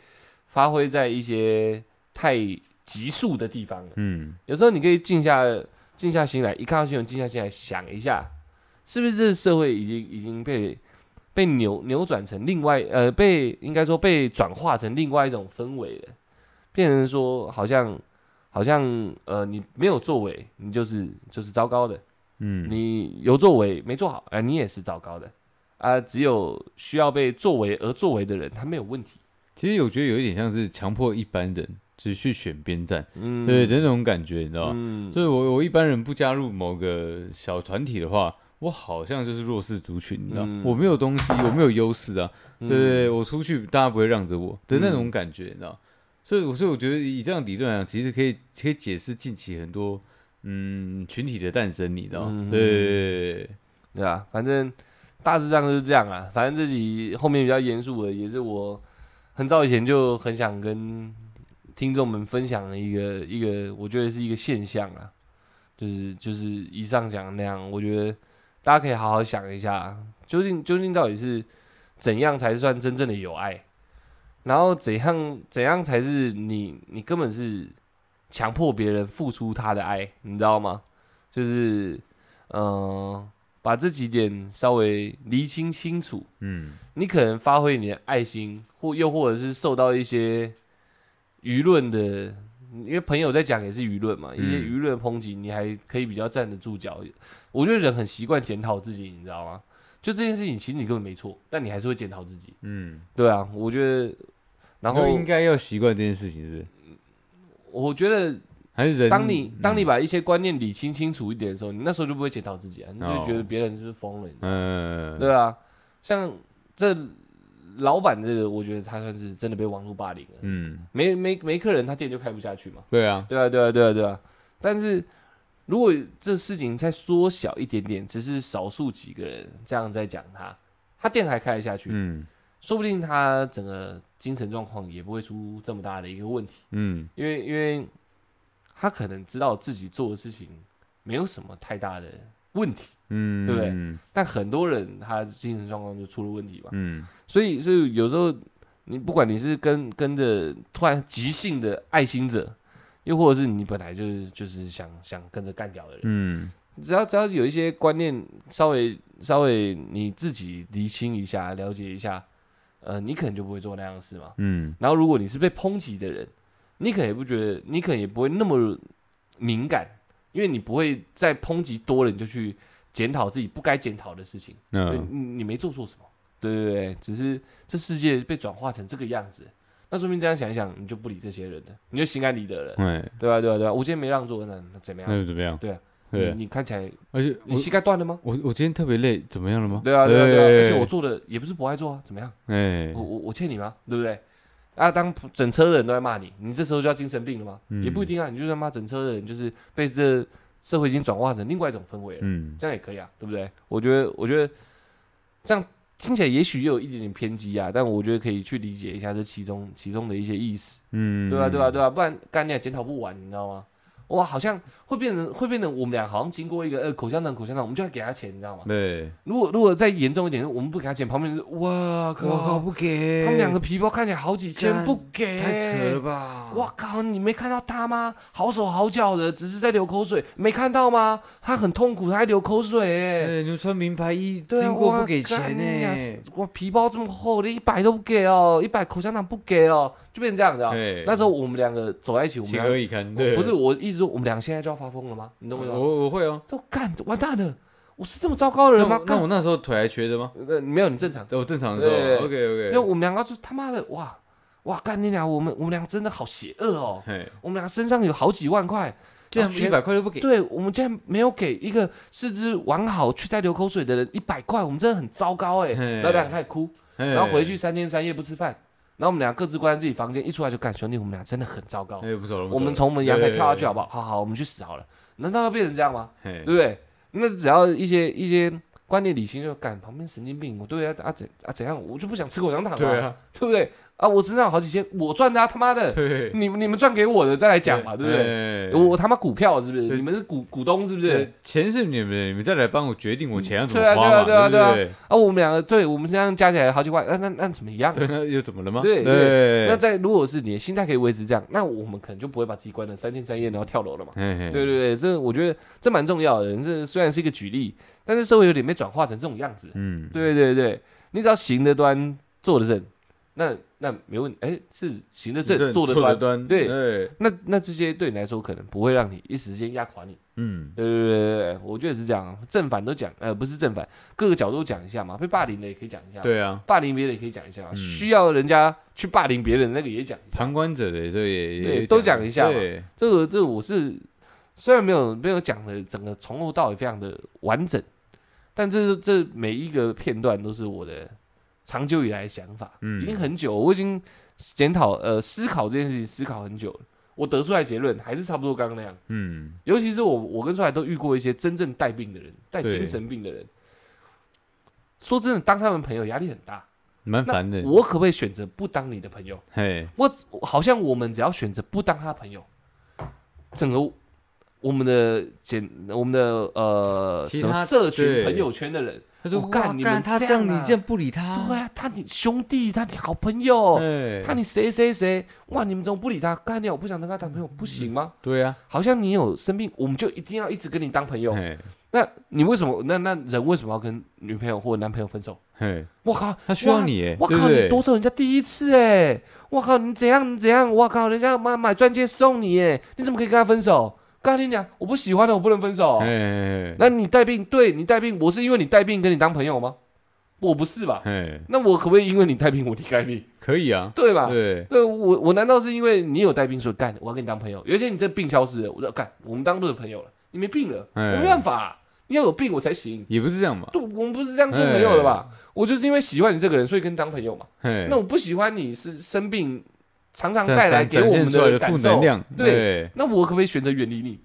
Speaker 1: 发挥在一些太急速的地方了。
Speaker 2: 嗯，
Speaker 1: 有时候你可以静下静下心来，一看到新闻，静下心来想一下，是不是这个社会已经已经被被扭扭转成另外呃被应该说被转化成另外一种氛围了，变成说好像好像呃你没有作为，你就是就是糟糕的；
Speaker 2: 嗯，
Speaker 1: 你有作为没做好，哎、你也是糟糕的啊、只有需要被作为而作为的人，他没有问题。
Speaker 2: 其实我觉得有一点像是强迫一般人只去选边站，
Speaker 1: 嗯，
Speaker 2: 对的那种感觉，你知道吗？
Speaker 1: 嗯，
Speaker 2: 所以我我一般人不加入某个小团体的话，我好像就是弱势族群，你知道，
Speaker 1: 嗯
Speaker 2: 我没有东西，我没有优势啊，
Speaker 1: 嗯
Speaker 2: 对对，我出去大家不会让着我的那种感觉，你知道。所以我，所以我觉得以这样的理论来讲，其实可以可以解释近期很多嗯群体的诞生，你知道？
Speaker 1: 嗯
Speaker 2: 对对对
Speaker 1: 对啊，反正大致上就是这样啊。反正这集后面比较严肃的，也是我很早以前就很想跟听众们分享的一个一个，我觉得是一个现象啊，就是就是以上讲的那样，我觉得大家可以好好想一下，啊究竟究竟到底是怎样才算真正的有爱，然后怎样怎样才是你你根本是强迫别人付出他的爱，你知道吗？就是嗯、呃把这几点稍微厘清清楚，
Speaker 2: 嗯
Speaker 1: 你可能发挥你的爱心，或又或者是受到一些舆论的，因为朋友在讲也是舆论嘛，一些
Speaker 2: 嗯
Speaker 1: 舆论抨击，你还可以比较站得住脚。我觉得人很习惯检讨自己，你知道吗？就这件事情，其实你根本没错，但你还是会检讨自己。
Speaker 2: 嗯，
Speaker 1: 对啊，我觉得，然
Speaker 2: 你
Speaker 1: 后
Speaker 2: 就应该要习惯这件事情，是不是？
Speaker 1: 我觉得
Speaker 2: 还是人？
Speaker 1: 当你当你
Speaker 2: 嗯
Speaker 1: 把一些观念理清清楚一点的时候，你那时候就不会检讨自己啊，你就会觉得
Speaker 2: 哦
Speaker 1: 别人是不是疯了？
Speaker 2: 어,
Speaker 1: 你
Speaker 2: 嗯，
Speaker 1: 对啊，像这老板这个，我觉得他算是真的被网络霸凌了。
Speaker 2: 嗯，
Speaker 1: 没没没客人，他店就开不下去嘛。
Speaker 2: 对啊，
Speaker 1: 对啊，对啊，对啊，对啊。但是如果这事情再缩小一点点，只是少数几个人这样在讲他，他店还开得下去，
Speaker 2: 嗯
Speaker 1: 说不定他整个精神状况也不会出这么大的一个问题，
Speaker 2: 嗯
Speaker 1: 因为因为他可能知道自己做的事情没有什么太大的问题，
Speaker 2: 嗯，
Speaker 1: 对不对
Speaker 2: 嗯
Speaker 1: 但很多人他精神状况就出了问题嘛。
Speaker 2: 嗯
Speaker 1: 所以，所以有时候你不管你是跟跟着突然即兴的爱心者，又或者是你本来就是就是想想跟着干掉的人，
Speaker 2: 嗯
Speaker 1: 只要只要有一些观念稍微稍微你自己厘清一下、了解一下，呃，你可能就不会做那样的事嘛。
Speaker 2: 嗯
Speaker 1: 然后，如果你是被抨击的人，你可能也不觉得，你可能也不会那么敏感，因为你不会在抨击多了你就去检讨自己不该检讨的事情。对
Speaker 2: 嗯，
Speaker 1: 你你没做错什么，对对对，只是这世界被转化成这个样子，那说明这样想一想，你就不理这些人了，你就心安理得了，
Speaker 2: 哎，
Speaker 1: 对啊对啊对啊，我今天没让座，那那怎么
Speaker 2: 那
Speaker 1: 样？
Speaker 2: 又怎么样？
Speaker 1: 对啊
Speaker 2: 对
Speaker 1: 你，你看起来
Speaker 2: 而且
Speaker 1: 你
Speaker 2: 我
Speaker 1: 膝盖断了吗？
Speaker 2: 我我今天特别累，怎么样了吗？
Speaker 1: 对啊对啊对啊，
Speaker 2: 哎
Speaker 1: 而且我做的也不是不爱做啊，怎么样？
Speaker 2: 哎
Speaker 1: 我，我我欠你吗？对不对？啊，当整车的人都在骂你，你这时候就要精神病了吗？也不一
Speaker 2: 嗯
Speaker 1: 定啊，你就算骂整车的人，就是被这社会已经转化成另外一种氛围了。
Speaker 2: 嗯
Speaker 1: 这样也可以啊，对不对？我觉得，我觉得这样听起来也许也有一点点偏激啊，但我觉得可以去理解一下这其中其中的一些意思，
Speaker 2: 嗯，
Speaker 1: 네,对啊，对啊，对啊，不然干你也检讨不完，你知道吗？哇，好像会变成会变成我们俩好像经过一个呃口香糖口香糖，我们就要给他钱，你知道吗？
Speaker 2: 对，
Speaker 1: 如果如果再严重一点，我们不给他钱，旁边人就哇靠，
Speaker 2: 不给
Speaker 1: 他们两个皮包看起来好几千，
Speaker 2: 干
Speaker 1: 不给，
Speaker 2: 太扯了。吧！
Speaker 1: 哇靠！你没看到他吗？好手好脚的，只是在流口水，没看到吗？他很痛苦，他还流口水哎、
Speaker 2: 哎，你们穿名牌衣，
Speaker 1: 对啊
Speaker 2: 经过不给钱
Speaker 1: 哇
Speaker 2: 呢
Speaker 1: 干。我皮包这么厚，连一百都不给哦，一百口香糖不给哦，就变成这样子啊。
Speaker 2: 对
Speaker 1: 那时候我们两个走在一起，我们
Speaker 2: 情
Speaker 1: 两
Speaker 2: 何
Speaker 1: 个
Speaker 2: 以堪？对，
Speaker 1: 不是我一直说我们俩现在就要发疯了吗？
Speaker 2: 어,
Speaker 1: 你懂我意思吗？
Speaker 2: 我我会哦。
Speaker 1: 都干完蛋了，我是这么糟糕的
Speaker 2: 那
Speaker 1: 人吗
Speaker 2: 我？那
Speaker 1: 干
Speaker 2: 我，那时候腿还瘸着吗？
Speaker 1: 呃，没有你正常。
Speaker 2: 我正常的时候。啊
Speaker 1: 对
Speaker 2: OK
Speaker 1: 因为
Speaker 2: OK。
Speaker 1: 我们两个就他妈的哇哇干你俩，我们我们俩真的好邪恶
Speaker 2: (laughs)
Speaker 1: 哦，
Speaker 2: 嘿，
Speaker 1: 我们俩身上有好几万块，
Speaker 2: 这样
Speaker 1: 全
Speaker 2: 一百块都不给。
Speaker 1: 对我们竟然没有给一个四肢完好却在流口水的人一百块，我们真的很糟糕哎、
Speaker 2: 嘿
Speaker 1: 然后两个开始哭，
Speaker 2: 然
Speaker 1: 然后回去，三天三夜不吃饭，然后我们俩各自关在自己房间，一出来就干，兄弟，我们俩真的很糟糕，
Speaker 2: 哎，不走了，
Speaker 1: 我们
Speaker 2: 走了
Speaker 1: 从我们阳台跳下去好不好？好好，我们去死好了。难道要变成这样吗？
Speaker 2: 嘿
Speaker 1: 对不对？那只要一些一些观念理性就干，旁边神经病，我对啊啊怎啊怎样，我就不想吃口香糖
Speaker 2: 对
Speaker 1: 啊，
Speaker 2: 啊，
Speaker 1: 对不对？啊，我身上有好几千，我赚的啊，他妈的，
Speaker 2: 对，
Speaker 1: 你们你们赚给我的再来讲嘛，对不对？
Speaker 2: 对
Speaker 1: 我我他妈股票是不是？
Speaker 2: 对
Speaker 1: 你们是股股东是不是？
Speaker 2: 对，钱是你们的，你们再来帮我决定我钱要怎
Speaker 1: 对
Speaker 2: 么
Speaker 1: 啊
Speaker 2: 花嘛，
Speaker 1: 对啊对啊
Speaker 2: 对
Speaker 1: 啊，我们两个对我们身上加起来好几万，那那那怎么样啊
Speaker 2: 不？对，对那又怎么了吗？
Speaker 1: 对对
Speaker 2: 对
Speaker 1: 那在如果是你的心态可以维持这样，那我们可能就不会把自己关成三天三夜，然后跳楼了嘛。
Speaker 2: 嘿嘿
Speaker 1: 对对对，这我觉得这蛮重要的。这虽然是一个举例，但是社会有点被转化成这种样子。
Speaker 2: 嗯，
Speaker 1: 对对对，你只要行得端，坐得正，那那没问，哎，是行得正，坐得端。
Speaker 2: 端，
Speaker 1: 对
Speaker 2: 对，
Speaker 1: 那那这些对你来说可能不会让你一时间压垮你，
Speaker 2: 嗯，
Speaker 1: 对对对对对，我觉得是这样啊，正反都讲，呃，不是正反，各个角度讲一下嘛，被霸凌的也可以讲一下嘛，
Speaker 2: 对啊，
Speaker 1: 霸凌别人也可以讲一下嘛，
Speaker 2: 嗯
Speaker 1: 需要人家去霸凌别人那个也讲一下，
Speaker 2: 旁观者的，所以
Speaker 1: 对
Speaker 2: 也
Speaker 1: 都讲一下嘛
Speaker 2: 对，
Speaker 1: 这个这个我是虽然没有没有讲的整个从头到尾非常的完整，但这这每一个片段都是我的长久以来的想法，
Speaker 2: 嗯
Speaker 1: 已经很久，我已经检讨呃思考这件事情思考很久了，我得出来结论还是差不多刚刚那样，
Speaker 2: 嗯，
Speaker 1: 尤其是我我跟出来都遇过一些真正带病的人，带
Speaker 2: 对
Speaker 1: 精神病的人，说真的，当他们朋友压力很大，
Speaker 2: 蛮
Speaker 1: 那
Speaker 2: 烦的，
Speaker 1: 我可不可以选择不当你的朋友？
Speaker 2: 嘿，
Speaker 1: 我好像我们只要选择不当他朋友，整个我们的简我们的呃
Speaker 2: 其
Speaker 1: 什么
Speaker 2: 他
Speaker 1: 社群
Speaker 2: 对
Speaker 1: 朋友圈的人，
Speaker 2: 他说
Speaker 1: 我干
Speaker 2: 哇
Speaker 1: 你们
Speaker 2: 他
Speaker 1: 这
Speaker 2: 这样，
Speaker 1: 样
Speaker 2: 你
Speaker 1: 啊
Speaker 2: 这样不理他，
Speaker 1: 对啊，他你兄弟，他你好朋友，
Speaker 2: 对
Speaker 1: 哦他你谁谁谁，哇，你们怎么不理他？干掉，我不想跟他当朋友，不行吗？
Speaker 2: 对啊，
Speaker 1: 好像你有生病，我们就一定要一直跟你当朋友。
Speaker 2: 嘿，
Speaker 1: 那你为什么？那那人为什么要跟女朋友或男朋友分手？
Speaker 2: 嘿，
Speaker 1: 我靠，
Speaker 2: 他需要
Speaker 1: 哇
Speaker 2: 你，哎
Speaker 1: 我
Speaker 2: 对
Speaker 1: 靠，
Speaker 2: 不
Speaker 1: 你
Speaker 2: 对？
Speaker 1: 夺走人家第一次哎！我靠，你怎样你怎样？我靠，人家妈买钻戒送你哎，你怎么可以跟他分手？告诉你讲，我不喜欢的，我不能分手
Speaker 2: 嘿，。嘿，
Speaker 1: 那你带病，对你带病，我是因为你带病跟你当朋友吗？我不是吧？
Speaker 2: 嘿嘿，
Speaker 1: 那我可不可以因为你带病我离开你？ (laughs)
Speaker 2: 可以啊，
Speaker 1: 对吧？
Speaker 2: 对，
Speaker 1: 对我我难道是因为你有带病说干，我要跟你当朋友？有一天你这病消失了，我说干，我们当做朋友了。你没病了，
Speaker 2: 哎
Speaker 1: 我没办法、你要有病我才行。
Speaker 2: 也不是这样嘛，
Speaker 1: 对，我们不是这样做
Speaker 2: 哎
Speaker 1: 朋友的吧？我就是因为喜欢你这个人，所以跟你当朋友嘛。
Speaker 2: 嘿
Speaker 1: 那，我不喜欢你是生病，常常
Speaker 2: 展
Speaker 1: 带来
Speaker 2: 展
Speaker 1: 给我
Speaker 2: 展现
Speaker 1: 们
Speaker 2: 出来的
Speaker 1: 感
Speaker 2: 负
Speaker 1: 受
Speaker 2: 能。量，
Speaker 1: 对
Speaker 2: 对，
Speaker 1: 那我可不可以选择远离你？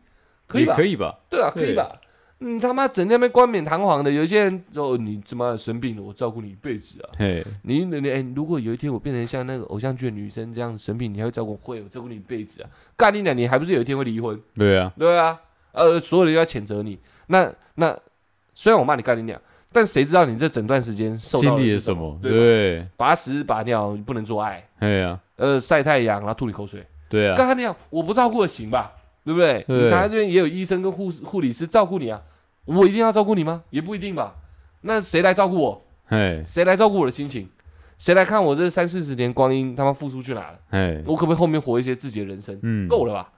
Speaker 1: 可以
Speaker 2: 也
Speaker 1: 吧
Speaker 2: 可？以吧，
Speaker 1: 对啊，可
Speaker 2: 对
Speaker 1: 以吧？你他妈整天被冠冕堂皇的，有一些人说哦你他妈生病了，我照顾你一辈子啊！
Speaker 2: 嘿，
Speaker 1: 你你你哎，如果有一天我变成像那个偶像剧的女生这样生病，你还会照顾我会，我照顾你一辈子啊！干你娘，你还不是有一天会离婚？
Speaker 2: 对啊，
Speaker 1: 对啊，呃，所有人都要谴责你。那那虽然我骂你干你娘，但谁知道你这整段时间受到
Speaker 2: 经
Speaker 1: 的
Speaker 2: 历
Speaker 1: 是
Speaker 2: 了什么？
Speaker 1: 对吧，
Speaker 2: 对，
Speaker 1: 拔屎拔尿不能做爱，
Speaker 2: 嘿啊，
Speaker 1: 呃，晒太阳，然后吐你口水。
Speaker 2: 对啊，
Speaker 1: 跟他那样，我不照顾了行吧？对不对？
Speaker 2: 对
Speaker 1: 你躺在这边也有医生跟护士、护理师照顾你啊，我一定要照顾你吗？也不一定吧。那谁来照顾我？
Speaker 2: 嘿，
Speaker 1: 谁来照顾我的心情？谁来看我这三四十年光阴他妈付出去哪了？
Speaker 2: 嘿，
Speaker 1: 我可不可以后面活一些自己的人生？
Speaker 2: 嗯，
Speaker 1: 够了吧？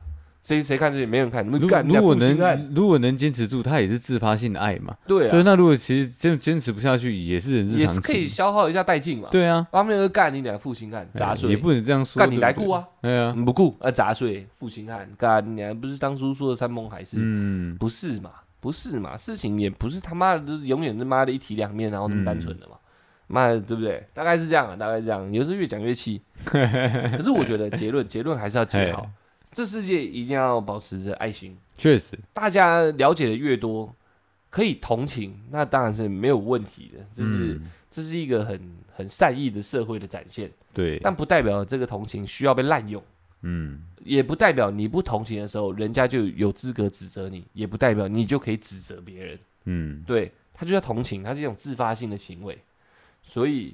Speaker 1: 谁谁看这些？没人看，你们
Speaker 2: 如
Speaker 1: 干
Speaker 2: 如果
Speaker 1: 人家负心汉
Speaker 2: 能如果能坚持住，他也是自发性的爱嘛。
Speaker 1: 对
Speaker 2: 对，
Speaker 1: 啊，
Speaker 2: 那如果其实坚坚持不下去，也是人之
Speaker 1: 也
Speaker 2: 常
Speaker 1: 是
Speaker 2: 情。
Speaker 1: 可以消耗一下殆尽嘛。，
Speaker 2: 对啊，
Speaker 1: 方面就干你俩负心汉，
Speaker 2: 哎
Speaker 1: 杂碎
Speaker 2: 也不能这样说。
Speaker 1: 干你
Speaker 2: 对
Speaker 1: 来
Speaker 2: 不对
Speaker 1: 顾？啊，
Speaker 2: 对啊，
Speaker 1: 你不顾啊杂碎负心汉，干你俩不是当初说的山盟海誓？
Speaker 2: 嗯， (laughs)
Speaker 1: 不是嘛？不是嘛？事情也不是他妈的，就是永远他妈的一体两面，然后这么单纯的
Speaker 2: 嗯
Speaker 1: 嘛？妈的，对不对？大概是这样啊，大概是这样。有时候越讲越
Speaker 2: (laughs)
Speaker 1: 气，可是我觉得结论结论还是要结好
Speaker 2: 嘿。
Speaker 1: 这世界一定要保持着爱心，
Speaker 2: 确实，
Speaker 1: 大家了解的越多，可以同情，那当然是没有问题的。这是、
Speaker 2: 嗯
Speaker 1: 这是一个很很善意的社会的展现，
Speaker 2: 对，
Speaker 1: 但不代表这个同情需要被滥用。
Speaker 2: 嗯，
Speaker 1: 也不代表你不同情的时候，人家就有资格指责你，也不代表你就可以指责别人。
Speaker 2: 嗯，
Speaker 1: 对他就叫同情，他是一种自发性的行为，所以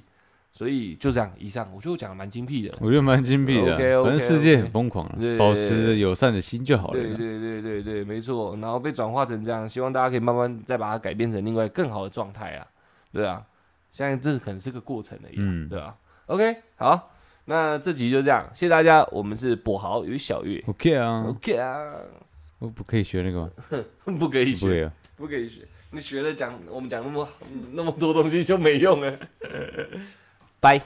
Speaker 1: 所以就这样。以上我觉得我讲的蛮精辟的，
Speaker 2: 我觉得蛮精辟的啊，
Speaker 1: OK，OK，OK
Speaker 2: 反正世界很疯狂啊
Speaker 1: 对
Speaker 2: 保持着友善的心就好了
Speaker 1: 对
Speaker 2: 啦。
Speaker 1: 对对对对，没错。然后被转化成这样，希望大家可以慢慢再把它改变成另外更好的状态啊，对啊。现在这可能是个过程而已啊，
Speaker 2: 嗯
Speaker 1: 对啊。OK，好，那这集就这样，谢谢大家，我们是跛豪与小月。
Speaker 2: OK 啊，
Speaker 1: OK 啊，
Speaker 2: 我不可以学那个吗？
Speaker 1: 不可以
Speaker 2: 不可
Speaker 1: 学，
Speaker 2: 以啊。
Speaker 1: 不可以学，
Speaker 2: (laughs)
Speaker 1: 你学了讲我们讲那么那么多东西就没用了。拜。